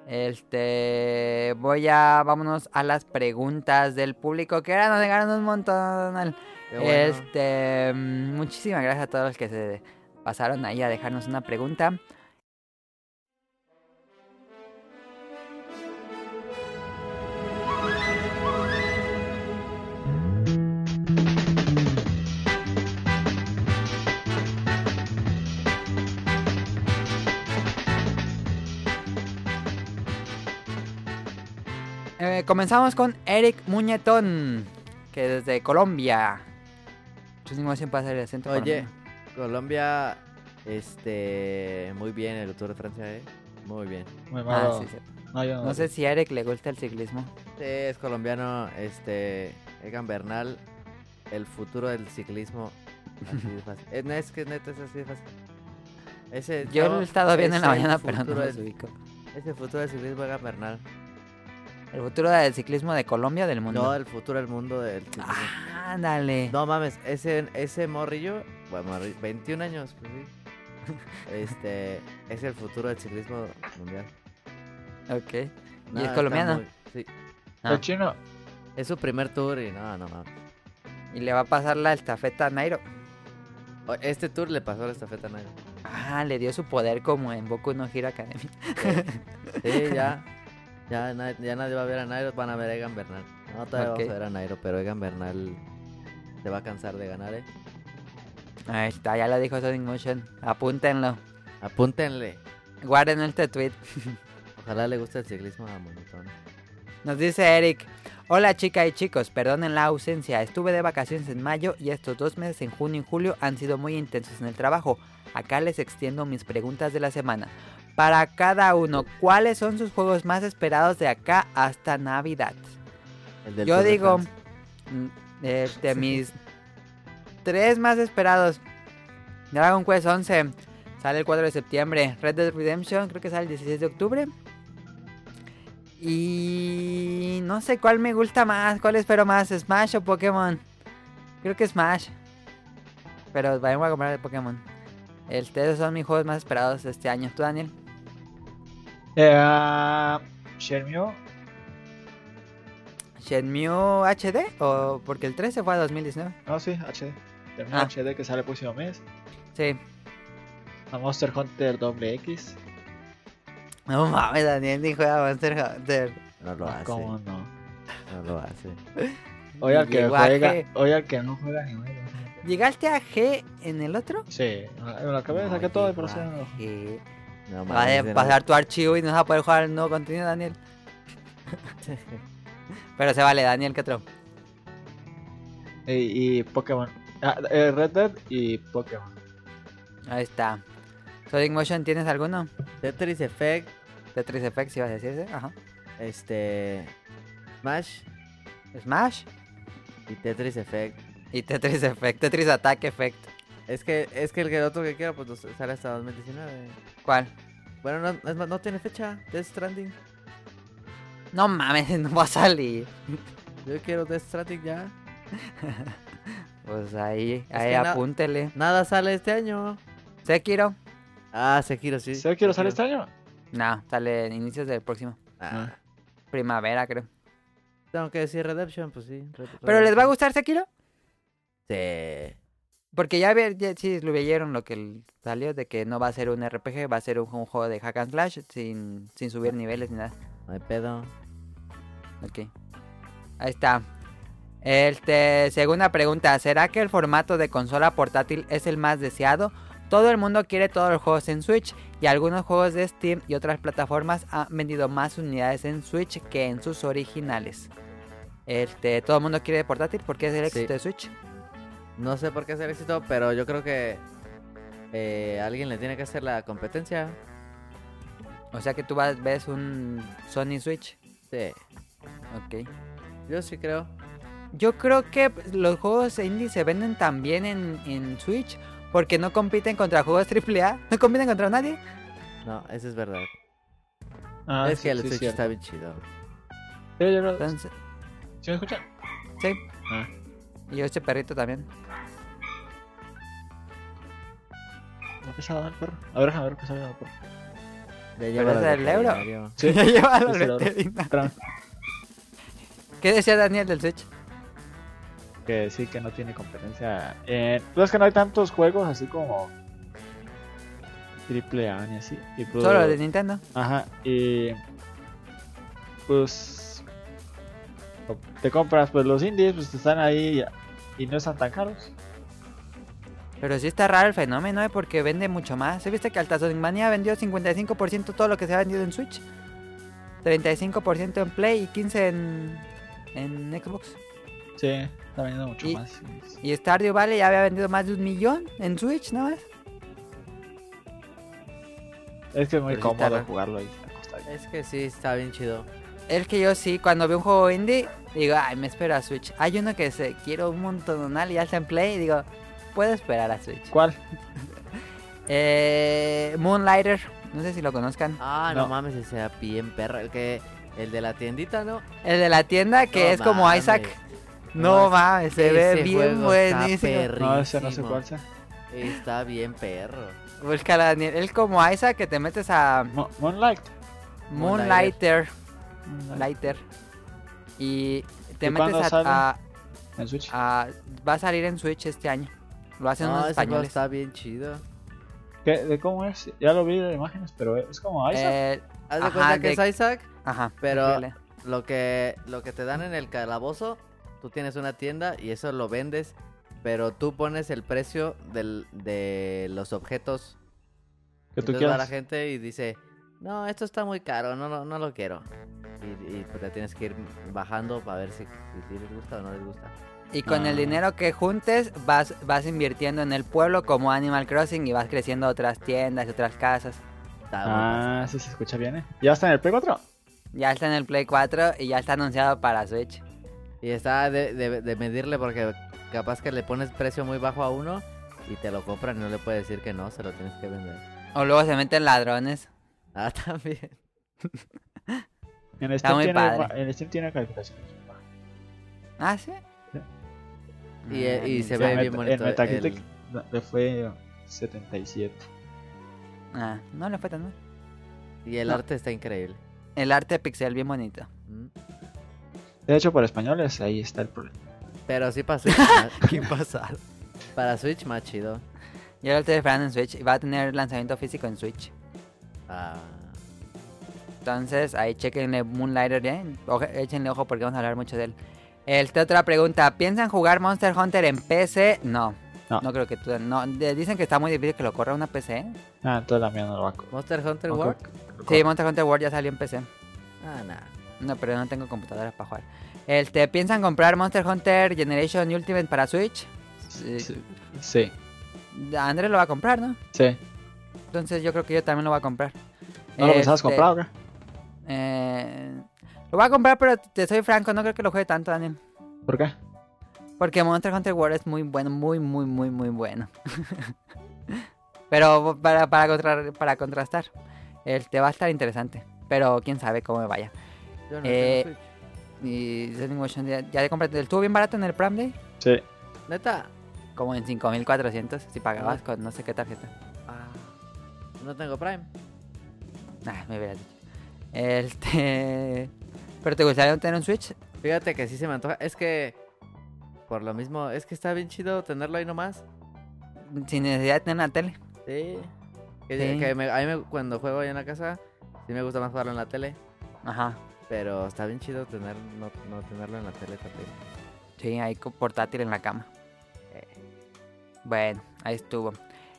[SPEAKER 1] Este, voy a, vámonos a las preguntas del público que ahora nos llegaron un montón.
[SPEAKER 3] Qué bueno.
[SPEAKER 1] Este, mm, muchísimas gracias a todos los que se pasaron ahí a dejarnos una pregunta. Eh, comenzamos con Eric Muñetón, que desde Colombia. Yo mismo siempre hacer el acento
[SPEAKER 3] Oye,
[SPEAKER 1] colombiano.
[SPEAKER 3] Colombia, este, muy bien el Tour de Francia, ¿eh? Muy bien.
[SPEAKER 2] muy
[SPEAKER 1] Ah,
[SPEAKER 2] malo.
[SPEAKER 1] sí, sí.
[SPEAKER 2] No, yo no.
[SPEAKER 1] No sé si a Eric le gusta el ciclismo.
[SPEAKER 3] Sí, es colombiano, este, Egan Bernal, el futuro del ciclismo. Así de fácil. Eh, no, es que neta es así de fácil. Ese,
[SPEAKER 1] Yo lo he estado viendo en la
[SPEAKER 3] es el
[SPEAKER 1] mañana, pero no
[SPEAKER 3] futuro
[SPEAKER 1] los
[SPEAKER 3] del-
[SPEAKER 1] ubico.
[SPEAKER 3] Es el futuro del ciclismo, Egan Bernal.
[SPEAKER 1] El futuro del ciclismo de Colombia o del mundo.
[SPEAKER 3] No, el futuro del mundo del ciclismo.
[SPEAKER 1] Ah, Ándale.
[SPEAKER 3] No mames, ese, ese morrillo, bueno, morrillo, 21 años, pues sí. [laughs] Este, es el futuro del ciclismo mundial.
[SPEAKER 1] Ok.
[SPEAKER 3] No,
[SPEAKER 1] es
[SPEAKER 3] está
[SPEAKER 1] colombiano?
[SPEAKER 3] muy- sí.
[SPEAKER 2] Está chino.
[SPEAKER 3] Es su primer tour y no, no mames.
[SPEAKER 1] Y le va a pasar la estafeta a Nairo.
[SPEAKER 3] O- Este tour le pasó la estafeta a nadie.
[SPEAKER 1] Ah, le dio su poder como en Boku no Hero Academy.
[SPEAKER 3] Sí,
[SPEAKER 1] [laughs]
[SPEAKER 3] ya. Ya, na- ya nadie va a ver a Nairo, van a ver a Egan Bernal. No, todavía
[SPEAKER 1] Ok.
[SPEAKER 3] vamos a ver a Nairo, pero Egan Bernal se va a cansar de ganar, eh.
[SPEAKER 1] [laughs] Ahí está, ya lo dijo Sonic Motion. Apúntenlo.
[SPEAKER 3] Apúntenle.
[SPEAKER 1] Guarden este tweet.
[SPEAKER 3] Ojalá le guste el ciclismo a Monotón.
[SPEAKER 1] Nos dice Eric. Hola chica y chicos, perdonen la ausencia. Estuve de vacaciones en mayo y estos dos meses en junio y julio han sido muy intensos en el trabajo. Acá les extiendo mis preguntas de la semana. Para cada uno, ¿cuáles son sus juegos más esperados de acá hasta Navidad?
[SPEAKER 3] El del
[SPEAKER 1] Yo
[SPEAKER 3] Tour de
[SPEAKER 1] digo,
[SPEAKER 3] France.
[SPEAKER 1] mm, eh, de mis tres más esperados, Dragon Quest 11 sale el 4 de septiembre, Red Dead Redemption creo que sale el 16 de octubre. Y no sé cuál me gusta más, cuál espero más, Smash o Pokémon. Creo que Smash. Pero vamos a comprar el Pokémon. Este, esos son mis juegos más esperados de este año. ¿Tú, Daniel?
[SPEAKER 2] Eh, Shenmue,
[SPEAKER 1] ¿Shenmue HD? ¿O porque el 13 fue a 2019?
[SPEAKER 2] no, sí, HD. Termina
[SPEAKER 1] Ah.
[SPEAKER 2] HD que sale el próximo mes.
[SPEAKER 1] Sí.
[SPEAKER 2] A Monster Hunter WX.
[SPEAKER 1] No mames, Daniel ni juega Monster Hunter.
[SPEAKER 3] No
[SPEAKER 1] ah,
[SPEAKER 3] lo hace.
[SPEAKER 2] Ah, ¿Cómo no?
[SPEAKER 3] No lo hace.
[SPEAKER 2] Oye, al que
[SPEAKER 1] Llegaste-
[SPEAKER 2] juega, oye, al que no juega ni bueno.
[SPEAKER 1] ¿Llegaste a G en el otro?
[SPEAKER 2] Sí, me lo acabé de
[SPEAKER 3] No,
[SPEAKER 2] sacar todo y por eso
[SPEAKER 3] igual.
[SPEAKER 2] no.
[SPEAKER 1] Sí.
[SPEAKER 3] No,
[SPEAKER 1] Vas
[SPEAKER 3] mames,
[SPEAKER 1] a pasar tu archivo y no vas a poder jugar el nuevo contenido,
[SPEAKER 2] [laughs]
[SPEAKER 1] Daniel. Pero se vale, Daniel, ¿qué otro?
[SPEAKER 2] Y, y Pokémon. Ah, eh, Red Dead y Pokémon.
[SPEAKER 1] Ahí está. Sonic Motion, ¿tienes alguno?
[SPEAKER 3] Tetris Effect,
[SPEAKER 1] Tetris Effects, ibas a decirse. Ajá.
[SPEAKER 3] este. Smash
[SPEAKER 1] Smash
[SPEAKER 3] y Tetris Effect.
[SPEAKER 1] y Tetris Effect. Tetris Attack Effect.
[SPEAKER 3] Es que, es que el que- el otro que quiera, pues no sé, sale hasta 2019.
[SPEAKER 1] ¿Cuál?
[SPEAKER 3] Bueno, no, es más, no tiene fecha. Death Stranding.
[SPEAKER 1] No mames, [laughs] no va a salir.
[SPEAKER 3] Yo quiero Death Stranding ya.
[SPEAKER 1] Pues ahí,
[SPEAKER 3] Es
[SPEAKER 1] ahí
[SPEAKER 3] que no-
[SPEAKER 1] apúntele.
[SPEAKER 3] Nada sale este año.
[SPEAKER 1] ¿Sekiro?
[SPEAKER 3] Ah, Sekiro, sí.
[SPEAKER 2] ¿Sabes quiero salir este año?
[SPEAKER 1] No, sale en inicios del próximo.
[SPEAKER 3] Ah,
[SPEAKER 1] Primavera, creo.
[SPEAKER 3] tengo que decir Redemption, pues sí. Red-
[SPEAKER 1] ¿Pero les va a
[SPEAKER 3] Redemption.
[SPEAKER 1] gustar Sekiro?
[SPEAKER 3] Sí.
[SPEAKER 1] Porque ya, ve- ya sí lo vieron lo que el- salió de que no va a ser un RPG, va a ser un, un juego de hack and slash sin, sin subir niveles ni nada.
[SPEAKER 3] No hay pedo.
[SPEAKER 1] Ok. Ahí está. Este, segunda pregunta, ¿será que el formato de consola portátil es el más deseado? Todo el mundo quiere todos los juegos en Switch y algunos juegos de Steam y otras plataformas han vendido más unidades en Switch que en sus originales. Este, todo el mundo quiere portátil porque es el
[SPEAKER 3] Sí.
[SPEAKER 1] éxito de Switch.
[SPEAKER 3] No sé por qué es el éxito, pero yo creo que eh, alguien le tiene que hacer la competencia.
[SPEAKER 1] O sea que tú vas, ves un Sony Switch.
[SPEAKER 3] Sí.
[SPEAKER 1] Ok.
[SPEAKER 3] Yo sí creo.
[SPEAKER 1] Yo creo que pues, los juegos indie se venden también en, en Switch porque no compiten contra juegos AAA. [laughs] No compiten contra nadie.
[SPEAKER 3] No, eso es verdad.
[SPEAKER 2] Ah,
[SPEAKER 3] es
[SPEAKER 2] sí,
[SPEAKER 3] que el
[SPEAKER 2] sí,
[SPEAKER 3] Switch
[SPEAKER 2] cierto.
[SPEAKER 3] está bien chido.
[SPEAKER 2] Sí, yo creo-
[SPEAKER 1] Entonces,
[SPEAKER 2] ¿Sí me escuchan?
[SPEAKER 1] sí.
[SPEAKER 2] Ah.
[SPEAKER 1] Y este perrito también.
[SPEAKER 2] ¿No ha pesado el perro? A ver, a ver, ¿qué sale el perro?
[SPEAKER 3] Ya
[SPEAKER 1] lleva
[SPEAKER 3] lleva
[SPEAKER 1] ese
[SPEAKER 3] al
[SPEAKER 1] del euro.
[SPEAKER 3] veterinario.
[SPEAKER 2] Sí,
[SPEAKER 1] [laughs] Ya lleva al
[SPEAKER 2] sí, sí, lo abro.
[SPEAKER 1] veterinario.
[SPEAKER 2] Tran.
[SPEAKER 1] ¿Qué decía Daniel del Switch?
[SPEAKER 2] que sí que no tiene competencia. Eh, pues es que no hay tantos juegos así como triple A ni así. Y pues,
[SPEAKER 1] Solo de E Nintendo.
[SPEAKER 2] Ajá. Y pues te compras pues los indies, pues están ahí y, y no están tan caros.
[SPEAKER 1] Pero sí está raro el fenómeno, ¿eh? porque vende mucho más. ¿Sí viste que Altasonic Mania vendió 55% todo lo que se ha vendido en Switch? 35% en Play y 15% en, en Xbox.
[SPEAKER 2] Sí, está vendiendo mucho
[SPEAKER 1] Y-
[SPEAKER 2] más.
[SPEAKER 1] Y Stardew Valley ya había vendido más de un millón en Switch, nada más.
[SPEAKER 2] Es que es muy
[SPEAKER 3] Pero sí está
[SPEAKER 2] cómodo
[SPEAKER 3] raro.
[SPEAKER 2] jugarlo ahí acostado.
[SPEAKER 3] Es que sí, está bien chido.
[SPEAKER 1] Es que yo sí, cuando veo un juego indie, digo, ay, me espero a Switch. Hay uno que se quiero un montonal y alza en play y digo, puedo esperar a Switch.
[SPEAKER 2] ¿Cuál?
[SPEAKER 1] Eh, Moonlighter, no sé si lo conozcan.
[SPEAKER 3] Ah, no,
[SPEAKER 2] No.
[SPEAKER 3] mames, ese era bien perro. El que. El de la tiendita, ¿no?
[SPEAKER 1] El de la tienda que
[SPEAKER 3] No
[SPEAKER 1] es como
[SPEAKER 3] mames.
[SPEAKER 1] Isaac. No
[SPEAKER 3] No,
[SPEAKER 1] mames, se ve
[SPEAKER 3] Ese
[SPEAKER 1] bien
[SPEAKER 3] juego está
[SPEAKER 1] buenísimo.
[SPEAKER 2] No, ese no sé
[SPEAKER 3] perrísimo.
[SPEAKER 2] cuál sea.
[SPEAKER 3] Está bien perro.
[SPEAKER 1] Búscala, Pues Daniel. Él como Isaac que te metes a
[SPEAKER 2] Mo- Moonlight.
[SPEAKER 1] Moonlighter.
[SPEAKER 2] Moonlight.
[SPEAKER 1] Lighter. Y te
[SPEAKER 2] ¿Y cuándo
[SPEAKER 1] metes a-
[SPEAKER 2] sale?
[SPEAKER 1] a,
[SPEAKER 2] En Switch.
[SPEAKER 1] Ah. a- Va a salir en Switch este año. Lo hacen
[SPEAKER 3] No,
[SPEAKER 1] unos
[SPEAKER 3] ese juego
[SPEAKER 1] españoles.
[SPEAKER 3] está bien chido.
[SPEAKER 2] ¿Qué- ¿De cómo es? Ya lo vi de imágenes, pero es como Isaac.
[SPEAKER 1] Eh,
[SPEAKER 3] Haz de
[SPEAKER 1] Ajá,
[SPEAKER 3] cuenta que
[SPEAKER 1] de-
[SPEAKER 3] es Isaac,
[SPEAKER 1] ajá.
[SPEAKER 3] Pero-
[SPEAKER 1] escríbele.
[SPEAKER 3] lo que, lo que te dan en el calabozo, tú tienes una tienda y eso lo vendes, pero tú pones el precio del, de los objetos.
[SPEAKER 2] que tú
[SPEAKER 3] Entonces va la
[SPEAKER 2] quieras.
[SPEAKER 3] gente y dice, no, esto está muy caro, no, lo- no lo quiero. Y, y pues te tienes que ir bajando para ver si, si les gusta o no les gusta.
[SPEAKER 1] Y con el
[SPEAKER 2] Ah.
[SPEAKER 1] dinero que juntes vas, vas invirtiendo en el pueblo como Animal Crossing y vas creciendo otras tiendas, otras casas.
[SPEAKER 3] Está muy fácil.
[SPEAKER 2] Ah, sí se escucha bien, ¿eh? ¿Ya está en el Play 4?
[SPEAKER 1] Ya está en el Play 4 y ya está anunciado para Switch.
[SPEAKER 3] Y está de, de- de medirle porque capaz que le pones precio muy bajo a uno y te lo compran y no le puedes decir que no, se lo tienes que vender. [laughs]
[SPEAKER 1] O luego se meten ladrones.
[SPEAKER 3] Ah, también.
[SPEAKER 2] En
[SPEAKER 1] Está
[SPEAKER 2] Steam,
[SPEAKER 1] muy
[SPEAKER 2] tiene,
[SPEAKER 1] padre.
[SPEAKER 2] en Steam tiene calificaciones.
[SPEAKER 1] Ah, sí.
[SPEAKER 2] Sí.
[SPEAKER 3] Y, eh, y se
[SPEAKER 2] En
[SPEAKER 3] ve
[SPEAKER 2] Meta-
[SPEAKER 3] bien bonito.
[SPEAKER 2] En Metacritic
[SPEAKER 3] el-
[SPEAKER 2] le fue 77.
[SPEAKER 1] Ah, no le fue tan mal.
[SPEAKER 3] Y el arte está increíble.
[SPEAKER 1] El arte pixel bien bonito.
[SPEAKER 3] Mm.
[SPEAKER 2] De hecho, por españoles, ahí está el problema.
[SPEAKER 3] Pero sí para Switch. más- Para Switch más chido.
[SPEAKER 1] Yo lo estoy esperando en Switch y va a tener lanzamiento físico en Switch.
[SPEAKER 3] Ah,
[SPEAKER 1] Entonces, ahí chequenle Moonlighter bien. Oje- échenle ojo porque vamos a hablar mucho de él. Esta otra pregunta, ¿piensan jugar Monster Hunter en PC? No. No,
[SPEAKER 2] No.
[SPEAKER 1] creo que tú... No. de- Dicen que está muy difícil que lo corra una PC.
[SPEAKER 2] Ah, entonces la mía no lo va a co-
[SPEAKER 3] Monster Hunter
[SPEAKER 2] no
[SPEAKER 3] World.
[SPEAKER 2] creo que- creo que-
[SPEAKER 1] Sí, Monster Hunter World ya salió en PC.
[SPEAKER 3] Ah, nah.
[SPEAKER 1] No, pero yo no tengo computadoras para jugar. Este, ¿Piensan comprar Monster Hunter Generation Ultimate para Switch?
[SPEAKER 2] Sí,
[SPEAKER 1] Sí.
[SPEAKER 2] sí,
[SPEAKER 1] Andrés lo va a comprar, ¿no?
[SPEAKER 2] sí.
[SPEAKER 1] Entonces yo creo que yo también lo voy a comprar.
[SPEAKER 2] ¿No lo pensabas
[SPEAKER 1] Este,
[SPEAKER 2] comprar o qué?
[SPEAKER 1] Eh, lo voy a comprar, pero te soy franco, no creo que lo juegue tanto, Daniel.
[SPEAKER 2] ¿Por qué?
[SPEAKER 1] Porque Monster Hunter World es muy bueno, muy, muy, muy, muy bueno. [laughs] pero para, para, contra- para contrastar, este va a estar interesante. Pero quién sabe cómo me vaya.
[SPEAKER 3] Yo no
[SPEAKER 1] Eh,
[SPEAKER 3] tengo Switch.
[SPEAKER 1] Y Sonic Motion, ya, ya le compraste. Estuvo bien barato en el Prime Day.
[SPEAKER 2] Sí.
[SPEAKER 3] Neta.
[SPEAKER 1] Como en 5400 si pagabas con no sé qué tarjeta.
[SPEAKER 3] Ah, no tengo Prime.
[SPEAKER 1] Ah, me hubieras dicho. Este. [laughs] Pero te gustaría tener un Switch.
[SPEAKER 3] Fíjate que sí se me antoja. Es que. Por lo mismo, es que está bien chido tenerlo ahí nomás.
[SPEAKER 1] Sin necesidad de tener una tele.
[SPEAKER 3] Sí. Que,
[SPEAKER 1] Sí.
[SPEAKER 3] que me- a mí me- cuando juego ahí en la casa, sí me gusta más jugarlo en la tele.
[SPEAKER 1] Ajá.
[SPEAKER 3] Pero está bien chido tener, no, no tenerlo en la tele también.
[SPEAKER 1] Sí, ahí con portátil en la cama. Bueno, ahí estuvo.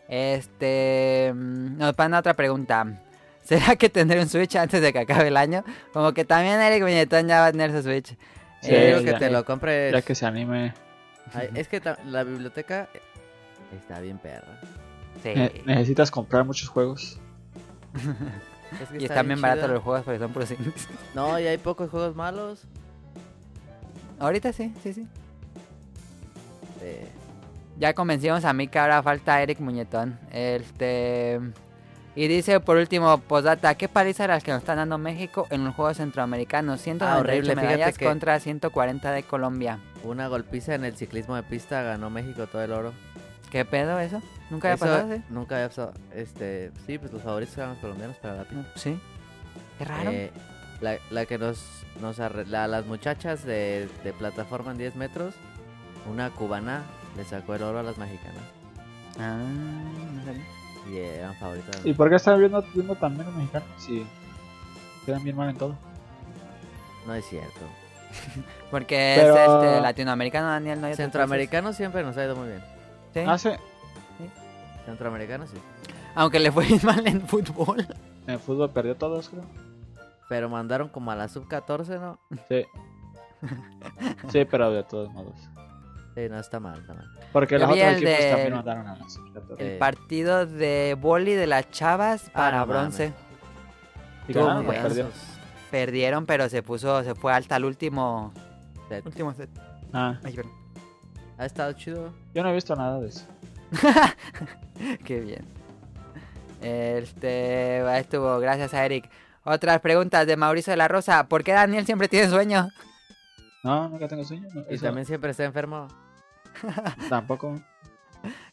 [SPEAKER 1] Este. mm, Nos van a otra pregunta. [laughs] ¿Será que tener un Switch antes de que acabe el año? Como que también Eric Viñetón ya va a tener su Switch. Eh,
[SPEAKER 2] Sí,
[SPEAKER 3] Yo digo que
[SPEAKER 2] ya-
[SPEAKER 3] te lo compres.
[SPEAKER 2] Ya que se anime.
[SPEAKER 3] Ay, es que ta- la biblioteca está bien perra.
[SPEAKER 1] Sí.
[SPEAKER 2] Ne- necesitas comprar muchos juegos.
[SPEAKER 3] Es que
[SPEAKER 1] Y están bien baratos
[SPEAKER 3] chida.
[SPEAKER 1] los juegos porque son puros indies.
[SPEAKER 3] No, y hay pocos juegos malos.
[SPEAKER 1] [laughs] Ahorita sí, sí, sí.
[SPEAKER 3] Eh,
[SPEAKER 1] Ya convencimos a mí que ahora falta Eric Muñetón. Este. Y dice por último, Posdata, qué paliza las que nos están dando México en los Juegos Centroamericanos. 198
[SPEAKER 3] Ah, horrible, fíjate
[SPEAKER 1] medallas
[SPEAKER 3] que-
[SPEAKER 1] contra 140 de Colombia.
[SPEAKER 3] una golpiza en el ciclismo de pista ganó México todo el oro.
[SPEAKER 1] ¿Qué pedo eso? ¿Nunca había
[SPEAKER 3] Eso eh,
[SPEAKER 1] pasado? Sí.
[SPEAKER 3] Nunca había pasado. Este, sí, pues los favoritos eran los colombianos para la pista.
[SPEAKER 1] Sí. Qué raro.
[SPEAKER 3] Eh, la, la que nos, nos arre- la- las muchachas de, de plataforma en 10 metros, una cubana le sacó el oro a las mexicanas.
[SPEAKER 1] Ah, no sabía.
[SPEAKER 3] Y eh, eran favoritas.
[SPEAKER 2] ¿Y por qué estás viendo, viendo también los mexicanos si quedan bien mal en todo?
[SPEAKER 3] No es cierto.
[SPEAKER 1] Porque es
[SPEAKER 2] Pero-
[SPEAKER 1] este, latinoamericano, Daniel. ¿no? hay otros
[SPEAKER 3] Centroamericanos siempre nos ha ido muy bien.
[SPEAKER 1] países? Sí.
[SPEAKER 2] Ah, sí.
[SPEAKER 3] Centroamericanos sí.
[SPEAKER 1] Aunque le fue [laughs] bien mal en fútbol.
[SPEAKER 2] En el fútbol perdió todos, creo.
[SPEAKER 3] Pero mandaron como a la sub 14, ¿no?
[SPEAKER 2] Sí. Sí, pero de todos modos.
[SPEAKER 3] Sí, no está mal, está mal.
[SPEAKER 2] Porque
[SPEAKER 1] Yo
[SPEAKER 2] los
[SPEAKER 1] vi
[SPEAKER 2] otros
[SPEAKER 1] el
[SPEAKER 2] equipos
[SPEAKER 1] de-
[SPEAKER 2] también mandaron a las
[SPEAKER 3] Eh, Ah,
[SPEAKER 2] eliminatorias.
[SPEAKER 1] El partido de boli de las chavas para
[SPEAKER 3] no
[SPEAKER 1] bronce.
[SPEAKER 2] Y
[SPEAKER 1] tú,
[SPEAKER 2] ganaron o
[SPEAKER 1] güey,
[SPEAKER 2] perdieron.
[SPEAKER 1] Perdieron, pero se puso, se fue hasta el último.
[SPEAKER 3] Set.
[SPEAKER 1] Último set.
[SPEAKER 2] Ah,
[SPEAKER 1] Ay, perdón.
[SPEAKER 3] Ha estado chido.
[SPEAKER 2] yo no he visto nada de eso.
[SPEAKER 1] Qué bien. Este, ahí estuvo, gracias a Eric. Otras preguntas de Mauricio de la Rosa. ¿Por qué Daniel siempre tiene sueño? [laughs]
[SPEAKER 2] No, nunca tengo sueño. no,
[SPEAKER 3] Y
[SPEAKER 2] eso
[SPEAKER 3] también siempre está enfermo.
[SPEAKER 2] Tampoco.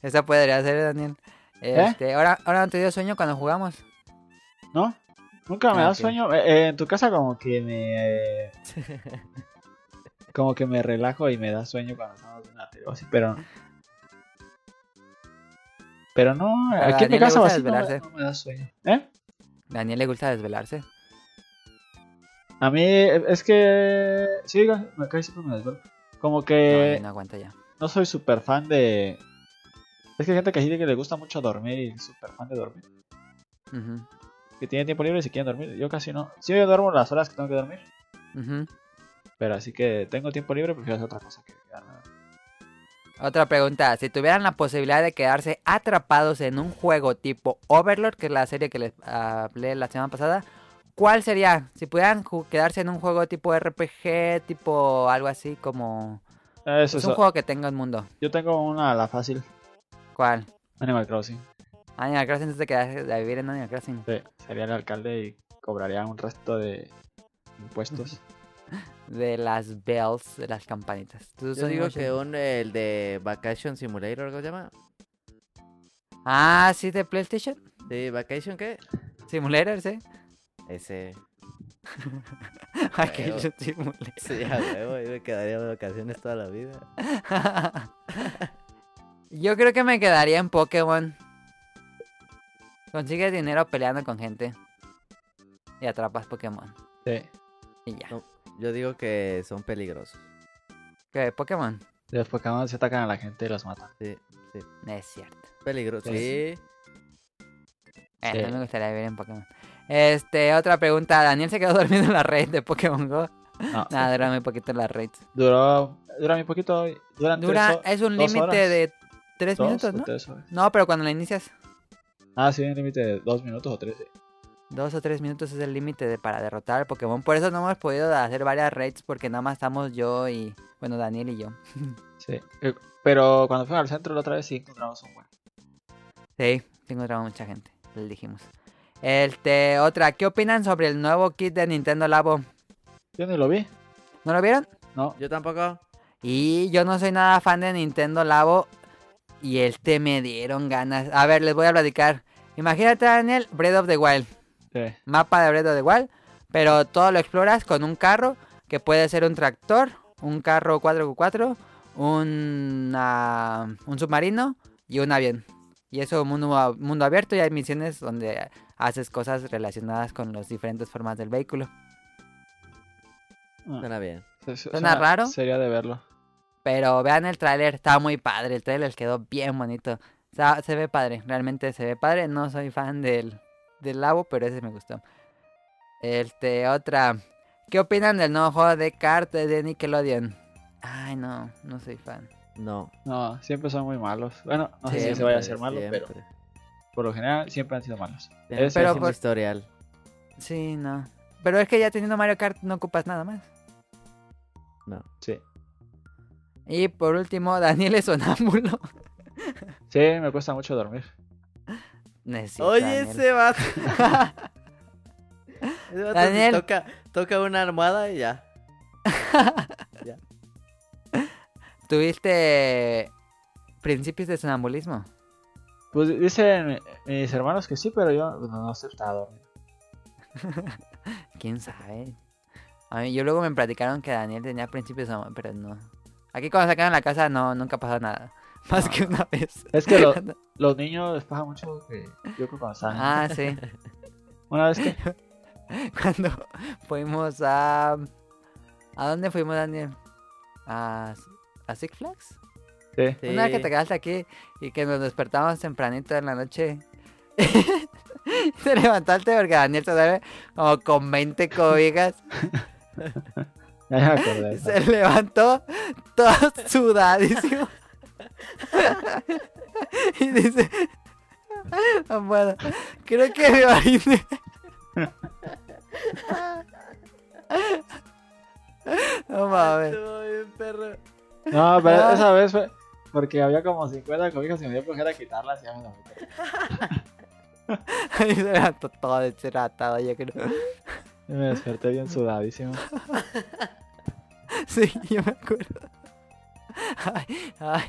[SPEAKER 1] Esa podría ser, Daniel. Este, ahora, ahora no te dio sueño cuando jugamos.
[SPEAKER 2] ¿No? Nunca me
[SPEAKER 1] Ah,
[SPEAKER 2] da
[SPEAKER 1] ok.
[SPEAKER 2] sueño. Eh, eh, en tu casa como
[SPEAKER 1] [laughs]
[SPEAKER 2] que me... eh, como que me relajo y me da sueño cuando estamos en la tele o así, pero... Pero no,
[SPEAKER 1] A
[SPEAKER 2] aquí en
[SPEAKER 1] Daniel le
[SPEAKER 2] mi casa
[SPEAKER 1] gusta
[SPEAKER 2] vacío no, me-
[SPEAKER 1] desvelarse.
[SPEAKER 2] no me da sueño. ¿Eh?
[SPEAKER 1] Daniel le gusta desvelarse.
[SPEAKER 2] A mí eh, es que... Sí, diga, me cae siempre me desvelo. Como
[SPEAKER 1] No,
[SPEAKER 2] que
[SPEAKER 1] yo no aguanta ya.
[SPEAKER 2] no soy super fan de... Es que hay gente que dice que le gusta mucho dormir y es super fan de dormir.
[SPEAKER 1] Ujú,
[SPEAKER 2] Que tiene tiempo libre y se quieren dormir. Yo casi no. Sí, yo duermo las horas que tengo que dormir.
[SPEAKER 1] ujú.
[SPEAKER 2] Pero así que tengo tiempo libre, prefiero hacer otra cosa que quedarme.
[SPEAKER 1] Otra pregunta, si tuvieran la posibilidad de quedarse atrapados en un juego tipo Overlord, que es la serie que les hablé la semana pasada, ¿cuál sería? Si pudieran ju- quedarse en un juego tipo RPG, tipo algo así como...
[SPEAKER 2] Ah, Eso
[SPEAKER 1] Es
[SPEAKER 2] es.
[SPEAKER 1] un juego que tenga un mundo.
[SPEAKER 2] Yo tengo una la fácil.
[SPEAKER 1] ¿Cuál?
[SPEAKER 2] Animal Crossing.
[SPEAKER 1] Animal Crossing, antes de, quedarse- de vivir en Animal Crossing.
[SPEAKER 2] Sí, sería el alcalde y cobraría un resto de impuestos.
[SPEAKER 1] De las bells, de las campanitas. Tú-
[SPEAKER 3] Yo
[SPEAKER 1] tú-
[SPEAKER 3] digo
[SPEAKER 1] tú-
[SPEAKER 3] que un, el de Vacation Simulator, ¿algo se llama?
[SPEAKER 1] Ah, sí, de PlayStation.
[SPEAKER 3] Sí, ¿Vacation qué?
[SPEAKER 1] Simulator, sí. [laughs]
[SPEAKER 3] Ese.
[SPEAKER 1] Aquello simulator.
[SPEAKER 3] Sí, a huevo, yo me quedaría de vacaciones toda la vida.
[SPEAKER 1] [laughs] Yo creo que me quedaría en Pokémon. Consigues dinero peleando con gente. Y atrapas Pokémon.
[SPEAKER 2] Sí.
[SPEAKER 1] Y ya.
[SPEAKER 3] No, yo digo que son peligrosos.
[SPEAKER 1] ¿Qué? Pokémon.
[SPEAKER 2] Los Pokémon se atacan a la gente y los matan.
[SPEAKER 3] Sí, sí.
[SPEAKER 1] No es cierto.
[SPEAKER 3] Peligrosos. Sí.
[SPEAKER 2] Sí.
[SPEAKER 1] Eh,
[SPEAKER 2] Sí.
[SPEAKER 1] no me gustaría vivir en Pokémon. Este, otra pregunta. Daniel se quedó [laughs] dormido en la red de Pokémon Go.
[SPEAKER 2] No,
[SPEAKER 1] Nada, dura muy poquito la red.
[SPEAKER 2] duró, dura muy poquito. Duran
[SPEAKER 1] Dura,
[SPEAKER 2] tres, ho-
[SPEAKER 1] es un
[SPEAKER 2] dos
[SPEAKER 1] límite
[SPEAKER 2] horas.
[SPEAKER 1] de tres
[SPEAKER 2] dos
[SPEAKER 1] minutos,
[SPEAKER 2] o
[SPEAKER 1] ¿no?
[SPEAKER 2] tres horas.
[SPEAKER 1] No, pero cuando la inicias,
[SPEAKER 2] Ah, sí, un límite de dos minutos o tres. sí.
[SPEAKER 1] dos o tres minutos es el límite de- para derrotar al Pokémon. Por eso no hemos podido hacer varias raids, porque nada más estamos yo y, bueno, Daniel y yo.
[SPEAKER 2] Sí. Eh, Pero cuando fuimos al centro la otra vez sí encontramos un buen.
[SPEAKER 1] Sí, sí encontramos mucha gente, les dijimos. Este, otra, ¿qué opinan sobre el nuevo kit de Nintendo Labo?
[SPEAKER 2] Yo ni lo vi.
[SPEAKER 1] ¿No lo vieron?
[SPEAKER 2] No.
[SPEAKER 3] Yo tampoco.
[SPEAKER 1] Y yo no soy nada fan de Nintendo Labo y este me dieron ganas. A ver, les voy a platicar. Imagínate, Daniel, Breath of the Wild.
[SPEAKER 2] Sí.
[SPEAKER 1] mapa de Breath of the Wild, pero todo lo exploras con un carro que puede ser un tractor, un carro 4x4, una- un submarino y un avión. Y eso es un mundo, a- mundo abierto y hay misiones donde haces cosas relacionadas con las diferentes formas del vehículo.
[SPEAKER 2] Ah,
[SPEAKER 3] Suena bien.
[SPEAKER 2] su- su-
[SPEAKER 1] ¿Suena raro?
[SPEAKER 2] Sería de verlo.
[SPEAKER 1] Pero vean el tráiler, está muy padre, el tráiler quedó bien bonito. Está- se ve padre, realmente se ve padre. No soy fan del, del Labo, pero ese me gustó. Este, otra. ¿Qué opinan del nuevo juego de cartas de Nickelodeon? Ay, no, no soy fan.
[SPEAKER 3] No.
[SPEAKER 2] No, siempre son muy malos. Bueno, no sé si se
[SPEAKER 1] Siempre,
[SPEAKER 2] vaya a hacer malo, pero
[SPEAKER 3] siempre.
[SPEAKER 2] por lo general siempre han sido malos.
[SPEAKER 3] Tienen
[SPEAKER 2] Ese
[SPEAKER 1] Pero
[SPEAKER 3] pésimo
[SPEAKER 1] por-
[SPEAKER 3] historial.
[SPEAKER 1] Sí, no. Pero es que ya teniendo Mario Kart no ocupas nada más.
[SPEAKER 2] Sí.
[SPEAKER 1] Y por último, [laughs] Daniel es sonámbulo. [laughs]
[SPEAKER 2] Sí, me cuesta mucho dormir.
[SPEAKER 1] Necesito,
[SPEAKER 3] Oye,
[SPEAKER 1] Daniel.
[SPEAKER 2] [laughs]
[SPEAKER 3] ese vato. ese vato sí
[SPEAKER 1] Daniel.
[SPEAKER 3] toca, toca una almohada y ya.
[SPEAKER 1] ¿Tuviste principios de sonambulismo?
[SPEAKER 2] Pues dicen mis hermanos que sí, pero yo no, no sé, estaba dormido.
[SPEAKER 1] ¿Quién sabe? A mí, yo luego me platicaron que Daniel tenía principios, de amor, pero no. Aquí cuando sacaron la casa no, nunca pasó nada. [laughs] Más que una vez.
[SPEAKER 2] Es
[SPEAKER 1] [laughs]
[SPEAKER 2] que lo- los niños les pasa mucho que yo creo que cuando están-
[SPEAKER 1] Ah, sí.
[SPEAKER 2] Una vez que
[SPEAKER 1] Cuando fuimos a... ¿A dónde fuimos, Daniel? ¿A, a Six Flags?
[SPEAKER 2] sí,
[SPEAKER 3] Sí.
[SPEAKER 1] Una vez que te quedaste aquí y que nos despertamos tempranito en la noche. [laughs] te levantaste porque Daniel se duerme como con 20 cobijas.
[SPEAKER 2] ya me
[SPEAKER 1] [laughs]
[SPEAKER 2] acordé.
[SPEAKER 1] Se levantó todo sudadísimo. [laughs] y dice, "No puedo, creo que me oriné". [laughs] No mames. [laughs]
[SPEAKER 3] Estuvo bien, perro.
[SPEAKER 2] No, pero
[SPEAKER 1] Ah.
[SPEAKER 2] esa vez fue porque había como 50 cobijas y me dio flojera quitarlas y ya me dormí.
[SPEAKER 1] Y se levantó todo deshidratado, yo creo.
[SPEAKER 2] Y me desperté bien sudadísimo.
[SPEAKER 1] [laughs] Sí, yo me acuerdo. Ay, ay.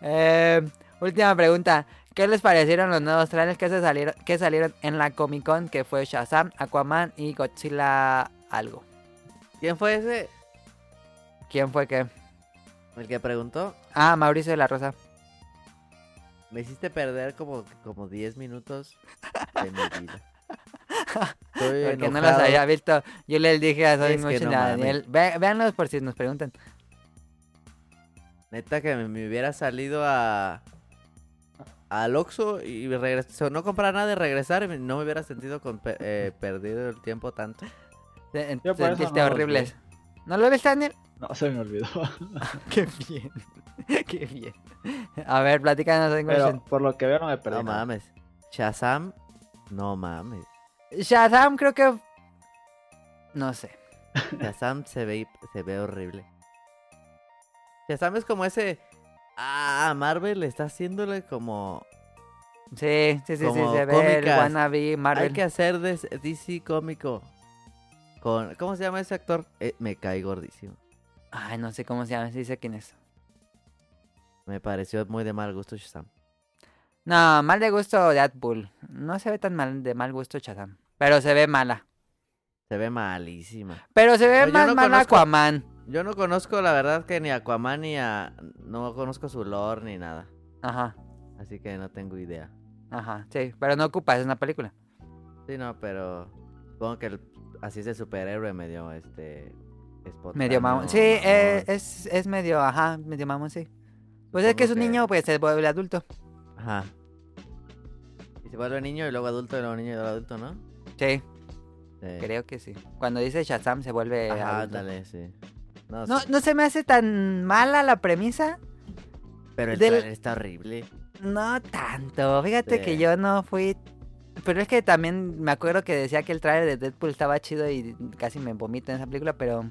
[SPEAKER 1] Eh, última pregunta. ¿Qué les parecieron los nuevos trailers que, se salieron, que salieron en la Comic Con? Que fue Shazam, Aquaman y Godzilla algo.
[SPEAKER 3] ¿Quién fue ese?
[SPEAKER 1] ¿Quién fue que?
[SPEAKER 3] El que preguntó.
[SPEAKER 1] Ah, Mauricio de la Rosa.
[SPEAKER 3] Me hiciste perder como, como 10 minutos de mi
[SPEAKER 2] [laughs]
[SPEAKER 3] vida. Estoy
[SPEAKER 1] Porque no los
[SPEAKER 3] enojado.
[SPEAKER 1] había visto. Yo les dije a Soy
[SPEAKER 3] Es que
[SPEAKER 1] Motion
[SPEAKER 3] no
[SPEAKER 1] y a
[SPEAKER 3] mames.
[SPEAKER 1] Daniel. Ve- véanlos por si nos preguntan.
[SPEAKER 3] Neta que me, me hubiera salido a... Al Oxxo y regres- so, no comprar nada de regresar y no me hubiera sentido con pe- eh, perdido el tiempo tanto.
[SPEAKER 1] Se- en-
[SPEAKER 2] Yo por eso
[SPEAKER 1] Sentiste
[SPEAKER 2] no los
[SPEAKER 1] horribles. ¿No lo viste, Daniel?
[SPEAKER 2] No, se
[SPEAKER 1] [laughs]
[SPEAKER 2] me olvidó. [laughs]
[SPEAKER 1] Qué bien. [laughs] Qué bien. A ver, platícanos Sonic
[SPEAKER 2] Pero
[SPEAKER 1] Motion.
[SPEAKER 2] por lo que veo no me perdí.
[SPEAKER 3] No
[SPEAKER 2] nada.
[SPEAKER 3] mames. Shazam, no mames.
[SPEAKER 1] Shazam creo que... No sé.
[SPEAKER 3] Shazam se ve, se ve horrible. Shazam es como ese... Ah, Marvel está haciéndole como...
[SPEAKER 1] Sí, sí, sí, sí.
[SPEAKER 3] Como
[SPEAKER 1] Se ve el
[SPEAKER 3] cómicas.
[SPEAKER 1] wannabe Marvel.
[SPEAKER 3] Hay que hacer de s- DC cómico. Con, ¿Cómo se llama ese actor? Eh, me cae gordísimo.
[SPEAKER 1] Ay, no sé cómo se llama. Sí sé quién es.
[SPEAKER 3] Me pareció muy de mal gusto Shazam.
[SPEAKER 1] No, mal de gusto Deadpool. No se ve tan mal de mal gusto Shazam. Pero se ve mala.
[SPEAKER 3] Se ve malísima.
[SPEAKER 1] Pero se ve
[SPEAKER 3] Pero yo
[SPEAKER 1] más
[SPEAKER 3] no
[SPEAKER 1] mal
[SPEAKER 3] conozco-
[SPEAKER 1] Aquaman.
[SPEAKER 3] Yo no conozco la verdad que ni a Aquaman ni a... No conozco su lore ni nada.
[SPEAKER 1] Ajá,
[SPEAKER 3] Así que no tengo idea.
[SPEAKER 1] ajá. Sí, pero no ocupa, es una película.
[SPEAKER 3] Sí, no, pero... Supongo que el- así es el superhéroe medio este... espontáneo,
[SPEAKER 1] Medio mamón. Sí,
[SPEAKER 3] mamón.
[SPEAKER 1] eh, es, es medio, ajá, medio mamón, sí. Pues es que es un
[SPEAKER 3] Supongo que-
[SPEAKER 1] niño, pues se vuelve adulto.
[SPEAKER 3] Ajá. Y se vuelve niño y luego adulto y luego niño y luego adulto, ¿no?
[SPEAKER 1] Sí,
[SPEAKER 3] Sí.
[SPEAKER 1] creo que sí. Cuando dice Shazam se vuelve
[SPEAKER 3] Ajá,
[SPEAKER 1] adulto.
[SPEAKER 3] ándale, sí. No,
[SPEAKER 1] No,
[SPEAKER 3] sí.
[SPEAKER 1] no se me hace tan mala la premisa.
[SPEAKER 3] Pero el
[SPEAKER 1] Del-
[SPEAKER 3] trailer está horrible.
[SPEAKER 1] No tanto. Fíjate que
[SPEAKER 3] Sí.
[SPEAKER 1] yo no fui. Pero es que también me acuerdo que decía que el trailer de Deadpool estaba chido y casi me vomito en esa película, pero.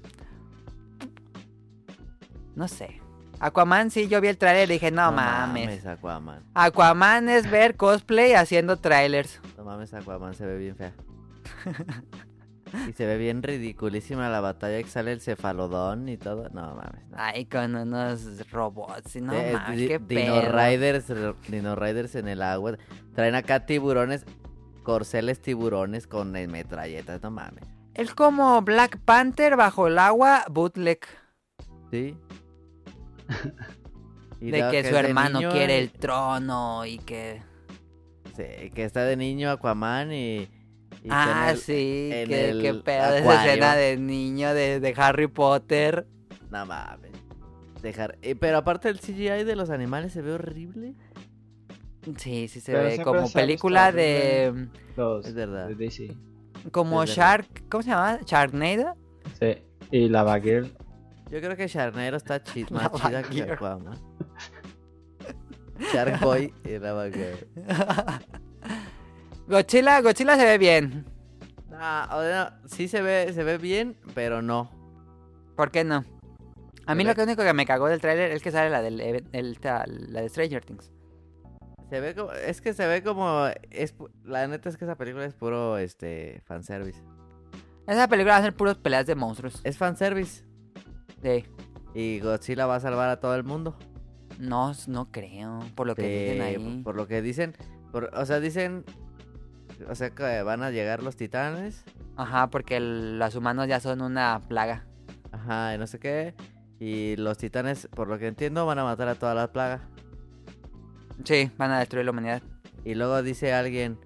[SPEAKER 1] No sé. Aquaman, sí, yo vi el trailer y dije, no, mames.
[SPEAKER 3] Aquaman.
[SPEAKER 1] Aquaman es ver cosplay haciendo trailers.
[SPEAKER 3] No mames, Aquaman se ve bien fea. y se ve bien ridiculísima la batalla que sale el cefalodón y todo. No mames. no.
[SPEAKER 1] Ay, con unos robots. y Ah, No,
[SPEAKER 3] Eh,
[SPEAKER 1] mames,
[SPEAKER 3] di-
[SPEAKER 1] qué
[SPEAKER 3] Dino
[SPEAKER 1] pedo.
[SPEAKER 3] Riders, r- Dino Riders en el agua. Traen acá tiburones, corceles tiburones con eh, metralletas, no mames.
[SPEAKER 1] Es como Black Panther bajo el agua, bootleg. [laughs]
[SPEAKER 3] ¿Sí? Y
[SPEAKER 1] De
[SPEAKER 3] luego
[SPEAKER 1] que
[SPEAKER 3] es
[SPEAKER 1] su hermano
[SPEAKER 3] niño,
[SPEAKER 1] quiere
[SPEAKER 3] eh,
[SPEAKER 1] el trono y que.
[SPEAKER 3] sí, que está de niño Aquaman y... y
[SPEAKER 1] Ah,
[SPEAKER 3] con el-
[SPEAKER 1] sí,
[SPEAKER 3] en
[SPEAKER 1] qué,
[SPEAKER 3] el
[SPEAKER 1] qué pedo esa
[SPEAKER 3] acuario.
[SPEAKER 1] escena de niño de, de Harry Potter.
[SPEAKER 3] No mames. Dejar. eh, pero aparte el CGI de los animales se ve horrible.
[SPEAKER 1] Sí, sí se
[SPEAKER 2] Pero
[SPEAKER 1] ve
[SPEAKER 2] siempre
[SPEAKER 1] como
[SPEAKER 2] se ha
[SPEAKER 1] película
[SPEAKER 2] visto
[SPEAKER 1] de...
[SPEAKER 2] Los
[SPEAKER 3] Es verdad.
[SPEAKER 2] de DC.
[SPEAKER 1] Como
[SPEAKER 3] Es verdad.
[SPEAKER 1] Shark... ¿Cómo se llama? ¿Sharknado?
[SPEAKER 2] Sí. Y la Bagel.
[SPEAKER 3] Yo creo que Charnero está [laughs] chi-
[SPEAKER 1] La
[SPEAKER 3] más chida que
[SPEAKER 1] Bagheera.
[SPEAKER 3] Aquaman. Shark Boy y la Bagheera.
[SPEAKER 1] Godzilla, Godzilla se ve bien.
[SPEAKER 3] Nah, o sea, sí se ve, se ve bien, pero no.
[SPEAKER 1] ¿Por qué no? A mí lo
[SPEAKER 3] Correcto.
[SPEAKER 1] que único que me cagó del tráiler es que sale la, del, even- el- esta- la de Stranger Things.
[SPEAKER 3] Se ve como, es que se ve como, es, pu- la neta es que esa película es puro, este, fanservice.
[SPEAKER 1] Esa película va a ser puros peleas de monstruos.
[SPEAKER 3] Es fanservice.
[SPEAKER 1] Sí.
[SPEAKER 3] Y Godzilla va a salvar a todo el mundo.
[SPEAKER 1] No, no creo, por lo que dicen
[SPEAKER 3] Sí,
[SPEAKER 1] ahí.
[SPEAKER 3] Por lo que dicen, por- o sea, dicen, o sea, que van a llegar los titanes.
[SPEAKER 1] Ajá, porque el- los humanos ya son una plaga.
[SPEAKER 3] Ajá, y no sé qué. Y los titanes, por lo que entiendo, van a matar a todas las plagas.
[SPEAKER 1] Sí, van a destruir la humanidad.
[SPEAKER 3] Y luego dice alguien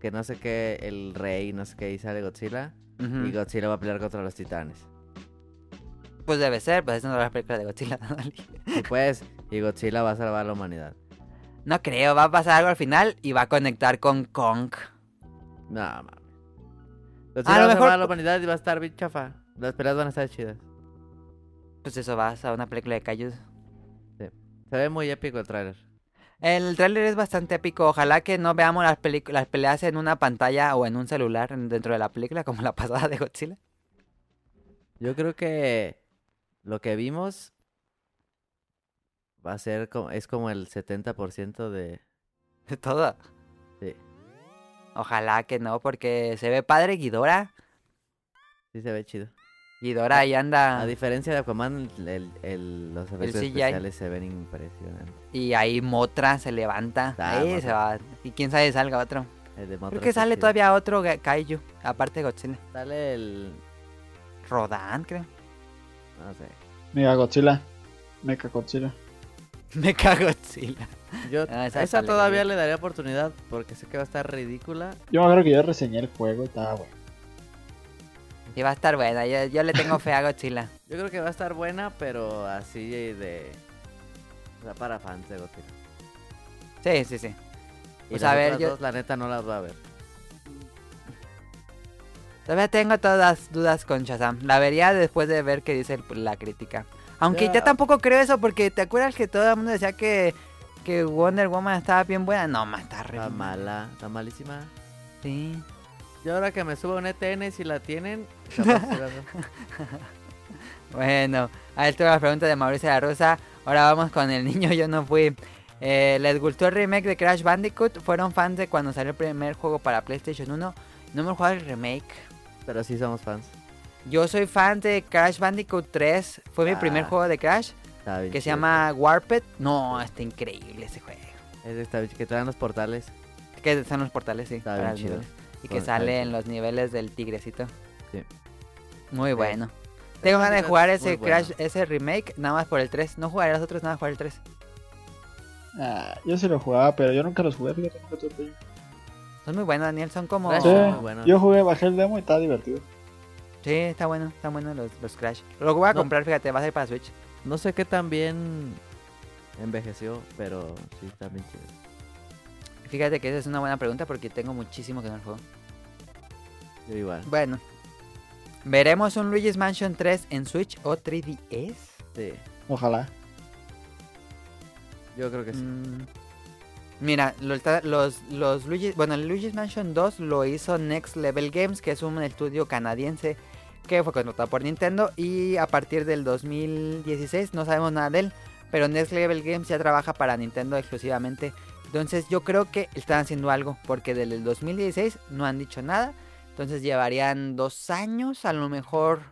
[SPEAKER 3] que no sé qué, el rey, no sé qué, y sale Godzilla.
[SPEAKER 1] Ujú.
[SPEAKER 3] Y Godzilla va a pelear contra los titanes.
[SPEAKER 1] Pues debe ser, pues es una de las películas de Godzilla. [laughs] Dale.
[SPEAKER 3] Y [laughs] pues, y Godzilla va a salvar a la humanidad.
[SPEAKER 1] No creo, va a pasar algo al final y va a conectar con Kong.
[SPEAKER 3] No, mames. Godzilla va a
[SPEAKER 1] mejor-
[SPEAKER 3] salvar a la humanidad y va a estar bien chafa. Las peleas van a estar chidas.
[SPEAKER 1] Pues eso vas a una película de Kaiju.
[SPEAKER 3] Se ve muy épico el tráiler.
[SPEAKER 1] El tráiler es bastante épico. Ojalá que no veamos las, pelic- las peleas en una pantalla o en un celular en- dentro de la película, como la [laughs] pasada de Godzilla.
[SPEAKER 3] Yo creo que lo que vimos va a ser como, es como el 70% de...
[SPEAKER 1] De todo.
[SPEAKER 3] Sí.
[SPEAKER 1] Ojalá que no, porque se ve padre Guidora.
[SPEAKER 3] Sí se ve chido.
[SPEAKER 1] Guidora ahí
[SPEAKER 3] A
[SPEAKER 1] anda.
[SPEAKER 3] diferencia de Aquaman, el- el- Ah. el- los efectos
[SPEAKER 1] CGI.
[SPEAKER 3] especiales se ven impresionantes.
[SPEAKER 1] Y ahí Motra se levanta.
[SPEAKER 3] Ah,
[SPEAKER 1] ahí
[SPEAKER 3] Mothra.
[SPEAKER 1] se va. Y quién sabe salga otro.
[SPEAKER 3] El de
[SPEAKER 1] Creo
[SPEAKER 3] Mothra
[SPEAKER 1] que
[SPEAKER 3] está
[SPEAKER 1] sale
[SPEAKER 3] chido.
[SPEAKER 1] todavía otro ga- Kaiju, aparte de Godzilla.
[SPEAKER 3] Sale el...
[SPEAKER 1] Rodan, creo. [laughs]
[SPEAKER 3] No sé.
[SPEAKER 2] Mega Godzilla. Mecha Godzilla.
[SPEAKER 1] Me cago Godzilla.
[SPEAKER 3] Yo
[SPEAKER 1] Ah, esa
[SPEAKER 3] esa,
[SPEAKER 1] está legal.
[SPEAKER 3] todavía le daría oportunidad porque sé que va a estar ridícula.
[SPEAKER 2] Yo me acuerdo que yo reseñé el juego y estaba bueno.
[SPEAKER 1] Y va a estar buena. Yo, yo le tengo fe a Godzilla.
[SPEAKER 3] Yo creo que va a estar buena, pero así de... O sea, para fans de Godzilla.
[SPEAKER 1] Sí, sí, sí.
[SPEAKER 3] Y
[SPEAKER 1] Pues
[SPEAKER 3] las
[SPEAKER 1] a ver,
[SPEAKER 3] otras
[SPEAKER 1] yo-
[SPEAKER 3] dos, la neta no las va a ver.
[SPEAKER 1] Todavía tengo todas las dudas con Shazam. La vería después de ver qué dice el- la crítica. Aunque
[SPEAKER 3] Ya.
[SPEAKER 1] ya tampoco creo eso, porque ¿te acuerdas que todo el mundo decía que, que Wonder Woman estaba bien buena? No, ma, está re
[SPEAKER 3] Está
[SPEAKER 1] mal.
[SPEAKER 3] mala, está malísima.
[SPEAKER 1] Sí.
[SPEAKER 3] Yo ahora que me suba un ETN, si la tienen,
[SPEAKER 1] [laughs]
[SPEAKER 3] capaz que la veo.
[SPEAKER 1] Bueno, ahí tuve la pregunta de Mauricio de la Rosa. Ahora vamos con el niño, yo no fui. Eh, ¿Les gustó el remake de Crash Bandicoot? ¿Fueron fans de cuando salió el primer juego para PlayStation 1? No hemos jugado el remake.
[SPEAKER 3] pero sí somos fans.
[SPEAKER 1] Yo soy fan de Crash Bandicoot 3. Fue mi primer
[SPEAKER 3] Ah.
[SPEAKER 1] juego de Crash.
[SPEAKER 3] Está bien
[SPEAKER 1] que se
[SPEAKER 3] chido.
[SPEAKER 1] llama Warped. No, está increíble ese juego.
[SPEAKER 3] Es de esta bicha que te dan los portales.
[SPEAKER 1] Que son los portales, sí.
[SPEAKER 3] Está
[SPEAKER 1] para
[SPEAKER 3] bien
[SPEAKER 1] los
[SPEAKER 3] chido.
[SPEAKER 1] niveles. Y
[SPEAKER 3] Bueno,
[SPEAKER 1] que
[SPEAKER 3] está bien
[SPEAKER 1] sale en
[SPEAKER 3] chido.
[SPEAKER 1] los niveles del tigrecito.
[SPEAKER 3] Sí.
[SPEAKER 1] Muy
[SPEAKER 3] Sí.
[SPEAKER 1] bueno. Tengo ganas de
[SPEAKER 3] Bandicoot
[SPEAKER 1] jugar
[SPEAKER 3] es muy
[SPEAKER 1] ese
[SPEAKER 3] bueno.
[SPEAKER 1] Crash, ese remake, nada más por el 3. No jugaré los otros, nada más por el 3.
[SPEAKER 2] Ah, yo se lo jugaba, pero yo nunca los jugué. fíjate, nunca tuve Play.
[SPEAKER 1] Son muy buenos, Daniel. Son como.
[SPEAKER 3] Crash
[SPEAKER 2] Sí,
[SPEAKER 1] Sí,
[SPEAKER 3] es muy bueno.
[SPEAKER 2] Yo jugué, bajé el demo y estaba divertido.
[SPEAKER 1] está bueno. Está bueno los, los Crash. Lo voy a
[SPEAKER 3] No.
[SPEAKER 1] comprar, fíjate, va a ser para Switch.
[SPEAKER 3] No sé qué tan bien envejeció, pero sí está bien chido.
[SPEAKER 1] Fíjate que esa es una buena pregunta porque tengo muchísimo que no juego.
[SPEAKER 3] Yo igual.
[SPEAKER 1] Bueno. ¿Veremos un Luigi's Mansion 3 en Switch o 3DS?
[SPEAKER 3] Sí,
[SPEAKER 2] Ojalá.
[SPEAKER 3] yo creo que sí.
[SPEAKER 1] Mm. Mira, lo está- los, los Luigi, bueno, el Luigi's Mansion 2 lo hizo Next Level Games, que es un estudio canadiense que fue contratado por Nintendo y a partir del 2016 no sabemos nada de él, pero Next Level Games ya trabaja para Nintendo exclusivamente. Entonces yo creo que están haciendo algo, porque desde el 2016 no han dicho nada, entonces llevarían dos años, a lo mejor,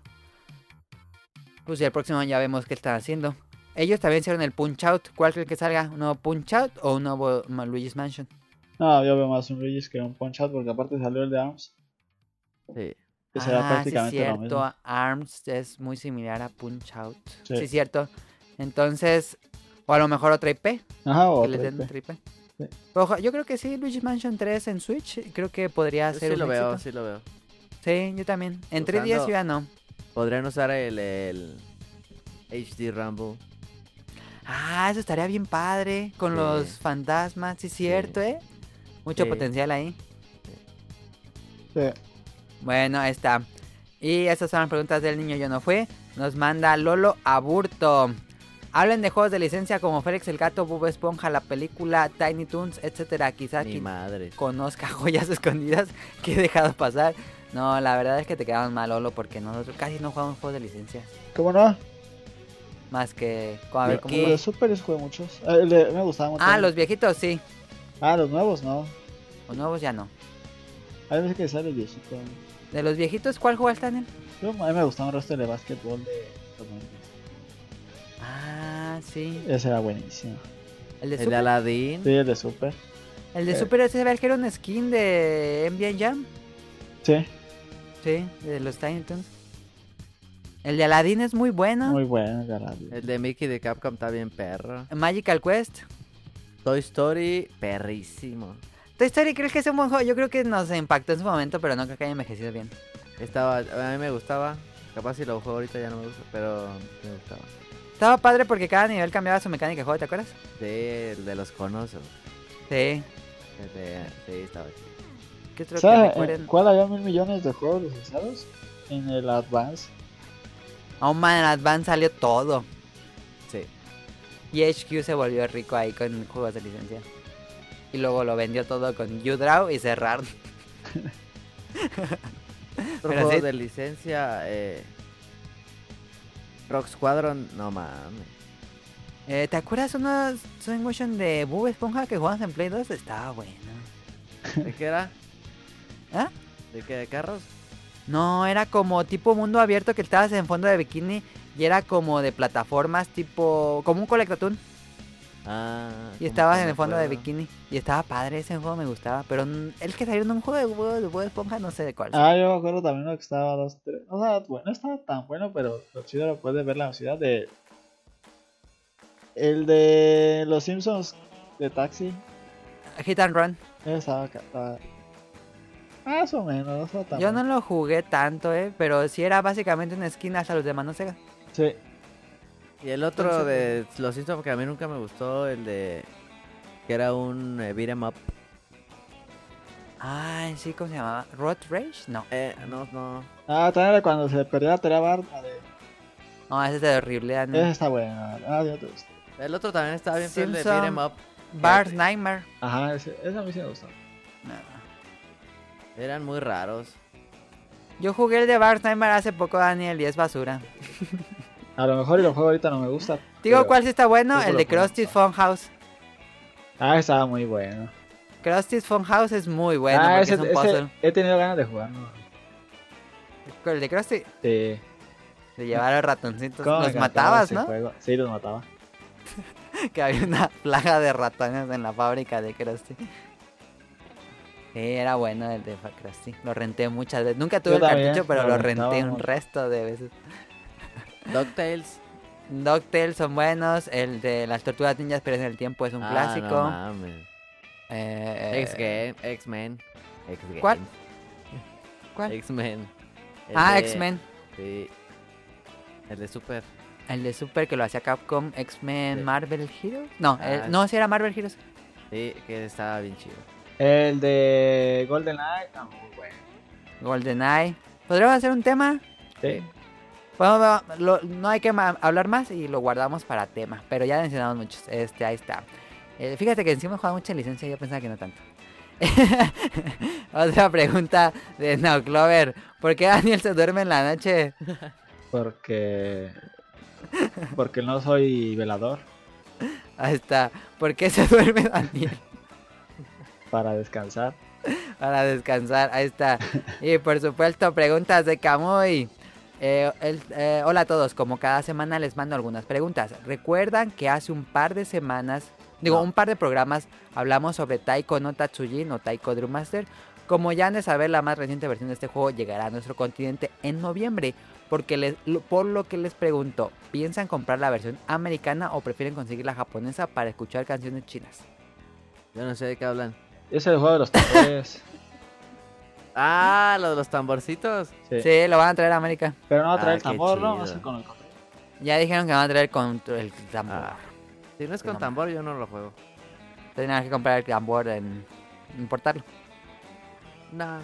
[SPEAKER 1] pues ya el próximo año ya vemos qué están haciendo. Ellos también hicieron el Punch Out. ¿Cuál creen que salga? ¿Un nuevo Punch Out o un nuevo Ma- Luigi's Mansion?
[SPEAKER 2] No, yo veo más un Luigi's que un Punch Out, porque aparte salió el de ARMS,
[SPEAKER 3] Sí.
[SPEAKER 2] que será
[SPEAKER 1] Ah, sí,
[SPEAKER 2] prácticamente lo
[SPEAKER 1] cierto.
[SPEAKER 2] mismo.
[SPEAKER 1] Arms es muy similar a Punch Out. Sí,
[SPEAKER 2] Sí.
[SPEAKER 1] cierto. Entonces, o a lo mejor otra IP.
[SPEAKER 2] Ajá, o
[SPEAKER 1] que les
[SPEAKER 2] otro
[SPEAKER 1] den
[SPEAKER 2] IP.
[SPEAKER 1] otra IP.
[SPEAKER 2] Sí.
[SPEAKER 1] Ojo, yo creo que sí, Luigi's Mansion 3 en Switch. Creo que podría
[SPEAKER 3] Yo
[SPEAKER 1] ser
[SPEAKER 3] sí
[SPEAKER 1] un
[SPEAKER 3] lo veo,
[SPEAKER 1] éxito.
[SPEAKER 3] sí lo veo.
[SPEAKER 1] Sí, yo también. En
[SPEAKER 3] Usando-
[SPEAKER 1] 3DS yo ya no.
[SPEAKER 3] Podrían usar el, el HD Rumble.
[SPEAKER 1] Ah, eso estaría bien padre. Con
[SPEAKER 3] Sí.
[SPEAKER 1] los fantasmas, sí, cierto, ¿eh? Mucho
[SPEAKER 3] Sí.
[SPEAKER 1] potencial ahí.
[SPEAKER 2] Sí.
[SPEAKER 1] Bueno, ahí está. Y esas son las preguntas del niño Yo No Fui. Nos manda Lolo Aburto. Hablen de juegos de licencia como Félix el Gato, Bob Esponja, la película, Tiny Toons, etcétera. Quizá
[SPEAKER 3] Mi
[SPEAKER 1] quien
[SPEAKER 3] madre.
[SPEAKER 1] conozca [laughs] joyas escondidas que he dejado pasar. No, la verdad es que te quedamos mal, Lolo, porque nosotros casi no jugamos juegos de licencia.
[SPEAKER 2] ¿Cómo no?
[SPEAKER 1] Más que... A ver,
[SPEAKER 2] Yo-
[SPEAKER 1] ¿cómo
[SPEAKER 2] Los
[SPEAKER 1] va?
[SPEAKER 2] de Super les jugué muchos. Ah, el de- me gustaban mucho.
[SPEAKER 1] Ah, los viejitos, sí.
[SPEAKER 2] Ah, los nuevos no.
[SPEAKER 1] Los nuevos ya no.
[SPEAKER 2] A mí me que sale el viejito.
[SPEAKER 1] ¿De los viejitos cuál jugaste, Daniel?
[SPEAKER 2] Yo, a mí me gustaba un resto de básquetbol de los noventas.
[SPEAKER 1] Ah, sí.
[SPEAKER 2] Ese era buenísimo.
[SPEAKER 1] El de
[SPEAKER 3] El de
[SPEAKER 1] Super.
[SPEAKER 3] Aladdin.
[SPEAKER 2] Sí, el de Super.
[SPEAKER 1] El de
[SPEAKER 2] eh.
[SPEAKER 1] Super, ese era el que era un skin de NBA Jam.
[SPEAKER 2] Sí,
[SPEAKER 1] Sí, de los Tiny Toons. El de Aladdin es muy bueno.
[SPEAKER 2] muy bueno el de radio.
[SPEAKER 3] El de Mickey de Capcom está bien perro.
[SPEAKER 1] Magical Quest.
[SPEAKER 3] Toy Story, perrísimo.
[SPEAKER 1] Toy Story, ¿crees que es un buen juego? Yo creo que nos impactó en su momento, pero no creo que haya envejecido bien.
[SPEAKER 3] Estaba, a mí me gustaba. Capaz si lo juego ahorita ya no me gusta, pero me gustaba.
[SPEAKER 1] Estaba padre porque cada nivel cambiaba su mecánica de juego, ¿te acuerdas?
[SPEAKER 3] Sí, el de los conos. o-
[SPEAKER 1] Sí.
[SPEAKER 3] el de- Sí, estaba chido.
[SPEAKER 1] ¿Qué otro que
[SPEAKER 2] ¿Sabes
[SPEAKER 1] recuerden?
[SPEAKER 2] en eh, cuál había mil millones de juegos licenciados? En el Advance.
[SPEAKER 1] Oh man, Advance salió todo.
[SPEAKER 3] Sí.
[SPEAKER 1] Y HQ se volvió rico ahí con juegos de licencia. Y luego lo vendió todo con YouDraw y cerraron.
[SPEAKER 3] Otro
[SPEAKER 1] Pero
[SPEAKER 3] juego
[SPEAKER 1] sí.
[SPEAKER 3] de licencia, eh... Rock Squadron, no mames.
[SPEAKER 1] Eh, ¿Te acuerdas una Swing Motion de Bob Esponja que jugabas en Play 2? Estaba bueno.
[SPEAKER 3] ¿De qué era?
[SPEAKER 1] [laughs] ¿Ah?
[SPEAKER 3] ¿De qué? ¿De carros?
[SPEAKER 1] No, era como tipo mundo abierto que estabas en fondo de bikini y era como de plataformas tipo como un colectatún
[SPEAKER 3] Ah.
[SPEAKER 1] y
[SPEAKER 3] como
[SPEAKER 1] estabas
[SPEAKER 3] que
[SPEAKER 1] en
[SPEAKER 3] me
[SPEAKER 1] el fondo de
[SPEAKER 3] acuerdo.
[SPEAKER 1] bikini y estaba padre ese juego me gustaba, pero n- el que salió en un juego de huevo de, Bob esponja no sé de cuál.
[SPEAKER 2] Ah, yo me acuerdo también uno que estaba dos, tres. O sea, bueno, no estaba tan bueno, pero lo chido era poder ver la ciudad de. El de los Simpsons de taxi.
[SPEAKER 1] Hit and Run.
[SPEAKER 2] Estaba, estaba... Más o menos, no estaba
[SPEAKER 1] Yo
[SPEAKER 2] tan
[SPEAKER 1] no
[SPEAKER 2] mal.
[SPEAKER 1] lo jugué tanto, eh, pero sí era básicamente una esquina hasta los demás no Sega.
[SPEAKER 2] Sí,
[SPEAKER 3] Y el otro
[SPEAKER 1] eh,
[SPEAKER 3] de Los Simpsons que a mí nunca me gustó, el de... Que era un eh, beat 'em up.
[SPEAKER 1] Ay, sí, ¿cómo se llamaba? ¿Road Rage? No.
[SPEAKER 3] Eh, no, no.
[SPEAKER 2] Ah, también era cuando se perdió la tarea bar. la de-
[SPEAKER 1] No, ese es de horrible. era-
[SPEAKER 2] Esa está buena. Ah, yo te gusta.
[SPEAKER 3] El otro también estaba bien, pero el de
[SPEAKER 1] Simpson.
[SPEAKER 3] beat 'em up.
[SPEAKER 1] Bars Nightmare.
[SPEAKER 2] Ajá, ese, esa a mí sí me gustó.
[SPEAKER 3] Eran muy raros.
[SPEAKER 1] Yo jugué el de Bars Nightmare hace poco, Daniel, y es basura.
[SPEAKER 2] A lo mejor y lo juego ahorita no me gusta.
[SPEAKER 1] Digo,
[SPEAKER 2] pero-
[SPEAKER 1] ¿cuál sí está bueno?
[SPEAKER 2] yo se
[SPEAKER 1] El
[SPEAKER 2] lo
[SPEAKER 1] de
[SPEAKER 2] pongo.
[SPEAKER 1] Krusty Funhouse.
[SPEAKER 2] Ah, estaba muy bueno.
[SPEAKER 1] Krusty's Funhouse es muy bueno
[SPEAKER 2] ah,
[SPEAKER 1] porque
[SPEAKER 2] ese,
[SPEAKER 1] es un
[SPEAKER 2] ese-
[SPEAKER 1] puzzle.
[SPEAKER 2] he tenido ganas de jugarlo.
[SPEAKER 1] El de Krusty, de
[SPEAKER 2] Sí.
[SPEAKER 1] llevar a los ratoncitos.
[SPEAKER 2] ¿Cómo me
[SPEAKER 1] Los
[SPEAKER 2] encantaba
[SPEAKER 1] matabas,
[SPEAKER 2] ese
[SPEAKER 1] ¿no?
[SPEAKER 2] juego? Sí, pues. los mataba.
[SPEAKER 1] que había una plaga de ratones en la fábrica de Krusty. Sí, era bueno el de Fa- Krusty. Lo renté muchas veces. Nunca tuve
[SPEAKER 2] Yo
[SPEAKER 1] el
[SPEAKER 2] también,
[SPEAKER 1] cartucho, pero
[SPEAKER 2] lo
[SPEAKER 1] lo renté un
[SPEAKER 2] rentábamos.
[SPEAKER 1] resto de veces.
[SPEAKER 3] DuckTales.
[SPEAKER 1] DuckTales son buenos. El de las tortugas ninjas pero en el tiempo es un
[SPEAKER 3] Ah,
[SPEAKER 1] clásico.
[SPEAKER 3] no mames.
[SPEAKER 1] Eh,
[SPEAKER 3] X-Game, X-Men. X-Game.
[SPEAKER 1] ¿Cuál? ¿Cuál?
[SPEAKER 3] X-Men. El
[SPEAKER 1] ah,
[SPEAKER 3] de-
[SPEAKER 1] X-Men.
[SPEAKER 3] Sí. El de Super.
[SPEAKER 1] El de Super que lo hacía Capcom. X-Men
[SPEAKER 3] Sí.
[SPEAKER 1] Marvel Heroes. No,
[SPEAKER 3] Ah,
[SPEAKER 1] el- no, si era Marvel Heroes.
[SPEAKER 3] Sí, que estaba bien chido.
[SPEAKER 2] El de Golden Eye, ah, muy bueno.
[SPEAKER 1] GoldenEye. ¿Podríamos hacer un tema?
[SPEAKER 2] Sí.
[SPEAKER 1] Bueno, no, lo- no hay que ma- hablar más y lo guardamos para tema. Pero ya mencionamos muchos. Este, ahí está. Eh, fíjate que encima jugaba mucha licencia. Yo pensaba que no tanto. [laughs] Otra pregunta de No Clover. ¿Por qué Daniel se duerme en la noche?
[SPEAKER 2] Porque. Porque no soy velador
[SPEAKER 1] Ahí está. ¿Por qué se duerme Daniel?
[SPEAKER 2] para descansar.
[SPEAKER 1] Para descansar. Ahí está. Y por supuesto, preguntas de Camuy. Eh, el- eh, hola a todos. Como cada semana les mando algunas preguntas. Recuerdan que hace un par de semanas, digo,
[SPEAKER 3] No.
[SPEAKER 1] un par de programas, hablamos sobre Taiko no Tatsujin o Taiko Drum Master. Como ya han de saber, la más reciente versión de este juego llegará a nuestro continente en noviembre. Porque les- lo- por lo que les pregunto, ¿piensan comprar la versión americana o prefieren conseguir la japonesa para escuchar canciones chinas?
[SPEAKER 3] Yo no sé de qué hablan.
[SPEAKER 2] Es el juego de los
[SPEAKER 1] [laughs]
[SPEAKER 2] tambores.
[SPEAKER 3] Ah, lo de los tamborcitos.
[SPEAKER 2] Sí.
[SPEAKER 1] Sí, lo van a traer a América.
[SPEAKER 2] Pero no va a traer
[SPEAKER 3] Ah,
[SPEAKER 2] el
[SPEAKER 3] qué
[SPEAKER 2] tambor, ¿no? Va a
[SPEAKER 3] chido.
[SPEAKER 2] ser con el control.
[SPEAKER 1] Ya dijeron que van a traer con el tambor.
[SPEAKER 3] Ah. Si no es con
[SPEAKER 1] No.
[SPEAKER 3] tambor, yo no lo juego.
[SPEAKER 1] Tendrán que comprar el tambor en importarlo.
[SPEAKER 3] No.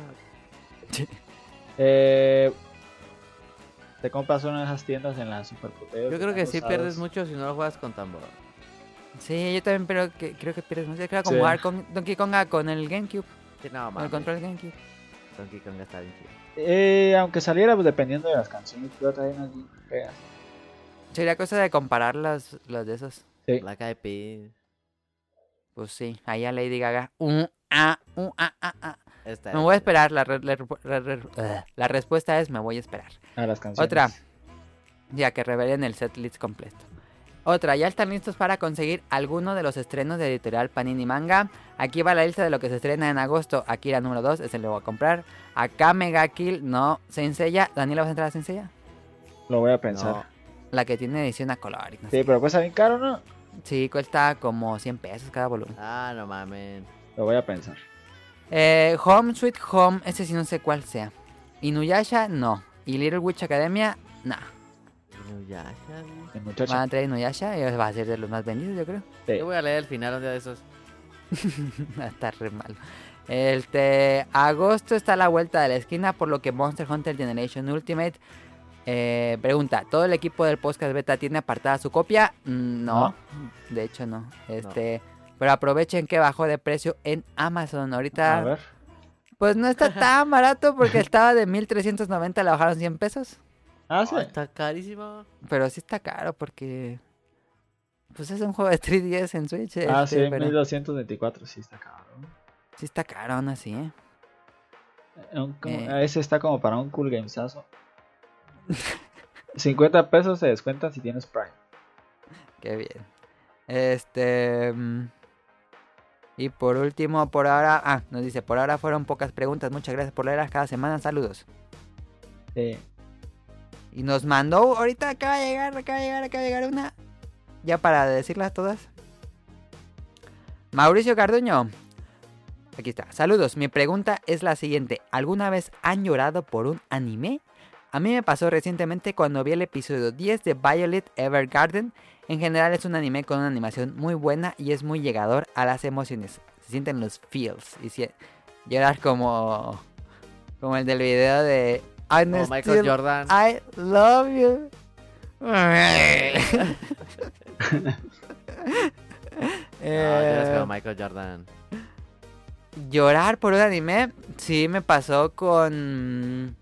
[SPEAKER 2] Eh, te compras una de esas tiendas en la superputeo.
[SPEAKER 3] Yo creo que sí pierdes mucho si no lo juegas con tambor.
[SPEAKER 1] Sí, yo también pero que, creo que pierdes mucho. Creo que
[SPEAKER 2] Sí.
[SPEAKER 1] como jugar con Donkey Konga con el GameCube,
[SPEAKER 3] Sí, no,
[SPEAKER 1] con el
[SPEAKER 3] mames.
[SPEAKER 1] control GameCube.
[SPEAKER 3] Donkey Kong está bien chido.
[SPEAKER 2] Eh, aunque saliera, pues, dependiendo de las canciones, pero traen allí pegas.
[SPEAKER 1] Sería cosa de comparar los, los de esos.
[SPEAKER 2] Sí.
[SPEAKER 3] Black Eyed Peas.
[SPEAKER 1] Pues sí, ahí a Lady Gaga. Un a, un a, a, a.
[SPEAKER 3] Está
[SPEAKER 1] Me voy a esperar. La, re- la re- re- re- ugh. la respuesta es me voy a esperar.
[SPEAKER 2] A Ah, las canciones.
[SPEAKER 1] Otra. Ya que revelen el setlist completo. Otra, ya están listos para conseguir alguno de los estrenos de editorial Panini Manga. Aquí va la lista de lo que se estrena en agosto. Akira número 2, ese lo voy a comprar. Acá Mega Kill, no. Senseiya, Daniela, ¿vas a entrar a Senseiya?
[SPEAKER 2] Lo voy a pensar.
[SPEAKER 3] No.
[SPEAKER 1] La que tiene edición a color. y no sé
[SPEAKER 2] Sí, pero cuesta bien caro, ¿no?
[SPEAKER 1] qué. Sí, cuesta como 100 pesos cada volumen.
[SPEAKER 3] Ah, no mames.
[SPEAKER 2] Lo voy a pensar.
[SPEAKER 1] Eh, Home Sweet Home, ese sí no sé cuál sea. Inuyasha, no. Y Little Witch Academia, no.
[SPEAKER 3] Inuyasha, güey.
[SPEAKER 2] El muchacho.
[SPEAKER 1] Van a traer Inuyasha y va a ser de los más vendidos, yo creo.
[SPEAKER 2] Sí.
[SPEAKER 3] Yo voy a leer el final un día de esos.
[SPEAKER 1] [laughs] está re mal. Este, agosto está a la vuelta de la esquina, por lo que Monster Hunter Generation Ultimate eh, pregunta, ¿todo el equipo del podcast beta tiene apartada su copia? Mm, No, de hecho no. Este, Pero aprovechen que bajó de precio en Amazon.
[SPEAKER 2] A
[SPEAKER 1] Ahorita,
[SPEAKER 2] ver.
[SPEAKER 1] pues no está tan barato porque estaba de 1390, la bajaron 100 pesos.
[SPEAKER 2] Ah, sí.
[SPEAKER 3] Oh, está carísimo.
[SPEAKER 1] Pero sí está caro porque... Pues es un juego de 3DS en Switch.
[SPEAKER 2] Ah, sí,
[SPEAKER 1] este, pero
[SPEAKER 2] 1224, sí está caro.
[SPEAKER 1] sí está caro aún así, ¿eh?
[SPEAKER 2] Eh, un- como-
[SPEAKER 1] Eh.
[SPEAKER 2] Ese está como para un cool gamesazo. 50 pesos se descuentan si tienes Prime.
[SPEAKER 1] Qué bien. Este. mm, Y por último, por ahora. Ah, nos dice, por ahora fueron pocas preguntas. Muchas gracias por leerlas cada semana. Saludos.
[SPEAKER 2] Sí.
[SPEAKER 1] Y nos mandó, "Oh, ahorita acaba de llegar, acaba de llegar, acaba de llegar una. Ya para decirlas todas. Mauricio Carduño. Aquí está. Saludos. Mi pregunta es la siguiente. ¿Alguna vez han llorado por un anime? A mí me pasó recientemente cuando vi el episodio 10 de Violet Evergarden. En general es un anime con una animación muy buena y es muy llegador a las emociones. Se sienten los feels. Y si- llorar como, como el del video de... I'm
[SPEAKER 3] Como Oh, Michael
[SPEAKER 1] still-
[SPEAKER 3] Jordan.
[SPEAKER 1] I love you. [laughs] Eh,
[SPEAKER 3] No, lloras como Michael Jordan.
[SPEAKER 1] llorar por un anime, sí me pasó con.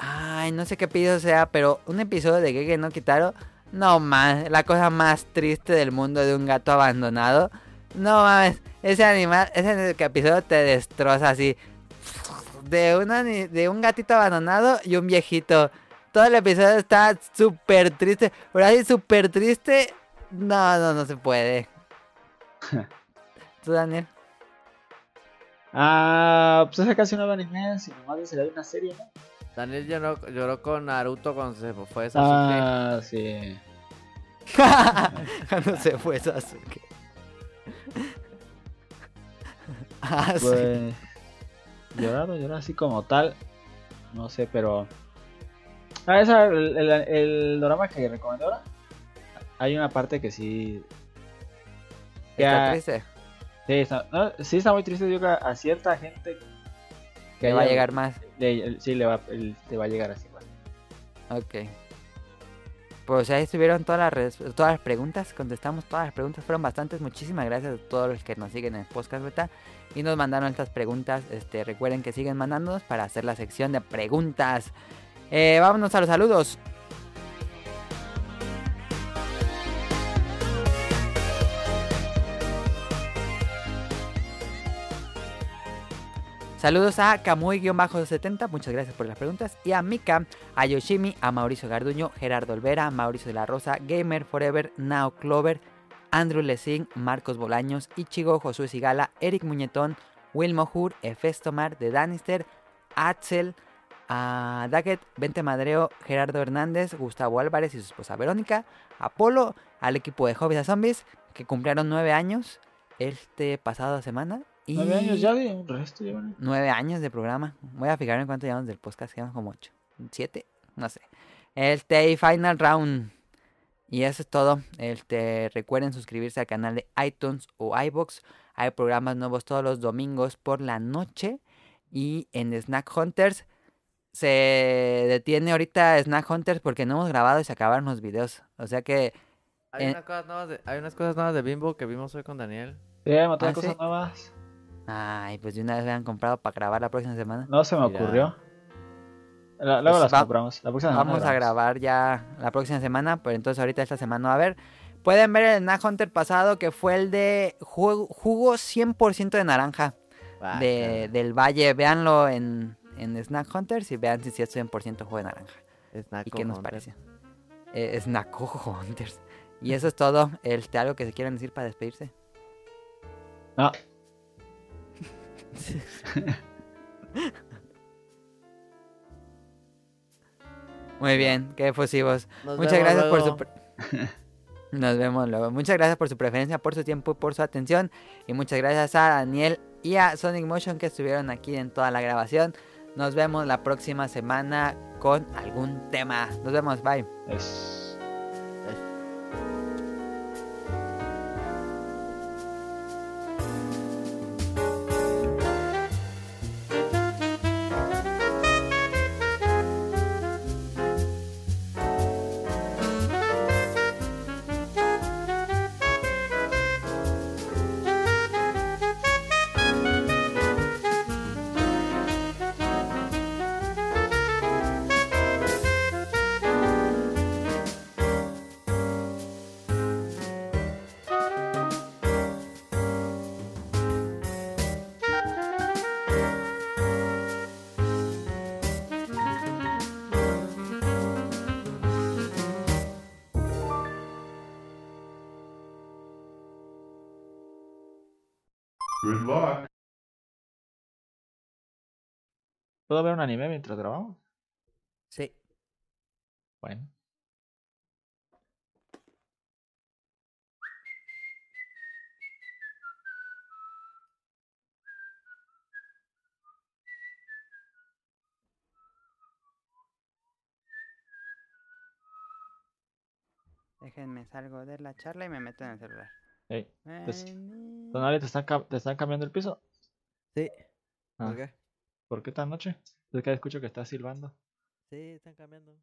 [SPEAKER 1] Ay, no sé qué episodio sea, pero un episodio de Gege no Kitaro. No más, la cosa más triste del mundo de un gato abandonado. No mames, ese animal, ese episodio te destroza así. De un, ani- de un gatito abandonado y un viejito. Todo el episodio está súper triste. Pero así súper triste. No, no, no se puede. ¿Tú, Daniel?
[SPEAKER 2] Ah, pues esa casi no va anime, sino más de sería de una serie, ¿no?
[SPEAKER 3] Daniel lloró, lloró con Naruto cuando se fue de Sasuke.
[SPEAKER 2] Ah, sí.
[SPEAKER 1] [laughs] Cuando se fue Sasuke. [laughs] Ah, sí.
[SPEAKER 2] Pues. Llorar o llorar así como tal. No sé, pero. Ah, esa, el, el, el drama que recomendó ahora. Hay una parte que sí. que
[SPEAKER 1] Está
[SPEAKER 2] a-
[SPEAKER 1] triste.
[SPEAKER 2] sí, está, no, sí está muy triste. Yo creo que a cierta gente.
[SPEAKER 1] Que va a
[SPEAKER 2] haya-
[SPEAKER 1] llegar más.
[SPEAKER 2] le- sí, le va, el- te va a llegar así. pues.
[SPEAKER 1] Ok. Pues ahí estuvieron todas las, res- todas las preguntas, contestamos todas las preguntas, fueron bastantes. Muchísimas gracias a todos los que nos siguen en el podcast beta y nos mandaron estas preguntas. Este, recuerden que siguen mandándonos para hacer la sección de preguntas. Eh, vámonos a los saludos. Saludos a Kamui-70, muchas gracias por las preguntas. Y a Mika, a Yoshimi, a Mauricio Garduño, Gerardo Olvera, Mauricio de la Rosa, Gamer Forever, Nao Clover, Andrew Lessing, Marcos Bolaños, Ichigo, Josué Sigala, Eric Muñetón, Wilmo Hur, Efestomar, de Danister, Axel, a Daggett, Vente Madreo, Gerardo Hernández, Gustavo Álvarez y su esposa Verónica, Apolo, al equipo de Hobbies a Zombies, que cumplieron nueve años este pasado semana. Y...
[SPEAKER 2] Nueve años ya de un resto llevan.
[SPEAKER 1] Nueve años de programa. Voy a fijarme cuánto llevamos del podcast. Llevamos como ocho. ¿Siete? No sé. Este y Final Round. Y eso es todo. Este, recuerden suscribirse al canal de iTunes o iBox. Hay programas nuevos todos los domingos por la noche. Y en Snack Hunters se detiene ahorita Snack Hunters porque no hemos grabado y se acabaron los videos. O sea que
[SPEAKER 3] Hay,
[SPEAKER 1] eh.
[SPEAKER 3] unas cosas nuevas de, hay unas cosas nuevas de Bimbo que vimos hoy con Daniel.
[SPEAKER 2] Sí, hay un montón de
[SPEAKER 1] Ah,
[SPEAKER 2] cosas
[SPEAKER 1] sí.
[SPEAKER 2] nuevas.
[SPEAKER 1] ay, pues de una vez me han comprado para grabar la próxima semana.
[SPEAKER 2] No se me
[SPEAKER 3] Mira.
[SPEAKER 2] ocurrió. La- luego
[SPEAKER 1] Pues
[SPEAKER 2] las
[SPEAKER 1] va-
[SPEAKER 2] compramos. Ah, La próxima semana
[SPEAKER 1] Vamos a grabar ya la próxima semana, pero entonces ahorita esta semana va a haber. Pueden ver el Snack Hunter pasado que fue el de jugo, jugo 100% de naranja
[SPEAKER 3] Guácala.
[SPEAKER 1] de- del Valle. Véanlo en, en Snack Hunters y vean si sí es 100% jugo de naranja.
[SPEAKER 3] Snack
[SPEAKER 1] ¿Y qué nos
[SPEAKER 3] Hunter.
[SPEAKER 1] parece? Eh, Snack Hunters. Y eso es todo. Este, algo que se quieran decir para despedirse.
[SPEAKER 2] No,
[SPEAKER 1] [laughs] Muy bien, qué efusivos.
[SPEAKER 3] Nos
[SPEAKER 1] Muchas
[SPEAKER 3] vemos
[SPEAKER 1] gracias por
[SPEAKER 3] luego.
[SPEAKER 1] su... pre- Nos vemos luego. Muchas gracias por su preferencia, por su tiempo y por su atención. Y muchas gracias a Daniel y a Sonic Motion que estuvieron aquí en toda la grabación. Nos vemos la próxima semana con algún tema. Nos vemos, bye.
[SPEAKER 2] es...
[SPEAKER 7] Good luck.
[SPEAKER 2] ¿Puedo ver un anime mientras grabamos?
[SPEAKER 1] Sí.
[SPEAKER 2] Bueno.
[SPEAKER 1] Déjenme salgo de la charla y me meto en el celular.
[SPEAKER 2] Ey, Pues,
[SPEAKER 1] Vení.
[SPEAKER 2] Tonali, ¿te están, ca- ¿te están cambiando el piso?
[SPEAKER 3] Sí.
[SPEAKER 2] Ah,
[SPEAKER 3] ¿Por qué?
[SPEAKER 2] ¿Por qué tan noche? Es que escucho que estás silbando.
[SPEAKER 3] Sí, están cambiando.